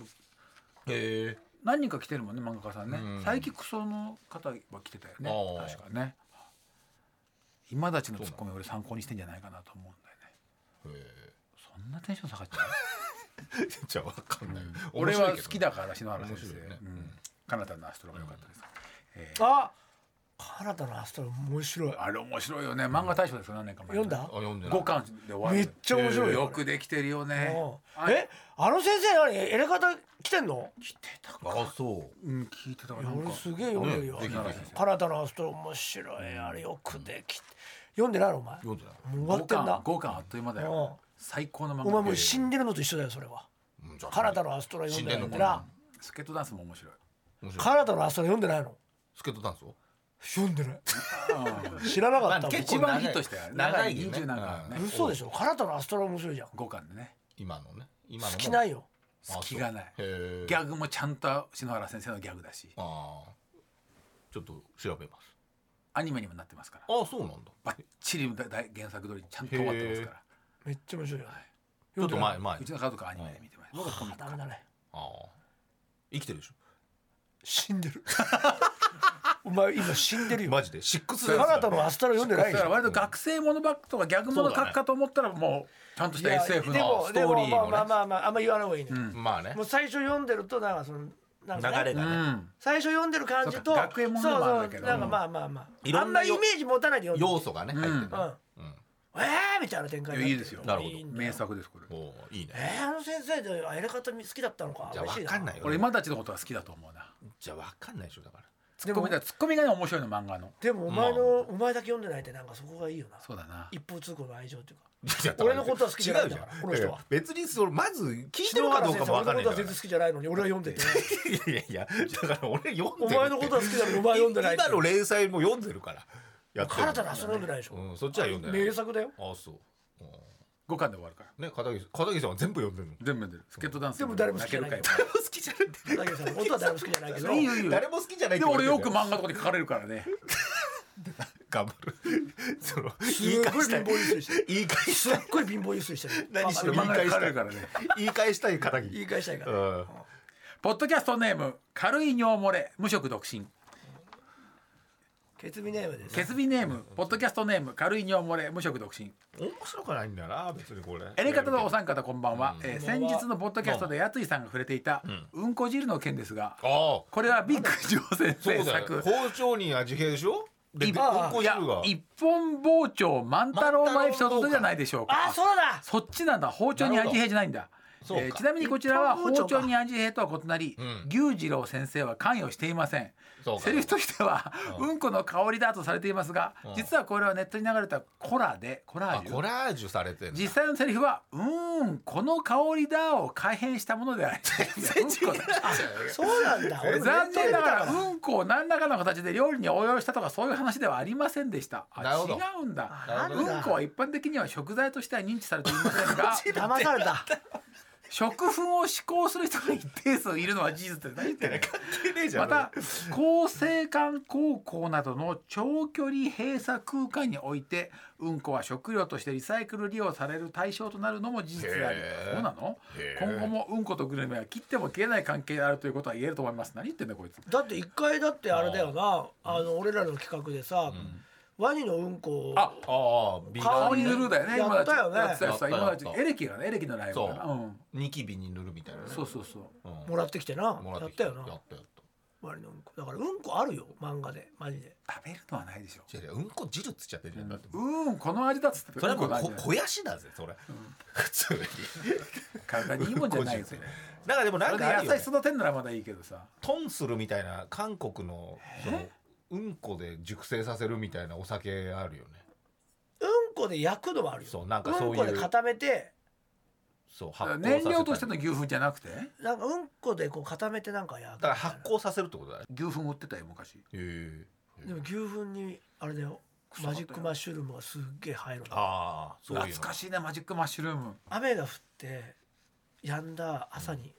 [SPEAKER 2] え
[SPEAKER 4] 何人か来てるもんね漫画家さんね、
[SPEAKER 2] うん
[SPEAKER 4] サイキックソの方は来てたよね
[SPEAKER 2] あー
[SPEAKER 4] 確かね今立ちのツッコミ俺参考にしてんじゃないかなと思うんだよねそんなテンション下がっちゃ う
[SPEAKER 2] じゃあわかんない
[SPEAKER 4] 俺は好きだ
[SPEAKER 2] か
[SPEAKER 4] から篠原先
[SPEAKER 2] 面白い
[SPEAKER 4] 生
[SPEAKER 2] ね
[SPEAKER 4] うんカナダのアストロが良かったです
[SPEAKER 3] あカナダのアストロ面白い
[SPEAKER 4] あれ面白いよね漫画大賞ですよ何年か前
[SPEAKER 3] 読んだ
[SPEAKER 2] あ読んでない
[SPEAKER 4] 5巻で終わる
[SPEAKER 3] めっちゃ面白いよ
[SPEAKER 4] よくできてるよね
[SPEAKER 3] うんえあの先生何エレガタ来てんの来てた
[SPEAKER 2] あそう
[SPEAKER 4] うん聞いてたからなん
[SPEAKER 3] 俺
[SPEAKER 4] か
[SPEAKER 3] すげえ読めるよ
[SPEAKER 2] ねぜひぜひ
[SPEAKER 3] カナダのアストロ面白いあれよくできて読んでないのお前も
[SPEAKER 2] 読んでないう
[SPEAKER 3] 終わ
[SPEAKER 4] 5
[SPEAKER 3] ってん
[SPEAKER 4] 巻
[SPEAKER 3] だ
[SPEAKER 4] 5巻あっという間だよ
[SPEAKER 3] う
[SPEAKER 4] 最高の漫
[SPEAKER 3] お前も
[SPEAKER 4] 画
[SPEAKER 3] う死んでるのと一緒だよそれは
[SPEAKER 2] うんじゃあ
[SPEAKER 3] カナダのアストロ読んでないんだな
[SPEAKER 4] スケートダンスも面白い
[SPEAKER 2] 面白い
[SPEAKER 3] カナダのアストロ読んでないの
[SPEAKER 2] スケートダンスを
[SPEAKER 3] 読んでない知らなかったもん
[SPEAKER 2] 結
[SPEAKER 4] 一
[SPEAKER 2] 構長
[SPEAKER 4] 番
[SPEAKER 2] い
[SPEAKER 4] ヒットしたよ
[SPEAKER 2] 長いよね
[SPEAKER 4] 20何巻ね
[SPEAKER 2] うん
[SPEAKER 3] 嘘でしょカナダのアストロ面白いじゃん
[SPEAKER 4] 5巻でね
[SPEAKER 2] 今のね今の
[SPEAKER 3] 好
[SPEAKER 2] も
[SPEAKER 3] きないよ
[SPEAKER 2] あそう
[SPEAKER 4] 隙がない
[SPEAKER 2] へえ
[SPEAKER 4] ギャグもちゃんと篠原先生のギャグだし
[SPEAKER 2] ああちょっと調べます
[SPEAKER 4] アニメにもなってますから
[SPEAKER 2] ああそうなんだ
[SPEAKER 4] バッチリ大大原作通りちゃんと終わってますから
[SPEAKER 3] めっちゃ面白いよ
[SPEAKER 2] ちょっ
[SPEAKER 3] 読
[SPEAKER 2] と前
[SPEAKER 3] んでないう
[SPEAKER 2] 前
[SPEAKER 4] うちの家族はアニメで見てます。僕はコミッ
[SPEAKER 3] あ
[SPEAKER 4] ク
[SPEAKER 3] ダメだね
[SPEAKER 2] ああ生きてるでし
[SPEAKER 3] 死んでる お前今死 んでる
[SPEAKER 2] ょ
[SPEAKER 3] よ
[SPEAKER 2] マジでシックス
[SPEAKER 3] カナダのアストロ読んでない
[SPEAKER 4] だ
[SPEAKER 3] でし
[SPEAKER 4] から
[SPEAKER 3] ょ
[SPEAKER 4] 割と学生ものばっかとかギャグもの書くかと思ったらもうちゃんとした SF
[SPEAKER 3] いやで
[SPEAKER 4] の
[SPEAKER 3] も
[SPEAKER 2] ストーリーの
[SPEAKER 3] で
[SPEAKER 2] ね
[SPEAKER 3] もまあまあまあまああんま言わない方がいいね、
[SPEAKER 2] まあね
[SPEAKER 3] もう最初読んでるとなんかそのなん
[SPEAKER 2] 流
[SPEAKER 3] かね
[SPEAKER 2] れ
[SPEAKER 4] う
[SPEAKER 2] がね
[SPEAKER 4] ん
[SPEAKER 3] 最初読んでる感じ
[SPEAKER 4] そう
[SPEAKER 3] と
[SPEAKER 4] か学園ものでもあるんだけど
[SPEAKER 3] そうそうなんかまあまあまあ、
[SPEAKER 2] いろ
[SPEAKER 3] あん
[SPEAKER 2] んな
[SPEAKER 3] ま
[SPEAKER 2] よ
[SPEAKER 3] イメージ持たないで読んで
[SPEAKER 2] 要
[SPEAKER 3] る
[SPEAKER 2] 素がね
[SPEAKER 4] ん
[SPEAKER 2] 入っ
[SPEAKER 3] う
[SPEAKER 2] てる
[SPEAKER 3] ん、
[SPEAKER 2] うん
[SPEAKER 3] えーみたいな展開になってる
[SPEAKER 4] いやいいですよ
[SPEAKER 2] なるほど
[SPEAKER 3] いいんだ
[SPEAKER 4] 名作ですこれ
[SPEAKER 2] おーいい
[SPEAKER 3] え
[SPEAKER 2] ね
[SPEAKER 3] ーあの先生でやり方好きだったのか
[SPEAKER 2] じゃあ
[SPEAKER 3] 嬉し
[SPEAKER 2] 分
[SPEAKER 3] い
[SPEAKER 2] かんないよ
[SPEAKER 4] 俺今たちのことが好きだと思うな
[SPEAKER 2] じゃあ分かんないでしょだから
[SPEAKER 4] ツッコミだツッコミがね面白いの漫画の
[SPEAKER 3] でもお前の、お前だけ読んでないってなんかそこがいいよな
[SPEAKER 4] そうだな
[SPEAKER 3] 一方通行の愛情っていうか
[SPEAKER 2] いや
[SPEAKER 3] 俺のことは好きじゃないんだから
[SPEAKER 2] 違う
[SPEAKER 3] この人は
[SPEAKER 2] だから別にそれまず聞いてる
[SPEAKER 3] 篠
[SPEAKER 2] か
[SPEAKER 3] 原
[SPEAKER 2] どう
[SPEAKER 3] 先
[SPEAKER 2] か
[SPEAKER 3] 生俺の
[SPEAKER 2] もわかん
[SPEAKER 3] ことは
[SPEAKER 2] ないから
[SPEAKER 3] 全然好きじゃないのに俺は読ん でて
[SPEAKER 2] いやいやだから俺読んでる
[SPEAKER 3] お前のことは好きだけどお前読んでない って
[SPEAKER 2] 今の連載も読んでるからやってる
[SPEAKER 3] 彼田のはそれ読んでないでしょ
[SPEAKER 2] うんそっちは読んでない
[SPEAKER 3] 名作だよ
[SPEAKER 2] あそうう
[SPEAKER 4] 五巻で終わるから
[SPEAKER 2] んね片桐さん片桐さんは全部読んでるの
[SPEAKER 4] 全部出るスケートダンス
[SPEAKER 3] でも誰も好き
[SPEAKER 4] 泣
[SPEAKER 3] じゃ
[SPEAKER 4] け
[SPEAKER 3] な
[SPEAKER 4] る
[SPEAKER 3] い
[SPEAKER 4] か
[SPEAKER 3] よ
[SPEAKER 4] よ
[SPEAKER 2] 好きじゃない
[SPEAKER 3] 片桐さんのことは誰も好きじゃないけど
[SPEAKER 4] いいよいいよ
[SPEAKER 2] 誰も好きじゃないって
[SPEAKER 4] でも
[SPEAKER 2] 言われ
[SPEAKER 4] 俺
[SPEAKER 2] てる
[SPEAKER 4] よく漫画とかで書かれるからね
[SPEAKER 2] 頑張 るその
[SPEAKER 3] す
[SPEAKER 2] 言い
[SPEAKER 3] っ
[SPEAKER 2] 返
[SPEAKER 3] ごい貧
[SPEAKER 2] したい
[SPEAKER 3] 乏ゆすりしてる
[SPEAKER 2] 言い返し
[SPEAKER 3] す
[SPEAKER 2] た
[SPEAKER 3] っ
[SPEAKER 2] い
[SPEAKER 3] ごい貧乏ゆすりしてる
[SPEAKER 2] 何しろ
[SPEAKER 4] 漫
[SPEAKER 2] 言い返
[SPEAKER 4] 画で書か
[SPEAKER 2] した
[SPEAKER 4] れ
[SPEAKER 2] い
[SPEAKER 4] るからね
[SPEAKER 2] 言い返したい片桐
[SPEAKER 3] 言い返したいから
[SPEAKER 2] うん
[SPEAKER 4] ポッドキャストネーム軽い尿漏れ無職独身
[SPEAKER 3] ケツビネームです
[SPEAKER 4] ケツビネームポッドキャストネーム軽い尿漏れ無職独身
[SPEAKER 2] 面白くないんだよな別にこれ
[SPEAKER 4] エレカタのお三方こんばんは、えー先日のポッドキャストでやついさんが触れていたうんこ汁の件ですが
[SPEAKER 2] ああ
[SPEAKER 4] これはビッグジョー先
[SPEAKER 2] そ
[SPEAKER 4] 生
[SPEAKER 2] うだよ
[SPEAKER 4] 作
[SPEAKER 2] 包丁に味変でしょで
[SPEAKER 4] い
[SPEAKER 2] で
[SPEAKER 3] ああ
[SPEAKER 2] うんこ
[SPEAKER 4] いや
[SPEAKER 2] 汁が
[SPEAKER 4] 一本包丁万太郎のエピソードじゃないでしょうか
[SPEAKER 3] あそうだ
[SPEAKER 4] そっちなんだ包丁に味変じゃないんだ
[SPEAKER 2] そうか
[SPEAKER 4] えーちなみにこちらは
[SPEAKER 3] 一本包
[SPEAKER 4] 包
[SPEAKER 3] 丁か
[SPEAKER 4] 丁に味変とは異なり、牛次郎先生は関与していません
[SPEAKER 2] そうか
[SPEAKER 4] セリフとしては、うんこの香りだとされていますが、実はこれはネットに流れたコラでコラ
[SPEAKER 2] あ
[SPEAKER 4] ージュ
[SPEAKER 2] コラージュされてんだ
[SPEAKER 4] 実際のセリフは「うーんこの香りだ」を改変したものでありますうんこ
[SPEAKER 3] そうなんだ俺も全
[SPEAKER 4] 残
[SPEAKER 3] 然
[SPEAKER 4] 念な
[SPEAKER 3] だ
[SPEAKER 4] が
[SPEAKER 3] からら
[SPEAKER 4] うんこを何らかの形で料理に応用したとかそういう話ではありませんでしたあ
[SPEAKER 2] なるほど
[SPEAKER 4] 違うんだ
[SPEAKER 2] なる
[SPEAKER 4] う
[SPEAKER 2] ほ
[SPEAKER 4] ん
[SPEAKER 2] ど
[SPEAKER 4] こは一般的には食材としては認知されていませんが
[SPEAKER 3] 騙された
[SPEAKER 4] 食粉を嗜好する人が一定数いるのは事実って何 言ってんの
[SPEAKER 2] 綺麗じゃ
[SPEAKER 4] ま
[SPEAKER 2] ん
[SPEAKER 4] た厚生館高校などの長距離閉鎖空間においてうんこは食料としてリサイクル利用される対象となるのも事実であり
[SPEAKER 2] へえ
[SPEAKER 4] そうなの
[SPEAKER 2] へえ
[SPEAKER 4] 今後もうんことグルメは切っても切れない関係であるということは言えると思います何言ってんだこいつ
[SPEAKER 3] だって一回だってあれだよなあの俺らの企画でさワニのうんこを
[SPEAKER 4] あ
[SPEAKER 2] ああビガ
[SPEAKER 4] 顔
[SPEAKER 2] ン
[SPEAKER 4] に塗るだよね
[SPEAKER 3] やったよね
[SPEAKER 4] 今だってやってたやつだ今
[SPEAKER 2] や
[SPEAKER 4] だ
[SPEAKER 2] っ
[SPEAKER 4] ったて
[SPEAKER 2] やった
[SPEAKER 4] エレキがねエレキのライブだな
[SPEAKER 2] そう
[SPEAKER 4] うん
[SPEAKER 2] ニキビに塗るみたいなね
[SPEAKER 4] そうそうそう
[SPEAKER 2] うん
[SPEAKER 3] もらってきてな
[SPEAKER 2] もら
[SPEAKER 3] や
[SPEAKER 2] っ
[SPEAKER 3] って
[SPEAKER 2] き
[SPEAKER 3] たよな
[SPEAKER 2] やったやっ
[SPEAKER 3] ワニのうんこだからうんこあるよ漫画でマジで
[SPEAKER 4] 食べるのはないでしょ
[SPEAKER 2] た違う違ううんこ汁っつっちゃってるじゃんだって
[SPEAKER 4] うんこの味だっつって
[SPEAKER 2] それはもう
[SPEAKER 4] うんこ
[SPEAKER 2] こ
[SPEAKER 4] なんじゃない
[SPEAKER 2] 肥やしだぜそれ普通に
[SPEAKER 4] 体にいいもんじゃない
[SPEAKER 2] うんこ
[SPEAKER 4] ですよ
[SPEAKER 2] 汁だからでもな
[SPEAKER 4] そ
[SPEAKER 2] ん
[SPEAKER 4] れで
[SPEAKER 2] かあるよ
[SPEAKER 4] 野菜
[SPEAKER 2] ね
[SPEAKER 4] 育てんならまだいいけどさ
[SPEAKER 2] トンするみたいな韓国のそのうんこで熟成させるみたいなお酒あるよね
[SPEAKER 3] うんこで焼くのもあるよ
[SPEAKER 2] そうなんかそういう
[SPEAKER 3] うんこで固めて
[SPEAKER 2] そう発酵させ
[SPEAKER 4] 燃
[SPEAKER 2] たり
[SPEAKER 4] 料としての牛糞じゃなくて
[SPEAKER 3] なんかうんこでこう固めてなんか焼く
[SPEAKER 2] だから発酵させるってことだね
[SPEAKER 4] 牛糞売ってたよ
[SPEAKER 2] へ
[SPEAKER 4] 昔
[SPEAKER 2] え
[SPEAKER 3] でも牛糞にあれだよ
[SPEAKER 4] 草だ
[SPEAKER 3] マ
[SPEAKER 4] った
[SPEAKER 3] ジ
[SPEAKER 4] よ
[SPEAKER 3] ックマッシュルームがすっげえ入るの
[SPEAKER 2] ああそういうの
[SPEAKER 4] 懐かしいねマジックマッシュルーム
[SPEAKER 3] 雨が降ってやんだ朝に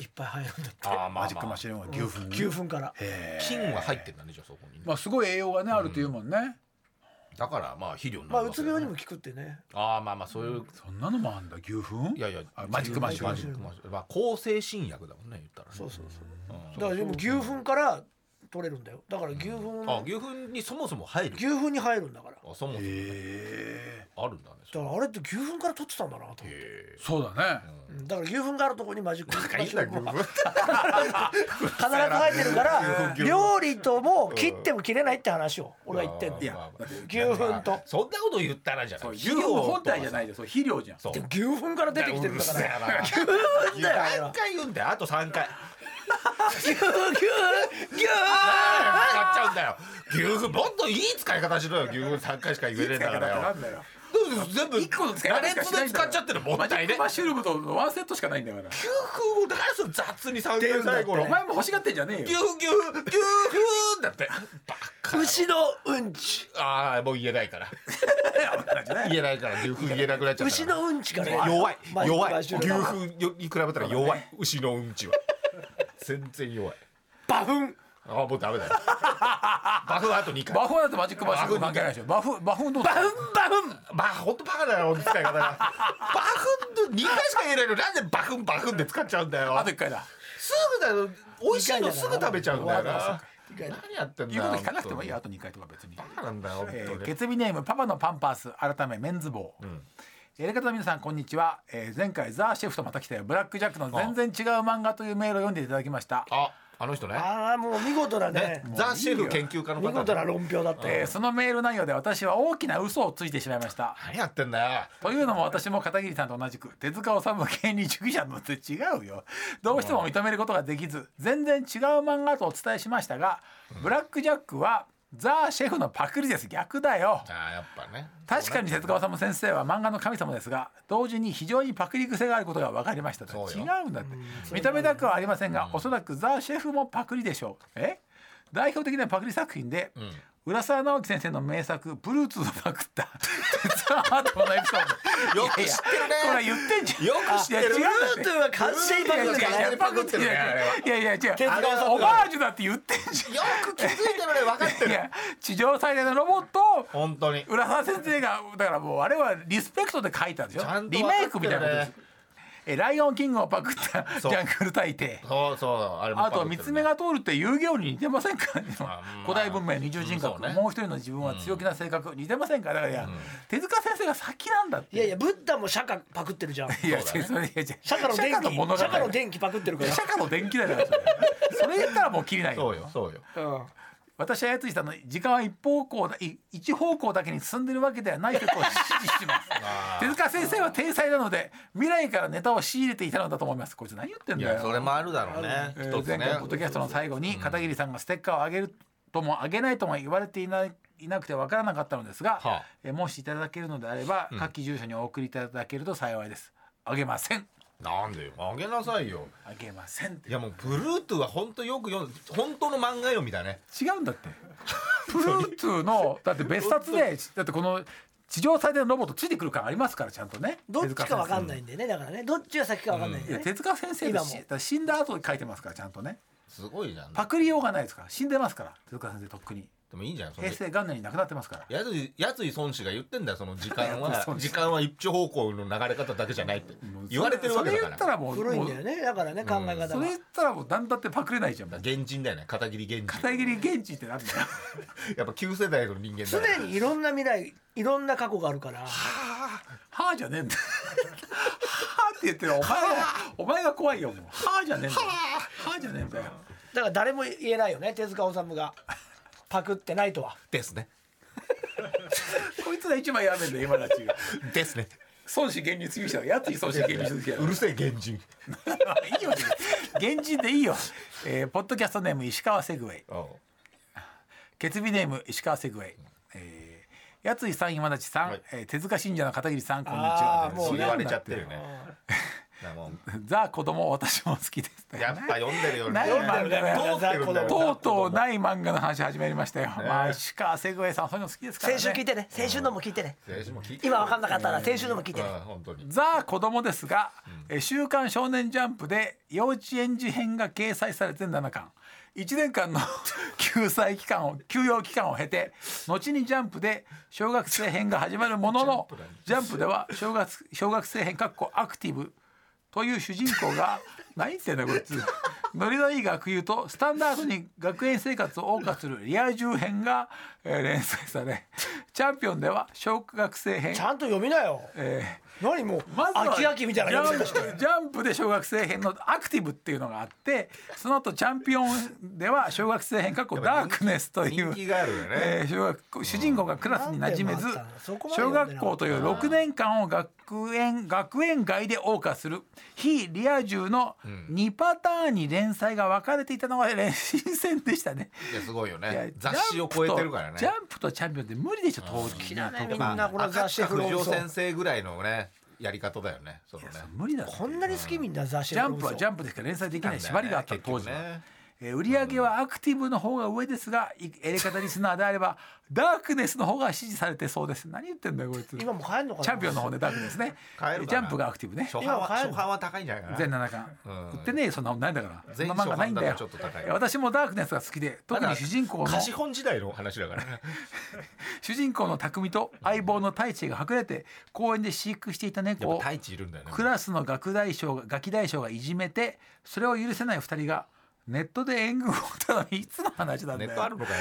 [SPEAKER 3] いっぱい入るんだって
[SPEAKER 2] あーまあ、まあ、
[SPEAKER 4] マジックマッシュルームは牛糞
[SPEAKER 3] 牛糞から
[SPEAKER 4] へー
[SPEAKER 2] 金は入ってんだねじゃあそこにね、
[SPEAKER 4] まあすごい栄養がねあるというもんね
[SPEAKER 2] だからまあ肥料に
[SPEAKER 3] ま
[SPEAKER 2] な
[SPEAKER 3] あ
[SPEAKER 2] る
[SPEAKER 3] う
[SPEAKER 2] わ
[SPEAKER 3] つ
[SPEAKER 2] けだね
[SPEAKER 3] 病にも効くってね
[SPEAKER 2] ああまあまあそういう、
[SPEAKER 4] そんなのもあんだ牛糞
[SPEAKER 2] いやいや
[SPEAKER 4] あマジックマッシュ
[SPEAKER 2] マジックマッシュまあ抗生新薬だもんね言ったらね
[SPEAKER 3] そうそうそう
[SPEAKER 2] うん
[SPEAKER 3] だからでも牛糞から取れるんだよだから牛糞
[SPEAKER 2] あ牛糞にそもそも入る
[SPEAKER 3] 牛糞に入るんだから
[SPEAKER 2] あそもそも
[SPEAKER 4] へえ
[SPEAKER 2] あるんだねそ
[SPEAKER 3] だ
[SPEAKER 2] れ
[SPEAKER 3] からあれって牛糞から取ってたんだなと思って
[SPEAKER 2] へ
[SPEAKER 4] そうだね
[SPEAKER 3] うんだから牛糞があるところにマジックマッシュルームが
[SPEAKER 2] 糞
[SPEAKER 3] 必ず入ってるから
[SPEAKER 2] 牛糞
[SPEAKER 3] 料理とも切っても切れないって話を俺は言ってんだ
[SPEAKER 4] い
[SPEAKER 3] よ
[SPEAKER 4] やだって
[SPEAKER 3] 牛糞と
[SPEAKER 2] そんなこと言ったらじゃない
[SPEAKER 4] そう牛糞本体じゃない
[SPEAKER 2] い
[SPEAKER 4] じゃんそう肥料じゃん
[SPEAKER 2] そう
[SPEAKER 3] でも牛糞から出てきてるんだから
[SPEAKER 2] うるせえな
[SPEAKER 3] 牛糞だよあれは
[SPEAKER 2] 何回言うんだよあと3回
[SPEAKER 3] 牛糞牛糞
[SPEAKER 2] ああ使っちゃうんだよ牛糞もっといい使い方しろよ牛糞3回しか言えねえんだから
[SPEAKER 4] な
[SPEAKER 2] よ
[SPEAKER 4] んだよ
[SPEAKER 2] 全部
[SPEAKER 4] 一個の使い方しかしない
[SPEAKER 2] 羅列
[SPEAKER 4] んだから
[SPEAKER 2] で使っちゃってるもっ
[SPEAKER 4] マジ
[SPEAKER 2] たい
[SPEAKER 4] ッ
[SPEAKER 2] ね
[SPEAKER 4] クマッシュルームとワンセットしかないんだから
[SPEAKER 2] 牛糞をだからその雑に3回最後の
[SPEAKER 4] お前も欲しがってんじゃねえ
[SPEAKER 2] 牛
[SPEAKER 4] よ
[SPEAKER 2] 糞牛糞牛糞だってバカ
[SPEAKER 3] 牛のうんち
[SPEAKER 2] ああもう言えないから 言えないから牛糞言えなくなっちゃった
[SPEAKER 3] 牛
[SPEAKER 2] から
[SPEAKER 3] のうんちがね
[SPEAKER 2] 弱い
[SPEAKER 3] マジック
[SPEAKER 2] 弱
[SPEAKER 3] マ
[SPEAKER 2] い
[SPEAKER 3] ッシ
[SPEAKER 2] 牛
[SPEAKER 3] ュルーム
[SPEAKER 2] 糞に比べたら弱い牛のうんちは全然弱い
[SPEAKER 3] バフン
[SPEAKER 2] ああもうダメ だよバフはあと2回
[SPEAKER 4] バフだってマジックマッシュルーム関係ないでしょバフバフどうす
[SPEAKER 3] バ
[SPEAKER 4] る
[SPEAKER 3] フンバフン
[SPEAKER 2] まあ本当バカだよ使い方がバフンと2回しか言えないのなんでバフンバフンで使っちゃうんだよ
[SPEAKER 4] あと一回だ
[SPEAKER 2] すぐだよ美味しいのすぐ食べちゃうんだよ
[SPEAKER 3] 二回だ
[SPEAKER 2] な
[SPEAKER 3] な二回だ
[SPEAKER 2] 何やってんだ
[SPEAKER 4] 言
[SPEAKER 2] よ
[SPEAKER 4] うこと聞かなくてもいいよあと2回とか別に
[SPEAKER 2] バカなんだよ本当に
[SPEAKER 4] えー、ケツビネームパパのパンパース改めメンズ帽、やり方の皆さんこんにちは、えー前回ザ・シェフとまた来たよブラック・ジャックの全然違う漫画というメールを読んでいただきました
[SPEAKER 2] ああの人ね
[SPEAKER 3] ああもう見事なね
[SPEAKER 2] ねザ・シェフ研究家の
[SPEAKER 3] 見
[SPEAKER 2] 方
[SPEAKER 3] 事な論評だった
[SPEAKER 4] え
[SPEAKER 3] よ
[SPEAKER 4] ーそのメール内容で私は大きな嘘をついてしまいました
[SPEAKER 2] 何やってんだよ
[SPEAKER 4] というのも私も片桐さんと同じく手塚治虫権利主義者のって違うよどうしても認めることができず全然違う漫画とお伝えしましたが「ブラック・ジャック」はザ・シェフのパクリです逆だよ
[SPEAKER 2] ああやっぱね
[SPEAKER 4] 確かに手塚治虫先生は漫画の神様ですが同時に非常にパクリ癖があることが分かりましたと
[SPEAKER 2] そう
[SPEAKER 4] 違
[SPEAKER 2] よ
[SPEAKER 4] うんだって認めたくはありませんが、おそらくザ・シェフもパクリでしょうえ代表的なパクリ作品で、浦沢直樹先生の名作「ブルーツ」をパクった 鉄腕アトムのエピソード
[SPEAKER 2] よく知ってるね
[SPEAKER 4] いやいやこれ言ってんじゃん
[SPEAKER 2] よく知ってる
[SPEAKER 4] いや違うんだって
[SPEAKER 3] ブルーツは完全パクリだから
[SPEAKER 4] いやいやパクってるいやいや違
[SPEAKER 3] 手
[SPEAKER 4] う
[SPEAKER 3] 塚治虫
[SPEAKER 4] オマージュだって言ってんじ
[SPEAKER 2] よく気づいてるね分かって
[SPEAKER 4] ゃんい
[SPEAKER 2] る
[SPEAKER 4] や地上最大のロボットを
[SPEAKER 2] 本当に
[SPEAKER 4] 浦沢先生がだからもうあれはリスペクトで書いたんでしょ
[SPEAKER 2] ちゃんと
[SPEAKER 4] リ
[SPEAKER 2] 分
[SPEAKER 4] メイ
[SPEAKER 2] か
[SPEAKER 4] ク
[SPEAKER 2] っ
[SPEAKER 4] み
[SPEAKER 2] てるね
[SPEAKER 4] たいなことですえライオンキングをパクったジ
[SPEAKER 2] そう
[SPEAKER 4] ャングル大帝
[SPEAKER 2] そうそうあれも
[SPEAKER 4] あ
[SPEAKER 2] パ
[SPEAKER 4] と
[SPEAKER 2] クって
[SPEAKER 4] 三
[SPEAKER 2] るね
[SPEAKER 4] つ目が通るって遊行に似てませんか、
[SPEAKER 2] まあ
[SPEAKER 4] 古代文明二重人格、
[SPEAKER 2] うんそうね
[SPEAKER 4] もう一人の自分は強気な性格、似てませんかだからいや、手塚先生が先なんだって
[SPEAKER 3] いやいやブッダも釈迦パクってるじゃん
[SPEAKER 4] いや
[SPEAKER 2] そうだね
[SPEAKER 4] それいやいや
[SPEAKER 3] 釈迦の
[SPEAKER 4] 釈迦の
[SPEAKER 3] 電
[SPEAKER 4] 物
[SPEAKER 3] 気
[SPEAKER 4] 語
[SPEAKER 3] 釈迦の電気パクってるから
[SPEAKER 4] 釈迦の電気だよそれそれ言ったらもう切りない
[SPEAKER 2] そうよそうよ
[SPEAKER 3] うん
[SPEAKER 4] 私はやついたの時間は一方向だい一方向だけに進んでるわけではないことを指示します 手塚先生は天才なので未来からネタを仕入れていたのだと思いますこいつ何言ってん
[SPEAKER 2] い
[SPEAKER 4] だよ
[SPEAKER 2] やそれもあるだろうね
[SPEAKER 4] えー
[SPEAKER 2] 一つ
[SPEAKER 4] 前
[SPEAKER 2] ね
[SPEAKER 4] 回ポッドキャストの最後に片桐さんがステッカーをあげるともあげないとも言われていないいなくてわからなかったのですが、
[SPEAKER 2] はあ
[SPEAKER 4] えーもしいただけるのであれば、各住所にお送りいただけると幸いですあげません
[SPEAKER 2] なんでよあげなさいよ
[SPEAKER 4] あげませんって
[SPEAKER 2] いやもうブルートゥーは本当よく読ん本当の漫画読みだね
[SPEAKER 4] 違うんだってプルーツのだって別冊でだってこの地上最大のロボットついてくる感ありますからちゃんとね
[SPEAKER 3] どっちかわかん
[SPEAKER 4] い
[SPEAKER 3] ないんだよねだからねどっちが先かわかんないん
[SPEAKER 4] い
[SPEAKER 3] だ
[SPEAKER 4] や
[SPEAKER 3] よね
[SPEAKER 4] 手塚先生だし
[SPEAKER 3] 今も
[SPEAKER 4] だから死んだ後に書いてますからちゃんとね
[SPEAKER 2] すごいじゃん
[SPEAKER 4] パクりようがないですから死んでますから手塚先生とっくに
[SPEAKER 2] でもいいんじゃんその
[SPEAKER 4] 平成元年に亡くなってますから
[SPEAKER 2] やついやつい孫子が言ってんだよその時間
[SPEAKER 4] やつい
[SPEAKER 2] は
[SPEAKER 4] 孫子
[SPEAKER 2] 時間は一方向の流れ方だけじゃないって言われてるわけだ
[SPEAKER 4] そ
[SPEAKER 2] か
[SPEAKER 4] れ言
[SPEAKER 2] ら
[SPEAKER 4] ったらもう
[SPEAKER 3] 古いんだよ
[SPEAKER 4] もう
[SPEAKER 3] ねだからね考え方
[SPEAKER 4] そ
[SPEAKER 3] が
[SPEAKER 4] れ言ったらもう何だってパクれないじゃんもう
[SPEAKER 2] 現人だよね片桐現人
[SPEAKER 4] 片桐現地ってなんだよ
[SPEAKER 2] やっぱ旧世代の人間だから
[SPEAKER 3] 常にいろんな未来いろんな過去があるから
[SPEAKER 4] はあじゃねえんだよはあって言ってるお前がお前が怖いよもうはあじゃねえんだよはあじゃねえんだよ
[SPEAKER 3] だから誰も言えないよね手塚治虫がパクってないとは
[SPEAKER 2] ですね
[SPEAKER 4] こいつが一番やめんだよ今だち
[SPEAKER 2] ですね
[SPEAKER 4] 孫子現実主義者だやつに孫子現実主義者だ
[SPEAKER 2] うるせえ現人
[SPEAKER 4] いいよ現実でいいよ、えーポッドキャストネーム石川セグウェイ
[SPEAKER 2] おう
[SPEAKER 4] 決備ネーム石川セグウェイ、えー、やついさん今立さん、
[SPEAKER 2] はい
[SPEAKER 4] えー手塚信者の片桐さんこんにち
[SPEAKER 3] あ
[SPEAKER 4] は
[SPEAKER 3] ーもう
[SPEAKER 2] そう
[SPEAKER 4] 違
[SPEAKER 2] 言わ
[SPEAKER 4] うん
[SPEAKER 2] れちゃ
[SPEAKER 4] だ
[SPEAKER 2] ってるよねだからも
[SPEAKER 4] ザ子供私も好きです
[SPEAKER 2] うやっぱ読んでるよね
[SPEAKER 4] ない
[SPEAKER 2] 通
[SPEAKER 4] 読んでるね
[SPEAKER 2] ってるんだよ
[SPEAKER 4] とうとうない漫画の話始まりましたよ、まあ石川セグウェイさんそういうの好きですからね
[SPEAKER 3] 先週聞いてね先週のも聞いてね
[SPEAKER 2] 先週も聞いて
[SPEAKER 3] 今わかんなかったら先週のも聞いてね
[SPEAKER 2] うん本当に
[SPEAKER 4] ザ子供ですが、えー週刊少年ジャンプで幼稚園児編が掲載されて7巻1年間の 救済期間を休養期間を経て後にジャンプで小学生編が始まるもののジャンプでは小学小学生編かっこアクティブという主人公 が何言ってんだこいつノリのいい学友とスタンダードに学園生活を謳歌するリア充編が、えー連載されチャンピオンでは小学生編
[SPEAKER 3] ちゃんと読みなよ
[SPEAKER 4] えー
[SPEAKER 3] 何もう
[SPEAKER 4] まずは
[SPEAKER 3] 秋秋みたいな
[SPEAKER 4] ジャ
[SPEAKER 3] 読み方
[SPEAKER 4] ン
[SPEAKER 3] して
[SPEAKER 4] プジャンプで小学生編のアクティブっていうのがあってその後チャンピオンでは小学生編過去ダークネスとい
[SPEAKER 2] 人
[SPEAKER 4] う、
[SPEAKER 2] 気があるよね
[SPEAKER 4] えー小学主人公がクラスに馴染めず
[SPEAKER 3] なんてのあったのそこまで
[SPEAKER 4] 小
[SPEAKER 3] 読んでなか
[SPEAKER 4] 学
[SPEAKER 3] った
[SPEAKER 4] 校という6年間を学園学園外で謳歌する非リア充の2パターンに連載が分かれていたのが 連新鮮でしたね。
[SPEAKER 2] いやすごいよ
[SPEAKER 4] いや
[SPEAKER 2] ね雑誌を超えてるからね
[SPEAKER 4] ジャンプとジャンプとチャンピオンって無理でしょ当時
[SPEAKER 3] みん
[SPEAKER 2] ま
[SPEAKER 3] な
[SPEAKER 2] あ
[SPEAKER 3] これ雑誌
[SPEAKER 2] 赤
[SPEAKER 3] フロ
[SPEAKER 2] 塚
[SPEAKER 3] ー
[SPEAKER 2] 不二夫
[SPEAKER 3] ソ
[SPEAKER 2] 先生ぐらいのねやり方だよねそのね
[SPEAKER 4] 無理だろ
[SPEAKER 3] こんなに好きみんな雑誌
[SPEAKER 4] ジャンプはジャ
[SPEAKER 3] ン
[SPEAKER 4] ンプでしか連載できない縛りがあった当時は
[SPEAKER 2] なんだよね
[SPEAKER 4] えー売り上げはアクティブの方が上ですが、いエレカタリスナーであれば ダークネスの方が支持されてそうです何言ってんだよこいつチ
[SPEAKER 3] 今もう帰んのかな
[SPEAKER 4] ャンピオンの方でダークネスね
[SPEAKER 2] 買え
[SPEAKER 4] え
[SPEAKER 2] る
[SPEAKER 4] ー
[SPEAKER 2] かな
[SPEAKER 4] ジャンプがアクティブね
[SPEAKER 2] 初版は
[SPEAKER 3] 今は買え
[SPEAKER 2] 初
[SPEAKER 3] る
[SPEAKER 2] 版は高いんじゃないか
[SPEAKER 4] 全
[SPEAKER 2] な
[SPEAKER 4] 7巻、
[SPEAKER 2] うん
[SPEAKER 4] 売ってねえよそんなもんないんだからそん
[SPEAKER 2] 全
[SPEAKER 4] な漫画ないんだよ
[SPEAKER 2] 初版だとちょっと高い
[SPEAKER 4] えー私もダークネスが好きで特に主人公の
[SPEAKER 2] 貸本時代の話だからね
[SPEAKER 4] 主人公の匠と相棒の太一が隠れて公園で飼育していた
[SPEAKER 2] やっ
[SPEAKER 4] 猫
[SPEAKER 2] ぱ
[SPEAKER 4] を
[SPEAKER 2] 太一いるんだよね
[SPEAKER 4] クラスの学大将がガキ大将がいじめてそれを許せない2人がネットで援軍をたのにいつの話なん
[SPEAKER 2] ネ
[SPEAKER 4] だよ
[SPEAKER 2] ットあるのかよ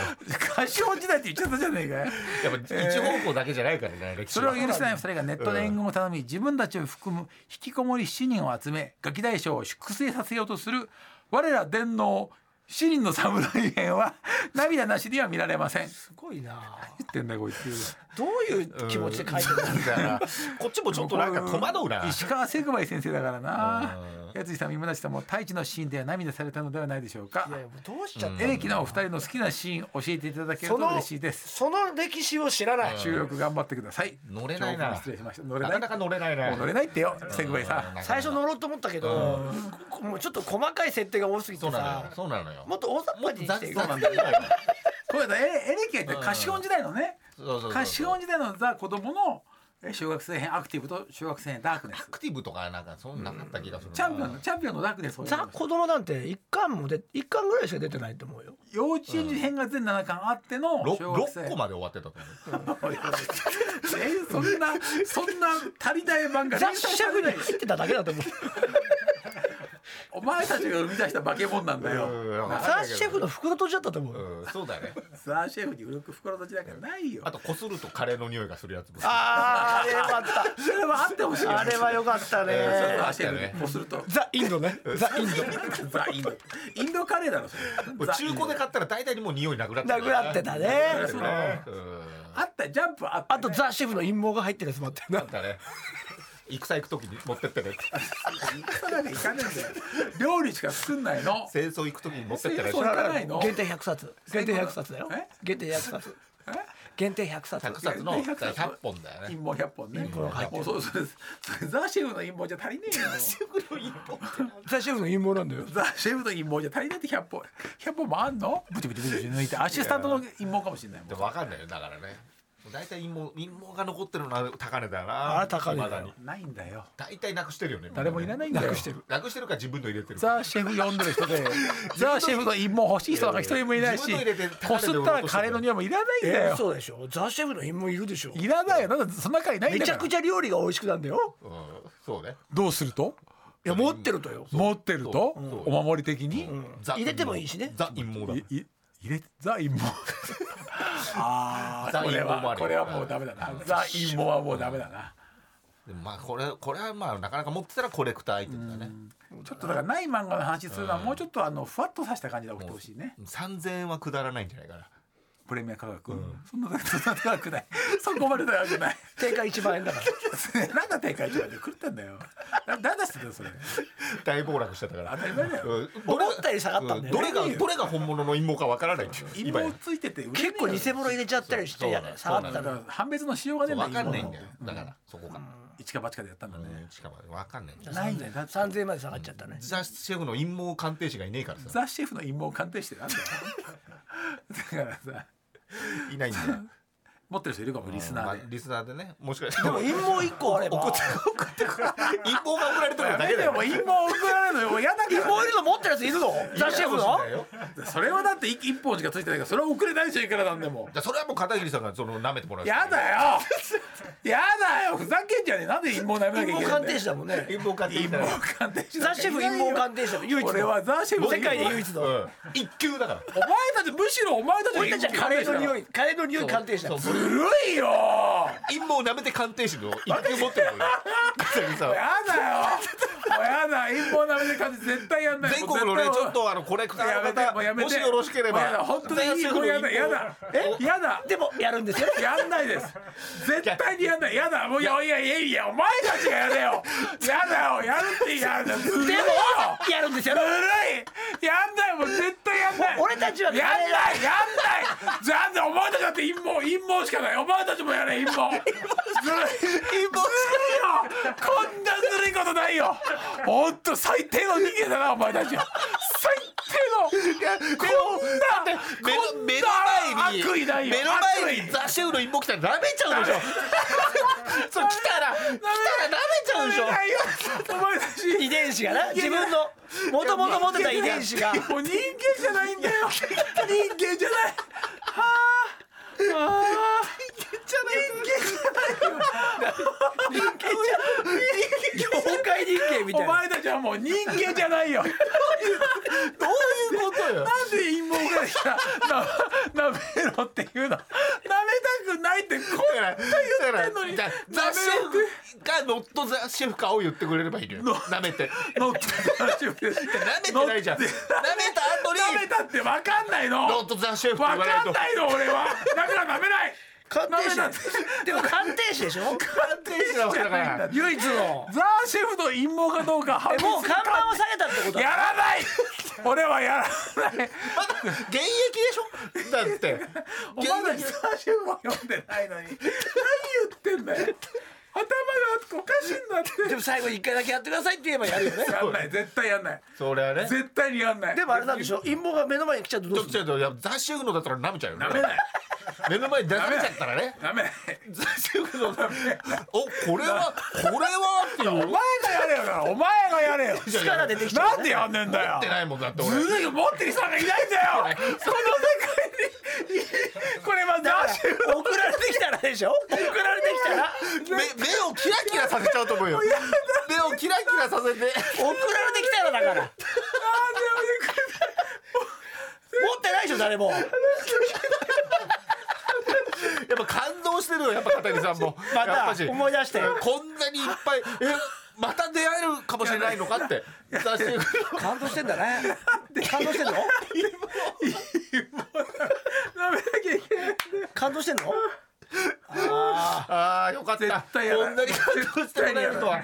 [SPEAKER 4] 歌唱時代って言っちゃったじゃねえかよ
[SPEAKER 2] やっぱ一方向だけじゃないからね歴史
[SPEAKER 4] それを許せない2人がネットで援軍を頼み自分たちを含む引きこもり7人を集めガキ大将を粛清させようとする我ら電脳七人の侍編は涙なしには見られません。
[SPEAKER 3] すごいな
[SPEAKER 4] 言ってんだよこいつ。
[SPEAKER 3] どういう気持ちで書いてるんだ
[SPEAKER 2] だから こっちもちょっとなんか戸惑うな。
[SPEAKER 4] 石川瀬久馬井先生だからな
[SPEAKER 2] うん。
[SPEAKER 4] やついさん、今田さんも太一のシーンでは涙されたのではないでしょうか
[SPEAKER 3] い。やいやもうどうしちゃっ
[SPEAKER 4] エ
[SPEAKER 3] て、
[SPEAKER 4] レキのお二人の好きなシーン教えていただけると
[SPEAKER 3] その
[SPEAKER 4] 嬉しいです。
[SPEAKER 3] その歴史を知らない、
[SPEAKER 4] 収録頑張ってください。
[SPEAKER 2] 乗れないな
[SPEAKER 4] 長文失礼しました。乗れ
[SPEAKER 2] な
[SPEAKER 4] な
[SPEAKER 2] か
[SPEAKER 4] い。
[SPEAKER 2] なか
[SPEAKER 4] も
[SPEAKER 2] 乗れないな。
[SPEAKER 4] う乗れないってよ、セグウェイさ
[SPEAKER 2] うん
[SPEAKER 3] 最初乗ろうと思ったけど、こもうちょっと細かい設定が多すぎ
[SPEAKER 2] そ
[SPEAKER 3] て
[SPEAKER 2] うなのよ
[SPEAKER 3] さ。
[SPEAKER 2] そうなのよ。
[SPEAKER 3] もっと大雑
[SPEAKER 2] も
[SPEAKER 3] 把
[SPEAKER 2] っ
[SPEAKER 3] に
[SPEAKER 2] と
[SPEAKER 3] し
[SPEAKER 2] 雑
[SPEAKER 3] て
[SPEAKER 2] 誌
[SPEAKER 3] よ
[SPEAKER 2] そうなんだよ。
[SPEAKER 4] ん。これだ、エエレキってカシオン時代のね、
[SPEAKER 2] そうそうそう
[SPEAKER 4] カシオン時代のザ子供のえ小学生編アクティブと小学生編ダークネ
[SPEAKER 2] ア
[SPEAKER 4] ス。
[SPEAKER 2] クティブとかなんかそんななかった気がするな。
[SPEAKER 4] チャンピオンのチャンピオンのダークネスを読
[SPEAKER 3] ザ
[SPEAKER 4] んで
[SPEAKER 3] 子供なんて一巻もで一巻ぐらいしか出てないと思うよ。
[SPEAKER 4] 幼稚園児編が全7巻あっての
[SPEAKER 2] ろ
[SPEAKER 4] 小学生
[SPEAKER 2] 六個まで終わってたと思う。
[SPEAKER 4] えそんなそんな足りない漫画
[SPEAKER 3] 雑誌ぐらい切ってただけだと思う。
[SPEAKER 4] お前たちが生み出した化け物なんだよ
[SPEAKER 2] うんわかん
[SPEAKER 3] ザ
[SPEAKER 2] ないけど
[SPEAKER 3] シェフの袋閉じだったと思う。
[SPEAKER 2] うんそうだね。
[SPEAKER 4] ザーシェフにうろく袋立ちなんかないよ
[SPEAKER 2] あとこするとカレーの匂いがするやつも。
[SPEAKER 3] ああ、あれよかっ
[SPEAKER 4] それはあってほしいよ
[SPEAKER 3] た。あれは良かったね。
[SPEAKER 4] ザ
[SPEAKER 2] え
[SPEAKER 4] ーシェフにこうすると
[SPEAKER 3] ザインドね。ザインド。
[SPEAKER 4] ザインドインドカレーだろそ
[SPEAKER 2] も
[SPEAKER 4] れ
[SPEAKER 2] う中古で買ったら大体にもう匂いなくなって
[SPEAKER 3] なくなってたね。
[SPEAKER 2] そうだね。うん
[SPEAKER 4] あったジャンプあった
[SPEAKER 3] あとザシェフの陰謀が入ってるやつもあったよ
[SPEAKER 2] あったね。戦行く時に持ってってね。
[SPEAKER 4] それなんかいかねえんだよ料理しか作んないの
[SPEAKER 2] 戦争行く時に持ってってね
[SPEAKER 4] 戦。争行かないの
[SPEAKER 3] な。限定100冊。限定100冊だよ
[SPEAKER 4] え。
[SPEAKER 3] 限定100冊。限定100冊。
[SPEAKER 2] 100冊の
[SPEAKER 4] 100冊
[SPEAKER 2] 100本だよ
[SPEAKER 4] 陰
[SPEAKER 2] ね。
[SPEAKER 4] 謀100本ね
[SPEAKER 2] 謀100本
[SPEAKER 4] もうそうそうそれザーシェフの陰謀じゃ足りねえよ
[SPEAKER 3] ザシェフの陰謀なんだよ。
[SPEAKER 4] ザ・シェフの陰謀じゃ足りないって100本100本もあんのブチブチブチブチ抜いてアシスタントの陰謀かもしれないもん
[SPEAKER 2] でも分かんないよだからね。大体陰謀陰謀が残ってるのは高値だよ
[SPEAKER 3] あ
[SPEAKER 2] な。
[SPEAKER 3] れ高値だよ
[SPEAKER 2] 未に
[SPEAKER 4] ないんだよ
[SPEAKER 2] 大体なくしてるよね。
[SPEAKER 4] 誰もいらないんだよ
[SPEAKER 3] なくしてる。
[SPEAKER 2] なくしてるから自分の入れてる。
[SPEAKER 4] ザ・シェフ読んでる人 でザ・シェフの陰謀欲しい人なんか一人もいないし
[SPEAKER 2] 自分の入れて
[SPEAKER 4] こすったらカレーの匂いもいらないんだよ、
[SPEAKER 3] そうでしょ。ザシェフの陰謀いるでしょ。
[SPEAKER 4] いらないよなんだその中にないん
[SPEAKER 3] め
[SPEAKER 4] だ
[SPEAKER 3] ち
[SPEAKER 4] か
[SPEAKER 3] ゃ
[SPEAKER 4] ら
[SPEAKER 3] くちゃ料理が美味しくなるんだよ。
[SPEAKER 2] うんそうね。
[SPEAKER 4] どうすると
[SPEAKER 3] いや持ってるとよ。
[SPEAKER 4] 持ってると
[SPEAKER 2] そうそう
[SPEAKER 4] お守り的に、
[SPEAKER 2] ザ
[SPEAKER 3] 入れてもいいしね
[SPEAKER 2] ザ陰謀だ。
[SPEAKER 4] いい入れザ陰謀あ
[SPEAKER 2] ザ
[SPEAKER 4] あこれ
[SPEAKER 2] 陰謀もあ
[SPEAKER 4] は
[SPEAKER 2] るよ
[SPEAKER 4] これはもうダメだなザ陰謀はもうダメだな
[SPEAKER 2] でもまあこれこれはまあなかなか持ってたらコレクターアイテムだね。
[SPEAKER 4] ちょっとだからない漫画の話するのはもうちょっとあのふわっとさした感じで送ってほしいね
[SPEAKER 2] 3000円はくだらないんじゃないかな。
[SPEAKER 4] プレミア価格、そんなそんな高くないそこまで高くない
[SPEAKER 3] 定価1万円だから。
[SPEAKER 4] なんだ定価一番で狂ったんだよななんだしてたよそれ
[SPEAKER 2] 大暴落しちゃったから。
[SPEAKER 4] 当たり前だよ
[SPEAKER 2] うんどれ
[SPEAKER 3] 思ったより下がったんだよね。
[SPEAKER 2] どれがどれが本物の陰謀かわからないっていう
[SPEAKER 4] 陰
[SPEAKER 2] 今や
[SPEAKER 4] 謀ついてて売れねえ
[SPEAKER 3] 結
[SPEAKER 4] よ
[SPEAKER 3] 構偽物入れちゃったりしてやだよ下が
[SPEAKER 2] そう
[SPEAKER 3] っ
[SPEAKER 2] な
[SPEAKER 3] た
[SPEAKER 2] ん
[SPEAKER 4] だか
[SPEAKER 3] ら
[SPEAKER 4] ら判別のしようがねえんだ
[SPEAKER 2] わかんないんだよ
[SPEAKER 4] 陰謀
[SPEAKER 2] だからそこが
[SPEAKER 4] 一か八かでやったんだね、
[SPEAKER 2] うんしかもわかんない
[SPEAKER 4] ないんだよだって
[SPEAKER 3] 3000円まで下がっちゃったね
[SPEAKER 2] ザ・シェフの陰謀鑑定士がいねえからさ
[SPEAKER 4] ザ・シェフの陰謀を鑑定してなんだよだからさ
[SPEAKER 2] いないんだよ
[SPEAKER 4] 持ってる人いるかもリス
[SPEAKER 2] ま
[SPEAKER 4] ナ
[SPEAKER 2] あ
[SPEAKER 4] ーで、
[SPEAKER 2] リスナーでねもしかして
[SPEAKER 3] でも陰謀1個あれば
[SPEAKER 2] 陰謀が送られてくるだけだ
[SPEAKER 4] でも
[SPEAKER 2] よ
[SPEAKER 4] 陰謀送られるのよもう嫌だけ
[SPEAKER 3] 陰
[SPEAKER 4] ど
[SPEAKER 3] 謀いるの持ってるやついるのザ・シェフの
[SPEAKER 2] いやそうだよ
[SPEAKER 4] それはだって一一本しかついてないからそれは送れないでしょいくらなんでも
[SPEAKER 2] じゃあそれはもう片桐さんがその舐めてもらうしかな
[SPEAKER 4] や
[SPEAKER 2] い
[SPEAKER 4] だよやだよふざけんじゃねえなんで陰謀舐めなきゃいけ
[SPEAKER 3] 陰謀鑑定
[SPEAKER 4] ないんだよ
[SPEAKER 3] 士だもんね
[SPEAKER 2] 陰謀鑑定士だよ
[SPEAKER 4] 陰謀鑑定士
[SPEAKER 3] ザ・シェフ陰謀鑑定士だもん唯一の
[SPEAKER 4] 俺はザシェフの
[SPEAKER 3] 世界で唯一
[SPEAKER 2] う
[SPEAKER 3] の
[SPEAKER 2] ん一級だから
[SPEAKER 4] お前たちむしろお前たち
[SPEAKER 3] 俺たちはカレーの匂
[SPEAKER 4] い
[SPEAKER 3] いカレーの匂い鑑定士だ
[SPEAKER 2] そうそう
[SPEAKER 4] ずるいよ
[SPEAKER 2] 陰謀を舐めて鑑定士の 一級持ってるのよ片桐さん
[SPEAKER 4] やだよもうやだ陰謀舐めて感じ絶対やんない
[SPEAKER 2] 全国のね
[SPEAKER 4] もう
[SPEAKER 2] ち
[SPEAKER 4] 絶
[SPEAKER 2] ょ
[SPEAKER 4] 対
[SPEAKER 2] っとあのコレクタ
[SPEAKER 4] や
[SPEAKER 2] ー
[SPEAKER 4] め
[SPEAKER 2] の
[SPEAKER 4] てもうや
[SPEAKER 2] 方
[SPEAKER 4] めて
[SPEAKER 2] もしよろしけれ
[SPEAKER 4] もうやだ
[SPEAKER 2] ば
[SPEAKER 4] 本当に陰謀やだやだえやだ
[SPEAKER 3] でもやるんですよ
[SPEAKER 4] やんないです。絶対にやんない。やだ。もういやいやいやいや、お前たちがやれよ。やだよ。やるってやるんだ。ずるい
[SPEAKER 3] で
[SPEAKER 4] よ。
[SPEAKER 3] もやるんですよ
[SPEAKER 4] ずるい。やんない。もう絶対やんない。
[SPEAKER 3] 俺たちは
[SPEAKER 4] やんない。やんない。じゃあ、お前たちだって陰謀、陰謀しかない。お前たちもやれ、陰謀。ずるい。陰謀ずるいよ。こんなずるいことないよ。ほんと最低の人間だな、お前たちは。最低の。いや、こんな。
[SPEAKER 2] 目
[SPEAKER 4] こ
[SPEAKER 2] の
[SPEAKER 4] ん
[SPEAKER 2] 目
[SPEAKER 4] な
[SPEAKER 2] の前に
[SPEAKER 4] 悪意ないよ。
[SPEAKER 2] 目の前にザ・シェフの陰謀来たら舐めち ゃうでしょそう来たら来たら舐めちゃうでしょ
[SPEAKER 4] ないよお前たち
[SPEAKER 3] 遺伝子がな自分のもともと持ってた遺伝子が
[SPEAKER 4] もう人間じゃないんだよ人間じゃないはあはあ
[SPEAKER 3] 妖怪人間みた
[SPEAKER 4] お
[SPEAKER 3] いな
[SPEAKER 4] 前たちはもう人間じゃないよどういうことよなんで陰謀がしたな舐めろっていうの舐めたくないってこんな言っ
[SPEAKER 2] らじゃあザ・シェフかノット・ザ・シェフかを言ってくれればいいのよなめて
[SPEAKER 4] 乗って大丈夫です
[SPEAKER 2] なめてないじゃんなめた後に
[SPEAKER 4] 舐めたってわかんないの
[SPEAKER 2] ノット・ザ・シェフって
[SPEAKER 4] わ
[SPEAKER 2] 言わない
[SPEAKER 4] か
[SPEAKER 2] と
[SPEAKER 4] んないの俺はだから舐めない
[SPEAKER 3] 鑑定士
[SPEAKER 4] ダメだ
[SPEAKER 3] でも鑑定士でしょ
[SPEAKER 2] 鑑定士なわけだから
[SPEAKER 3] 唯一の
[SPEAKER 4] ザーシェフの陰謀かどうか判
[SPEAKER 3] え
[SPEAKER 4] 別
[SPEAKER 3] もう看板を下げたってこと
[SPEAKER 4] や
[SPEAKER 3] だ
[SPEAKER 4] らない俺はやらない
[SPEAKER 2] まだ現役でしょだって
[SPEAKER 4] お前だけザーシェフは読んでないのに何言ってんだよ頭がおかしいんだっ
[SPEAKER 3] でも最後に一回だけやってくださいって言えばやるよね
[SPEAKER 4] てやんない絶対やんない
[SPEAKER 2] それはね
[SPEAKER 4] 絶対にやんない
[SPEAKER 3] でもあれなんでしょ陰謀が目の前に来ちゃうとど
[SPEAKER 2] ちょ
[SPEAKER 3] う
[SPEAKER 2] っ
[SPEAKER 3] する
[SPEAKER 2] とやっぱザ・シェフのだったら舐めちゃうよね
[SPEAKER 4] 舐めない
[SPEAKER 2] 目の前に出されちゃったらね
[SPEAKER 4] 舐めない
[SPEAKER 2] ザ・シェフのおこれはこれはっていう
[SPEAKER 4] お前
[SPEAKER 2] 持
[SPEAKER 4] がやれよだからお前がやれ よ
[SPEAKER 3] 力出てきちゃう
[SPEAKER 4] なんでやんねんだよ
[SPEAKER 2] ってないもんだって俺
[SPEAKER 4] ずるいよ持ってる人なんかいないんだよ この世界にこれはザーシェフ
[SPEAKER 3] 送られてきたらでしょ送られてきたら
[SPEAKER 2] 目目をキラキラさせちゃうと思うよ目をキラキラさせて
[SPEAKER 3] 送られてきたらだから持ってないでしょ誰も
[SPEAKER 2] やっぱ感動してるよやっぱ片桐さんも
[SPEAKER 3] ま
[SPEAKER 2] やったぱし
[SPEAKER 3] 思い出して
[SPEAKER 2] こんなにいっぱいえまた出会えるかもしれないのかってザ・シェフ
[SPEAKER 3] 感動してんだね感動してんの
[SPEAKER 4] 舐めなきゃいけない
[SPEAKER 3] 感動してんの
[SPEAKER 2] ああよかった
[SPEAKER 4] 絶対や
[SPEAKER 2] こ
[SPEAKER 4] ら
[SPEAKER 2] んな
[SPEAKER 4] な
[SPEAKER 2] いに感動してもらえるとは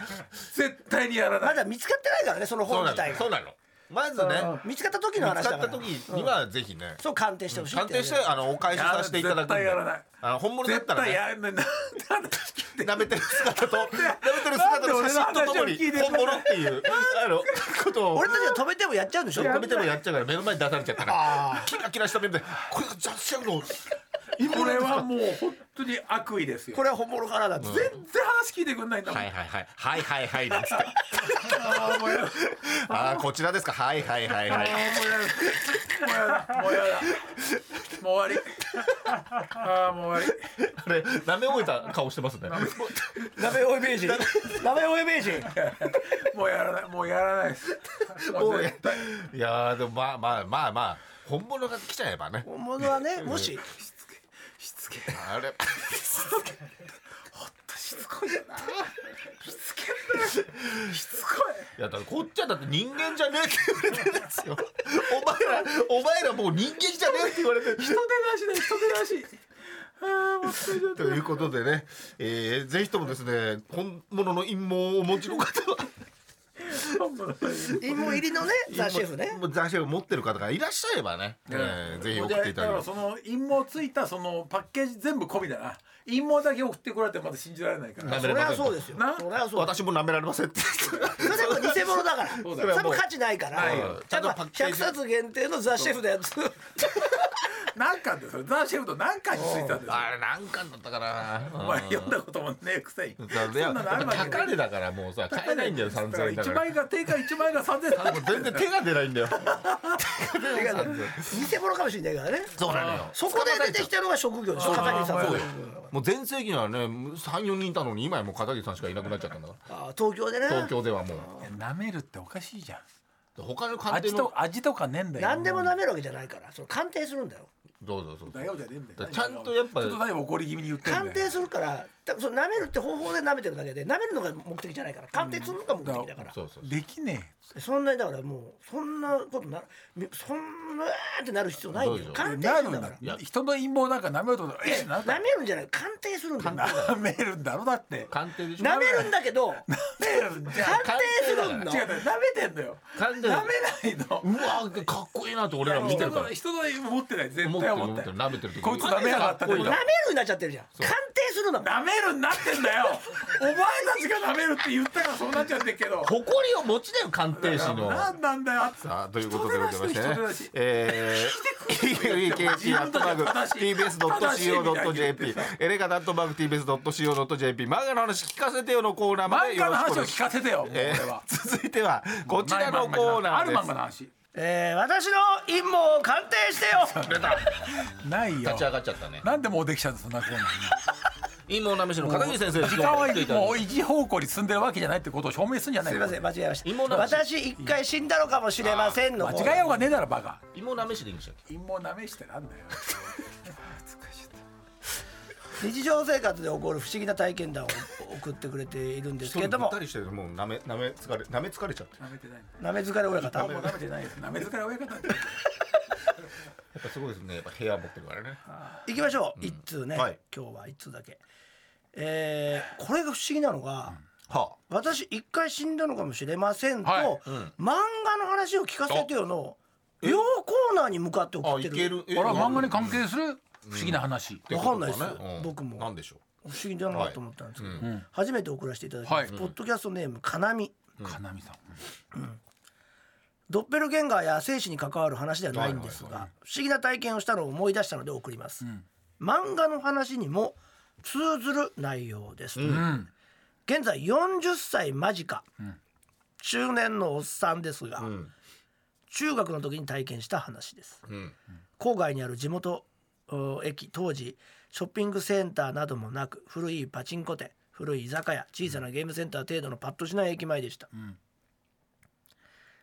[SPEAKER 4] 絶対にやらな
[SPEAKER 3] ま
[SPEAKER 4] い
[SPEAKER 3] だ見つかってないからねその
[SPEAKER 2] そう
[SPEAKER 3] 本
[SPEAKER 2] な
[SPEAKER 3] 自体
[SPEAKER 2] の
[SPEAKER 3] が
[SPEAKER 2] そうなのまずね
[SPEAKER 3] 見つかった時の
[SPEAKER 2] 使
[SPEAKER 3] 話だ
[SPEAKER 2] っ
[SPEAKER 3] か
[SPEAKER 2] た
[SPEAKER 3] ら
[SPEAKER 2] 時にはぜひね
[SPEAKER 3] そう鑑定してほしいっ
[SPEAKER 2] 鑑
[SPEAKER 3] てや
[SPEAKER 2] 定
[SPEAKER 3] つ
[SPEAKER 2] してあのお返しさせていただくんで
[SPEAKER 4] 絶対やらない
[SPEAKER 2] あの本物だっ
[SPEAKER 4] 絶
[SPEAKER 2] たら
[SPEAKER 4] 対
[SPEAKER 2] ね
[SPEAKER 4] やんないなんで話聞いてんの
[SPEAKER 2] 舐めてる姿 と舐めてる姿の写真とともに
[SPEAKER 4] なん
[SPEAKER 2] 本
[SPEAKER 4] で俺の話を聞いてんの
[SPEAKER 2] 物っていうあのことを
[SPEAKER 3] 俺たちが止めてもやっちゃうんでしょ
[SPEAKER 2] 止めてもやっちゃうから目の前に出されちゃったらキラキラした目でこれが雑誌やるの
[SPEAKER 4] これはもう本当に悪意ですよ
[SPEAKER 3] これは本物からだって
[SPEAKER 4] 全然話聞いてくんないんだもん
[SPEAKER 2] はいはいはいはいはいはいなんつってああこちらですかはいはいはいはい
[SPEAKER 4] もうやだもうやだもうやだもう終わりああもう終わ
[SPEAKER 2] あれ舐め終えた顔してますね
[SPEAKER 3] 鍋追い名人鍋追い名人
[SPEAKER 4] りもうやらないもうやらないですも
[SPEAKER 2] も
[SPEAKER 4] う
[SPEAKER 2] う
[SPEAKER 4] 絶対
[SPEAKER 2] いやーでもまあまあまあまあ本物が来ちゃえばね
[SPEAKER 3] 本物はねもし
[SPEAKER 4] しつけ
[SPEAKER 2] あれ
[SPEAKER 4] しつこいよなしつけんだよしつこい
[SPEAKER 2] いやだからこっちはだって人間じゃねえって言われてるんですよお前らお前らもう人間じゃねえって言われてる
[SPEAKER 4] 人手なしだよ人手なしああ もう疲れちゃ っ
[SPEAKER 2] ということでね、えー、ぜひともですね本物の陰謀をお持ちの方 は
[SPEAKER 4] たもう
[SPEAKER 3] 陰謀入りのねザ・シェフね
[SPEAKER 2] もうザシェフ持ってる方がいらっしゃればね、えーぜひ送っていただけ
[SPEAKER 4] だか
[SPEAKER 2] れ
[SPEAKER 4] ら
[SPEAKER 2] ば
[SPEAKER 4] その陰謀ついたそのパッケージ全部込みだな陰謀だけ送ってこられてまだ信じられないから
[SPEAKER 2] な
[SPEAKER 3] それはそうですよ
[SPEAKER 4] な
[SPEAKER 3] それはそう
[SPEAKER 2] 私も舐められませんって
[SPEAKER 3] それでも偽物だから
[SPEAKER 4] う
[SPEAKER 3] そ
[SPEAKER 4] だよ
[SPEAKER 3] れも価値ないから
[SPEAKER 4] ない
[SPEAKER 2] よ
[SPEAKER 3] ちゃんと100冊限定のザ・シェフのやつ
[SPEAKER 4] 何巻でそれザ・シェフと何巻についたんです
[SPEAKER 2] あれ何巻だったか な
[SPEAKER 4] お前読んだこともねえくせに
[SPEAKER 2] だから
[SPEAKER 4] そんなのあるわけ
[SPEAKER 2] やっぱ高値だからもうさ買えないんだよ
[SPEAKER 4] だ
[SPEAKER 2] 3000
[SPEAKER 4] から
[SPEAKER 2] 円だか
[SPEAKER 4] 1
[SPEAKER 2] ら
[SPEAKER 4] 枚が定価1枚が3000円だ
[SPEAKER 2] もう全然手が出ないんだよ手が出ない3000
[SPEAKER 3] 偽物かもしれないからね
[SPEAKER 2] そうなのよ
[SPEAKER 3] そこで出てきたのが職業でしょ
[SPEAKER 4] そう
[SPEAKER 3] 片桐さん
[SPEAKER 4] そう
[SPEAKER 3] の
[SPEAKER 4] よ
[SPEAKER 2] もう全盛期にはね34人いたのに今やもう片桐さんしかいなくなっちゃったんだか
[SPEAKER 3] あー東京でね
[SPEAKER 2] ら東京ではもう
[SPEAKER 4] 舐めるっておかしいじゃん
[SPEAKER 2] 他の鑑定
[SPEAKER 4] 味と
[SPEAKER 2] の
[SPEAKER 4] 味とかねえんだよ
[SPEAKER 3] 何でも舐めるわけじゃないからその鑑定するんだよ
[SPEAKER 2] どうぞどうぞ
[SPEAKER 4] だよじゃねえんだよ
[SPEAKER 2] ちゃんとやっぱ
[SPEAKER 4] ちょっと何怒り気味に言ってんだよ
[SPEAKER 3] 鑑定するから多分その舐めるって方法で舐めてるだけで舐めるのが目的じゃないから鑑定するのが目的だから
[SPEAKER 2] そうそう
[SPEAKER 4] できね
[SPEAKER 3] そんなにだからもうそんなことなみそんなってなる必要ないんだ
[SPEAKER 2] そ
[SPEAKER 3] よ
[SPEAKER 2] うです
[SPEAKER 4] え
[SPEAKER 3] 鑑定す
[SPEAKER 4] な
[SPEAKER 3] る
[SPEAKER 4] る
[SPEAKER 3] ん
[SPEAKER 4] ん
[SPEAKER 3] だか
[SPEAKER 4] だろ
[SPEAKER 3] ら
[SPEAKER 2] いや
[SPEAKER 4] 人の陰謀なんか舐めるってことえなんだ
[SPEAKER 3] 舐めるんじゃない鑑定するんだよ
[SPEAKER 4] 舐めるんだろだって
[SPEAKER 2] 鑑定でしょ
[SPEAKER 3] 舐めるんだけど鑑
[SPEAKER 4] 舐めるんじゃん
[SPEAKER 3] 定するんだ
[SPEAKER 4] 違うだから舐めてんだよ
[SPEAKER 2] 鑑定
[SPEAKER 4] 舐めないの
[SPEAKER 2] うわかっこいいなって俺ら見てるから
[SPEAKER 4] 人の人の持ってない
[SPEAKER 2] 思
[SPEAKER 4] 絶
[SPEAKER 2] って
[SPEAKER 4] 対
[SPEAKER 2] る
[SPEAKER 4] 思
[SPEAKER 2] 思
[SPEAKER 4] っ
[SPEAKER 2] っててる
[SPEAKER 4] ない
[SPEAKER 2] 舐めてる時
[SPEAKER 4] こいつ舐めやがったって
[SPEAKER 2] かっこいい
[SPEAKER 3] 舐め
[SPEAKER 2] な
[SPEAKER 3] るになっちゃってるじゃん鑑定するんだもん
[SPEAKER 4] 舐めるんなってんだよお前たちが舐めるって言ったからそうなっちゃってるけど
[SPEAKER 2] 誇りを持ちだよ鑑定士の
[SPEAKER 4] なんなんだよ
[SPEAKER 2] さあということでございましてね
[SPEAKER 4] 人出だし人出だし。
[SPEAKER 2] えー、tbs.co.jp エレガダットマーク tbs.co.jp 漫画の話聞かせてよのコーナーまで
[SPEAKER 4] 漫
[SPEAKER 2] よ
[SPEAKER 4] 画の
[SPEAKER 2] ろしくお
[SPEAKER 4] 話
[SPEAKER 2] 願
[SPEAKER 4] を
[SPEAKER 2] い
[SPEAKER 4] 聞
[SPEAKER 2] します。
[SPEAKER 4] か
[SPEAKER 2] えー、続
[SPEAKER 4] せてよもうこれは
[SPEAKER 2] いてはこちらのコーナーです。
[SPEAKER 4] ある漫画の話
[SPEAKER 3] えー私の陰謀を鑑定して よ
[SPEAKER 4] ないよ
[SPEAKER 2] 立ち上がっちゃったね。
[SPEAKER 4] なんでもうできちゃうんですそんな コーナー
[SPEAKER 2] 陰謀なめしの片桐先生です。
[SPEAKER 4] 時間はもう一方向に進んでるわけじゃないってことを証明するんじゃない
[SPEAKER 3] すい
[SPEAKER 4] の
[SPEAKER 3] ません間違えました
[SPEAKER 2] 芋の話
[SPEAKER 3] 私一回死んだのかもしれませんの方
[SPEAKER 4] 間違えようがねえだろバカ
[SPEAKER 2] 陰謀なめしでいいんでしたっけ？
[SPEAKER 4] 陰謀なめしてなんだよ
[SPEAKER 3] 日常生活で起こる不思議な体験談を 送ってくれているんですけれど
[SPEAKER 2] ぐっ
[SPEAKER 3] も
[SPEAKER 2] たりしてるもうなめなめ疲れなめ疲れちゃって
[SPEAKER 4] 舐めてない
[SPEAKER 3] なめ疲れ親方
[SPEAKER 4] あもう舐めてないです舐め疲れ親方
[SPEAKER 2] やっぱすごいですねやっぱ部屋持ってるからね
[SPEAKER 3] 行きましょう、一通ね、
[SPEAKER 2] はい
[SPEAKER 3] 今日は一通だけえーこれが不思議なのが、
[SPEAKER 2] は
[SPEAKER 3] 私一回死んだのかもしれませんと、
[SPEAKER 4] はい
[SPEAKER 2] うん
[SPEAKER 3] 漫画の話を聞かせてよの両コーナーに向かって
[SPEAKER 2] ああ
[SPEAKER 3] 送っ
[SPEAKER 2] い
[SPEAKER 3] て
[SPEAKER 2] け
[SPEAKER 3] る
[SPEAKER 2] る
[SPEAKER 4] あら漫画に関係する不思議な話
[SPEAKER 2] ってこと
[SPEAKER 3] わかんないです僕も
[SPEAKER 2] なんでしょ
[SPEAKER 3] 不思議だなと思ったんですけど、
[SPEAKER 2] はい
[SPEAKER 4] うんうん
[SPEAKER 3] 初めて送らせていただきます、
[SPEAKER 4] はい
[SPEAKER 3] ポッドキャストネームかなみ
[SPEAKER 2] うん
[SPEAKER 4] かなみさん
[SPEAKER 3] ドッペルゲンガーや生死に関わる話ではないんです
[SPEAKER 2] はいはいは
[SPEAKER 3] が不思議な体験をしたのを思い出したので送ります
[SPEAKER 4] う、ん
[SPEAKER 3] 漫画の話にも通ずる内容です、
[SPEAKER 2] うん
[SPEAKER 4] うん
[SPEAKER 3] 現在40歳間近、
[SPEAKER 4] うん
[SPEAKER 3] 中年のおっさんですが、
[SPEAKER 2] ううん
[SPEAKER 3] 中学の時に体験した話です
[SPEAKER 2] うん
[SPEAKER 3] 郊外にある地元お駅当時ショッピングセンターなどもなく古いパチンコ店古い居酒屋小さなゲームセンター程度のパッとしない駅前でした
[SPEAKER 4] うん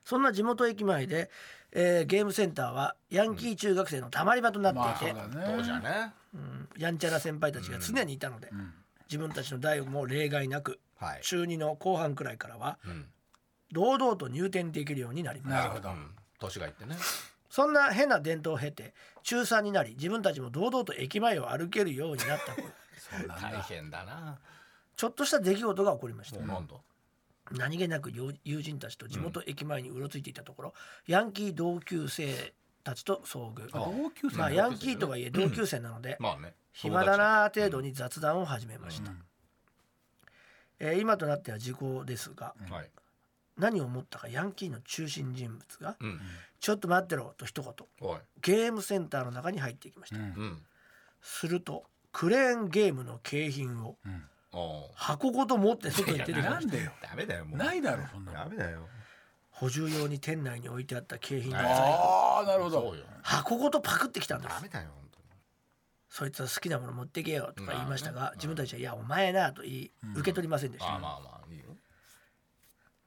[SPEAKER 3] そんな地元駅前で、えーゲームセンターはヤンキー中学生のたまり場とな
[SPEAKER 4] まあ
[SPEAKER 3] ってい
[SPEAKER 4] そ
[SPEAKER 3] うて、
[SPEAKER 4] だ
[SPEAKER 2] どうじゃ
[SPEAKER 4] ね
[SPEAKER 2] ね
[SPEAKER 3] うんやんちゃな先輩たちが常にいたので、
[SPEAKER 4] うん
[SPEAKER 3] 自分たちの代も例外なく
[SPEAKER 2] はい
[SPEAKER 3] 中2の後半くらいからは
[SPEAKER 2] うん
[SPEAKER 3] 堂々と入店できるようになりま
[SPEAKER 4] な
[SPEAKER 3] した
[SPEAKER 4] るほど
[SPEAKER 2] うん年がいってね
[SPEAKER 3] そんな変な伝統を経て中3になり自分たちも堂々と駅前を歩けるようになった 頃
[SPEAKER 4] そうなん
[SPEAKER 2] 大
[SPEAKER 4] だ
[SPEAKER 2] 変だな
[SPEAKER 3] ちょっとした出来事が起こりました
[SPEAKER 2] もうなんだ
[SPEAKER 3] 何気なく友友人たちと地元駅前にうろついていたところ、ヤンキー同級生たちと遭遇
[SPEAKER 2] あ
[SPEAKER 4] 同級生
[SPEAKER 3] まあヤンキーとはいえ同
[SPEAKER 2] 生
[SPEAKER 3] 級生なので、
[SPEAKER 2] まあね
[SPEAKER 3] 暇だなー程度に雑談を始めました、えー今となっては時効ですが
[SPEAKER 2] 友達はい
[SPEAKER 3] 何を思ったかヤンキーの中心人物が
[SPEAKER 2] うん
[SPEAKER 3] 「ちょっと待ってろ」と一言
[SPEAKER 2] おい
[SPEAKER 3] ゲームセンターの中に入っていきまし
[SPEAKER 4] う
[SPEAKER 3] た、
[SPEAKER 4] ん
[SPEAKER 2] うん
[SPEAKER 3] するとクレーンゲームの景品を
[SPEAKER 4] うん
[SPEAKER 2] お
[SPEAKER 3] 箱ごと持って外に出
[SPEAKER 2] いや
[SPEAKER 3] てき
[SPEAKER 4] な
[SPEAKER 3] まし
[SPEAKER 4] ん
[SPEAKER 3] た
[SPEAKER 4] でよ
[SPEAKER 2] ダメだよもう
[SPEAKER 4] ないだろそんなの
[SPEAKER 2] ダメだよ
[SPEAKER 3] 補充用に店内に置いてあった景品の材料
[SPEAKER 4] ああなるほ
[SPEAKER 2] そ
[SPEAKER 4] ど
[SPEAKER 2] うよ
[SPEAKER 3] 箱ごとパクってきたんです
[SPEAKER 2] ダメだよ本当に
[SPEAKER 3] そいつは好きなもの持ってけよとか言いました
[SPEAKER 2] まあ
[SPEAKER 3] が
[SPEAKER 2] ね
[SPEAKER 3] 自分たちは「いやお前な」と言い受け取りませんでし
[SPEAKER 2] まあ
[SPEAKER 3] た
[SPEAKER 2] まあまあいいよ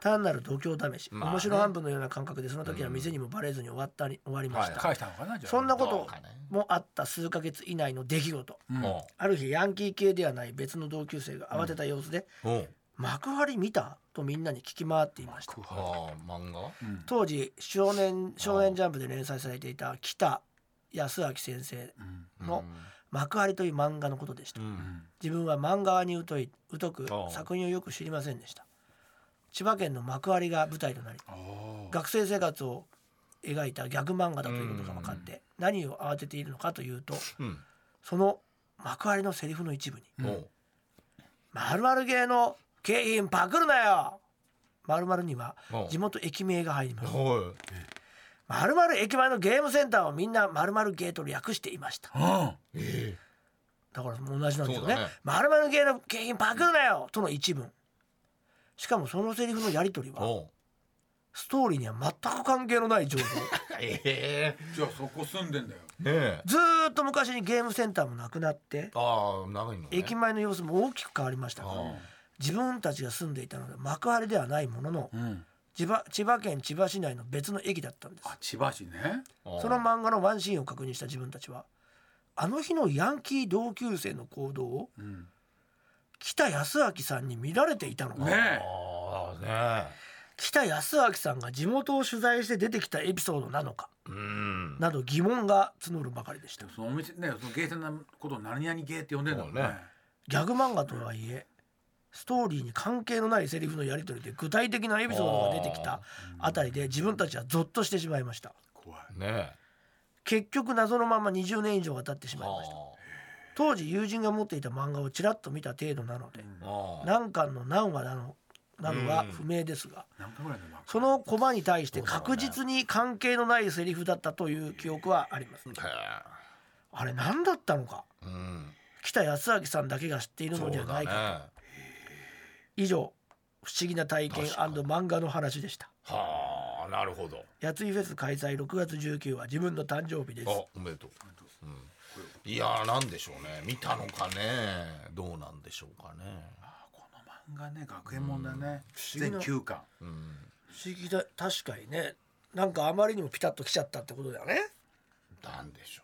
[SPEAKER 3] 単なる度胸試し
[SPEAKER 2] まあね
[SPEAKER 3] 面白半分のような感覚でその時は店にもバレずに終わったり終わりまし
[SPEAKER 2] はい
[SPEAKER 3] た
[SPEAKER 4] 返したのかなじゃあ
[SPEAKER 3] そんなこ
[SPEAKER 2] ど
[SPEAKER 3] と
[SPEAKER 2] うかね
[SPEAKER 3] もあった数ヶ月以内の出来事
[SPEAKER 4] うん
[SPEAKER 2] お
[SPEAKER 3] ある日ヤンキー系ではない別の同級生が慌てた様子で
[SPEAKER 2] うおう
[SPEAKER 3] 「幕張見た?」とみんなに聞き回っていました
[SPEAKER 4] 食う
[SPEAKER 2] あ
[SPEAKER 4] わ
[SPEAKER 2] あ漫画
[SPEAKER 4] うん
[SPEAKER 3] 当時少年少年ジャンプで連載されていた北康明先生
[SPEAKER 4] うん
[SPEAKER 3] の幕張という漫画のことでした
[SPEAKER 2] うん
[SPEAKER 4] うん
[SPEAKER 3] 自分は漫画に疎い疎く
[SPEAKER 2] ああ
[SPEAKER 3] 作品をよく知りませんでした千葉県の幕張が舞台となり
[SPEAKER 4] あー
[SPEAKER 3] 学生生活を描いたギャグ漫画だということが分かって何を慌てているのかというと
[SPEAKER 2] うん
[SPEAKER 3] その幕張のセリフの一部に
[SPEAKER 2] うんおう
[SPEAKER 3] 「〇〇芸の景品パクるなよ!」〇〇には
[SPEAKER 2] おう
[SPEAKER 3] 地元駅名が入ります
[SPEAKER 2] おい
[SPEAKER 3] 〇〇駅前のゲームセンターをみんな〇〇ゲーと略していました
[SPEAKER 4] うん
[SPEAKER 2] え
[SPEAKER 3] だからもう同じなんですよ
[SPEAKER 2] そ
[SPEAKER 3] ね
[SPEAKER 2] うだね
[SPEAKER 3] 「まるまる系の景品パクるなよ!」との一文しかもそのセリフのやり取り
[SPEAKER 2] え
[SPEAKER 3] は
[SPEAKER 2] おう
[SPEAKER 3] ストーリーには全く関係のない情 報
[SPEAKER 2] ええ
[SPEAKER 4] じゃあそこ住んでんだよ
[SPEAKER 2] ねえ
[SPEAKER 3] ずーっと昔にゲームセンターもなくなって
[SPEAKER 2] ああ長いのね
[SPEAKER 3] 駅前の様子も大きく変わりましたが
[SPEAKER 2] あ
[SPEAKER 3] 自分たちが住んでいたのは幕張ではないものの
[SPEAKER 4] うん
[SPEAKER 3] 千葉千葉県千葉市内の別の駅だったんです
[SPEAKER 4] あ千葉市ね
[SPEAKER 2] ああ
[SPEAKER 3] その漫画のワンシーンを確認した自分たちはあの日のヤンキー同級生の行動を
[SPEAKER 4] うん
[SPEAKER 3] 北康明さんに見られていたのか
[SPEAKER 4] ねえ
[SPEAKER 2] ああね
[SPEAKER 3] 北康明さんが地元を取材して出てきたエピソードなのか
[SPEAKER 2] えうん
[SPEAKER 3] など疑問が募るばかりでし
[SPEAKER 4] で
[SPEAKER 3] た
[SPEAKER 4] もそのお店ねそのゲーセンのことを何々ゲーって呼んでんだもんね
[SPEAKER 2] そうね
[SPEAKER 3] ギャグ漫画とはいえストーリーに関係のないセリフのやり取りで具体的なエピソードが出てきたあたりで自分たちはゾッとしてしまいました
[SPEAKER 4] 怖い
[SPEAKER 2] ね
[SPEAKER 3] 結局謎のまま20年以上が経ってし
[SPEAKER 2] え
[SPEAKER 3] まいました
[SPEAKER 2] あ
[SPEAKER 3] 当時友人が持っていた漫画をちらっと見た程度なので
[SPEAKER 2] あああ
[SPEAKER 3] 何巻の何話なのなのは不明ですが
[SPEAKER 4] 何分ぐらいのマーク
[SPEAKER 3] そのコマに対して確実に関係のないセリフだったという記憶はあります
[SPEAKER 2] へ
[SPEAKER 3] あれ何だったのか
[SPEAKER 2] えうん
[SPEAKER 3] 北康明さんだけが知っている
[SPEAKER 2] そ
[SPEAKER 3] の
[SPEAKER 2] う
[SPEAKER 3] ではな
[SPEAKER 2] だ
[SPEAKER 3] い
[SPEAKER 2] ね
[SPEAKER 3] か、以上不思議な体験
[SPEAKER 2] 確かに
[SPEAKER 3] 漫画の話でした
[SPEAKER 2] はあなるほど
[SPEAKER 3] やついフェス開催6月19は自分の誕生日です
[SPEAKER 2] あおめでとううんいやーなんでしょうね見たのかねどうなんでしょうかね
[SPEAKER 4] あこの漫画ね学園もんだね
[SPEAKER 3] 不思議
[SPEAKER 4] 全
[SPEAKER 3] な
[SPEAKER 4] 9巻
[SPEAKER 2] うん
[SPEAKER 3] 不思議だ確かにねなんかあまりにもピタッときちゃったってことだよね
[SPEAKER 2] なんでしょう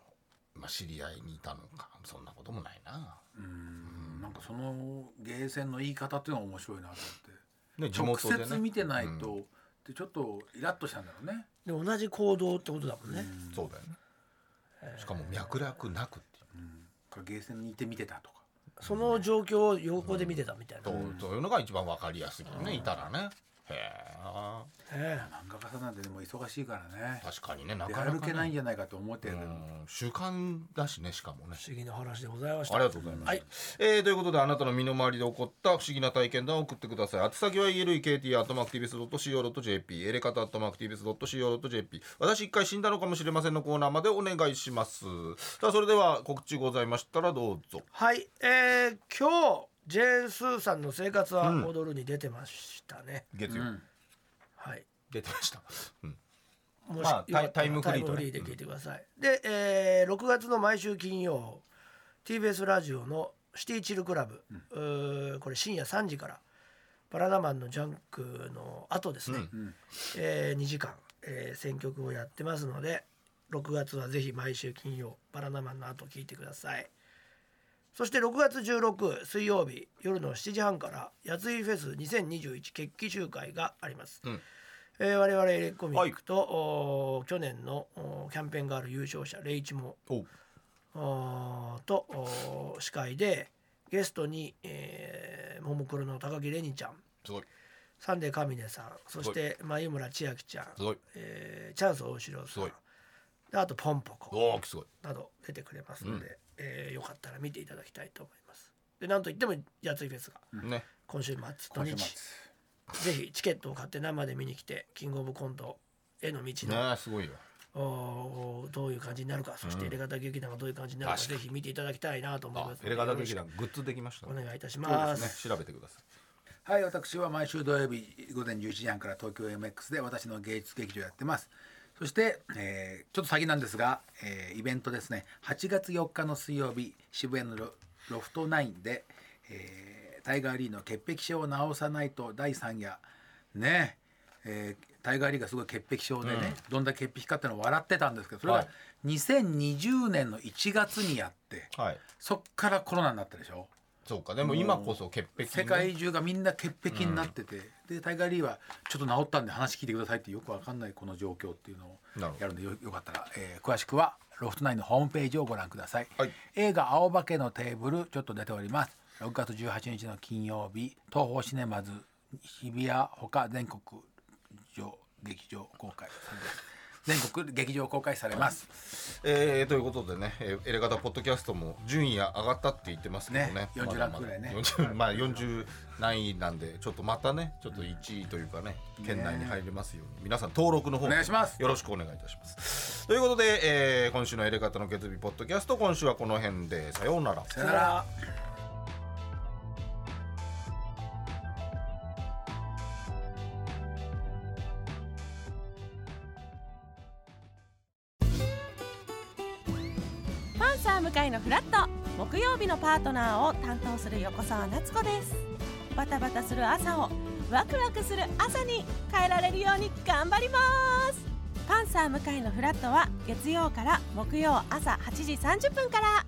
[SPEAKER 2] まあ、知り合いにいたのかそんなこともないな、
[SPEAKER 4] うんなんかそのゲーセンの言い方っていうのが面白いなと思
[SPEAKER 2] ね、地
[SPEAKER 4] って
[SPEAKER 2] 元で
[SPEAKER 4] 直接見てないと、でちょっとイラッとしたんだろうね
[SPEAKER 3] で同じ行動ってことだもんね、
[SPEAKER 2] うんそうだよねしかも脈絡なくっていう
[SPEAKER 4] かゲーセンにいて見てたとか
[SPEAKER 3] その状況を横で見てたみたいな、
[SPEAKER 2] そうそういうのが一番わかりやすいよね、いたらねへえ
[SPEAKER 3] え
[SPEAKER 4] 漫画家さんなんてでも忙しいからね
[SPEAKER 2] 確かにねな
[SPEAKER 4] 出
[SPEAKER 2] かな
[SPEAKER 4] 歩
[SPEAKER 2] か、
[SPEAKER 4] けないん
[SPEAKER 2] ね、
[SPEAKER 4] じゃないかと思ってる、
[SPEAKER 2] うん習慣だしねしかもね
[SPEAKER 3] 不思議な話でございました
[SPEAKER 2] ありがとうございます。
[SPEAKER 3] はい
[SPEAKER 2] えーということで、あなたの身の回りで起こった不思議な体験談を送ってください。宛先は elekt.mactvs.co.jp、エレカタ .mactvs.co.jp。私一回死んだのかもしれませんのコーナーまでお願いします。さあ、それでは告知ございましたらどうぞ。
[SPEAKER 3] はい、えー、今日ジェーン・スーさんの生活は踊るに出てましたね、
[SPEAKER 2] 月曜、
[SPEAKER 4] うん
[SPEAKER 3] はい
[SPEAKER 2] 出てました。うん。
[SPEAKER 3] もし
[SPEAKER 2] まあ
[SPEAKER 3] よかったら
[SPEAKER 2] タイタイムフリーとね
[SPEAKER 3] タイムフリーで聞いてください、で、えー、6月の毎週金曜 TBS ラジオの「シティチルクラブ」うーこれ深夜3時からバナナマンのジャンクの後ですね、
[SPEAKER 2] うん
[SPEAKER 3] えー2時間、えー選曲をやってますので6月はぜひ毎週金曜バナナマンの後聞いてくださいそして6月16水曜日夜の7時半から「やついフェス2021決起集会」があります、
[SPEAKER 2] うん
[SPEAKER 3] えー我々エレコミックと、おー去年のおーキャンペーンガール優勝者レイチモ
[SPEAKER 2] おう
[SPEAKER 3] おーとおー司会でゲストに、えー、ももクロの高木れにちゃん
[SPEAKER 2] すごい。
[SPEAKER 3] サンデー神音さんそして眉村千秋ちゃん
[SPEAKER 2] す、ごい。
[SPEAKER 3] えーチャンス大城
[SPEAKER 2] す
[SPEAKER 3] さん
[SPEAKER 2] ごい
[SPEAKER 3] であとポンポコ
[SPEAKER 2] おー、すごい。
[SPEAKER 3] など出てくれますので、
[SPEAKER 2] うん
[SPEAKER 3] えーよかったら見ていただきたいと思います。でなんといってもやついフェスが
[SPEAKER 2] ね。
[SPEAKER 3] 今週末土
[SPEAKER 4] 今週
[SPEAKER 3] 日
[SPEAKER 4] 末
[SPEAKER 3] ぜひチケットを買って生で見に来てキングオブコントへの道の
[SPEAKER 2] ねすごいよ。
[SPEAKER 3] おーどういう感じになるかそして入れ方劇団がどういう感じになるか、
[SPEAKER 2] 確か
[SPEAKER 3] ぜひ見ていただきたいなと思い
[SPEAKER 2] あ
[SPEAKER 3] ます、の
[SPEAKER 2] エ
[SPEAKER 3] で
[SPEAKER 2] レガタ劇
[SPEAKER 3] よ
[SPEAKER 2] 団グッズできました
[SPEAKER 3] ろしくお願いいたし
[SPEAKER 2] そう
[SPEAKER 3] ま
[SPEAKER 2] ですすね。調べてください。
[SPEAKER 4] はい私は毎週土曜日午前11時半から東京 MX で私の芸術劇場やってますそして、えーちょっと先なんですが、えーイベントですね8月4日の水曜日渋谷のロロフトナインで、えータイガー・リーの潔癖症を治さないと第3夜ねえータイガー・リーがすごい潔癖症でね、どんな潔癖かってのを笑ってたんですけどそれ
[SPEAKER 2] は
[SPEAKER 4] が
[SPEAKER 2] い
[SPEAKER 4] 2020年の1月にやって
[SPEAKER 2] はい。
[SPEAKER 4] そっからコロナになったでしょ
[SPEAKER 2] そうか、でも今こそ潔癖、ね。
[SPEAKER 4] 世界中がみんな潔癖になってて、でタイガー・リーは「ちょっと治ったんで話聞いてください」ってよくわかんないこの状況っていうのを
[SPEAKER 2] なるほど
[SPEAKER 4] やるんでよよかったら、えー詳しくはロフトナインのホームページをご覧ください、
[SPEAKER 2] はい
[SPEAKER 4] 映画「青化けのテーブル」ちょっと出ております6月18日の金曜日東宝シネマズ日比谷ほか全国上劇場公開されます全国劇場公開されます
[SPEAKER 2] えー、ということでね、えー、エレガタポッドキャストも順位が上がったって言ってますけどね
[SPEAKER 4] ね40
[SPEAKER 2] まだまだ
[SPEAKER 4] ランクぐらいね
[SPEAKER 2] 40まあ40何位なんでちょっとまたねちょっと1位というかね県内に入れますように皆さん登録の方
[SPEAKER 4] お願いします
[SPEAKER 2] よろしくお願いいたしますということで、えー、今週のエレガタの決意ポッドキャスト今週はこの辺でさようなら
[SPEAKER 4] さよなら
[SPEAKER 5] パンサー向かいのフラット木曜日のパートナーを担当する横澤夏子ですバタバタする朝をワクワクする朝に変えられるように頑張りますパンサー向かいのフラットは月曜から木曜朝8時30分から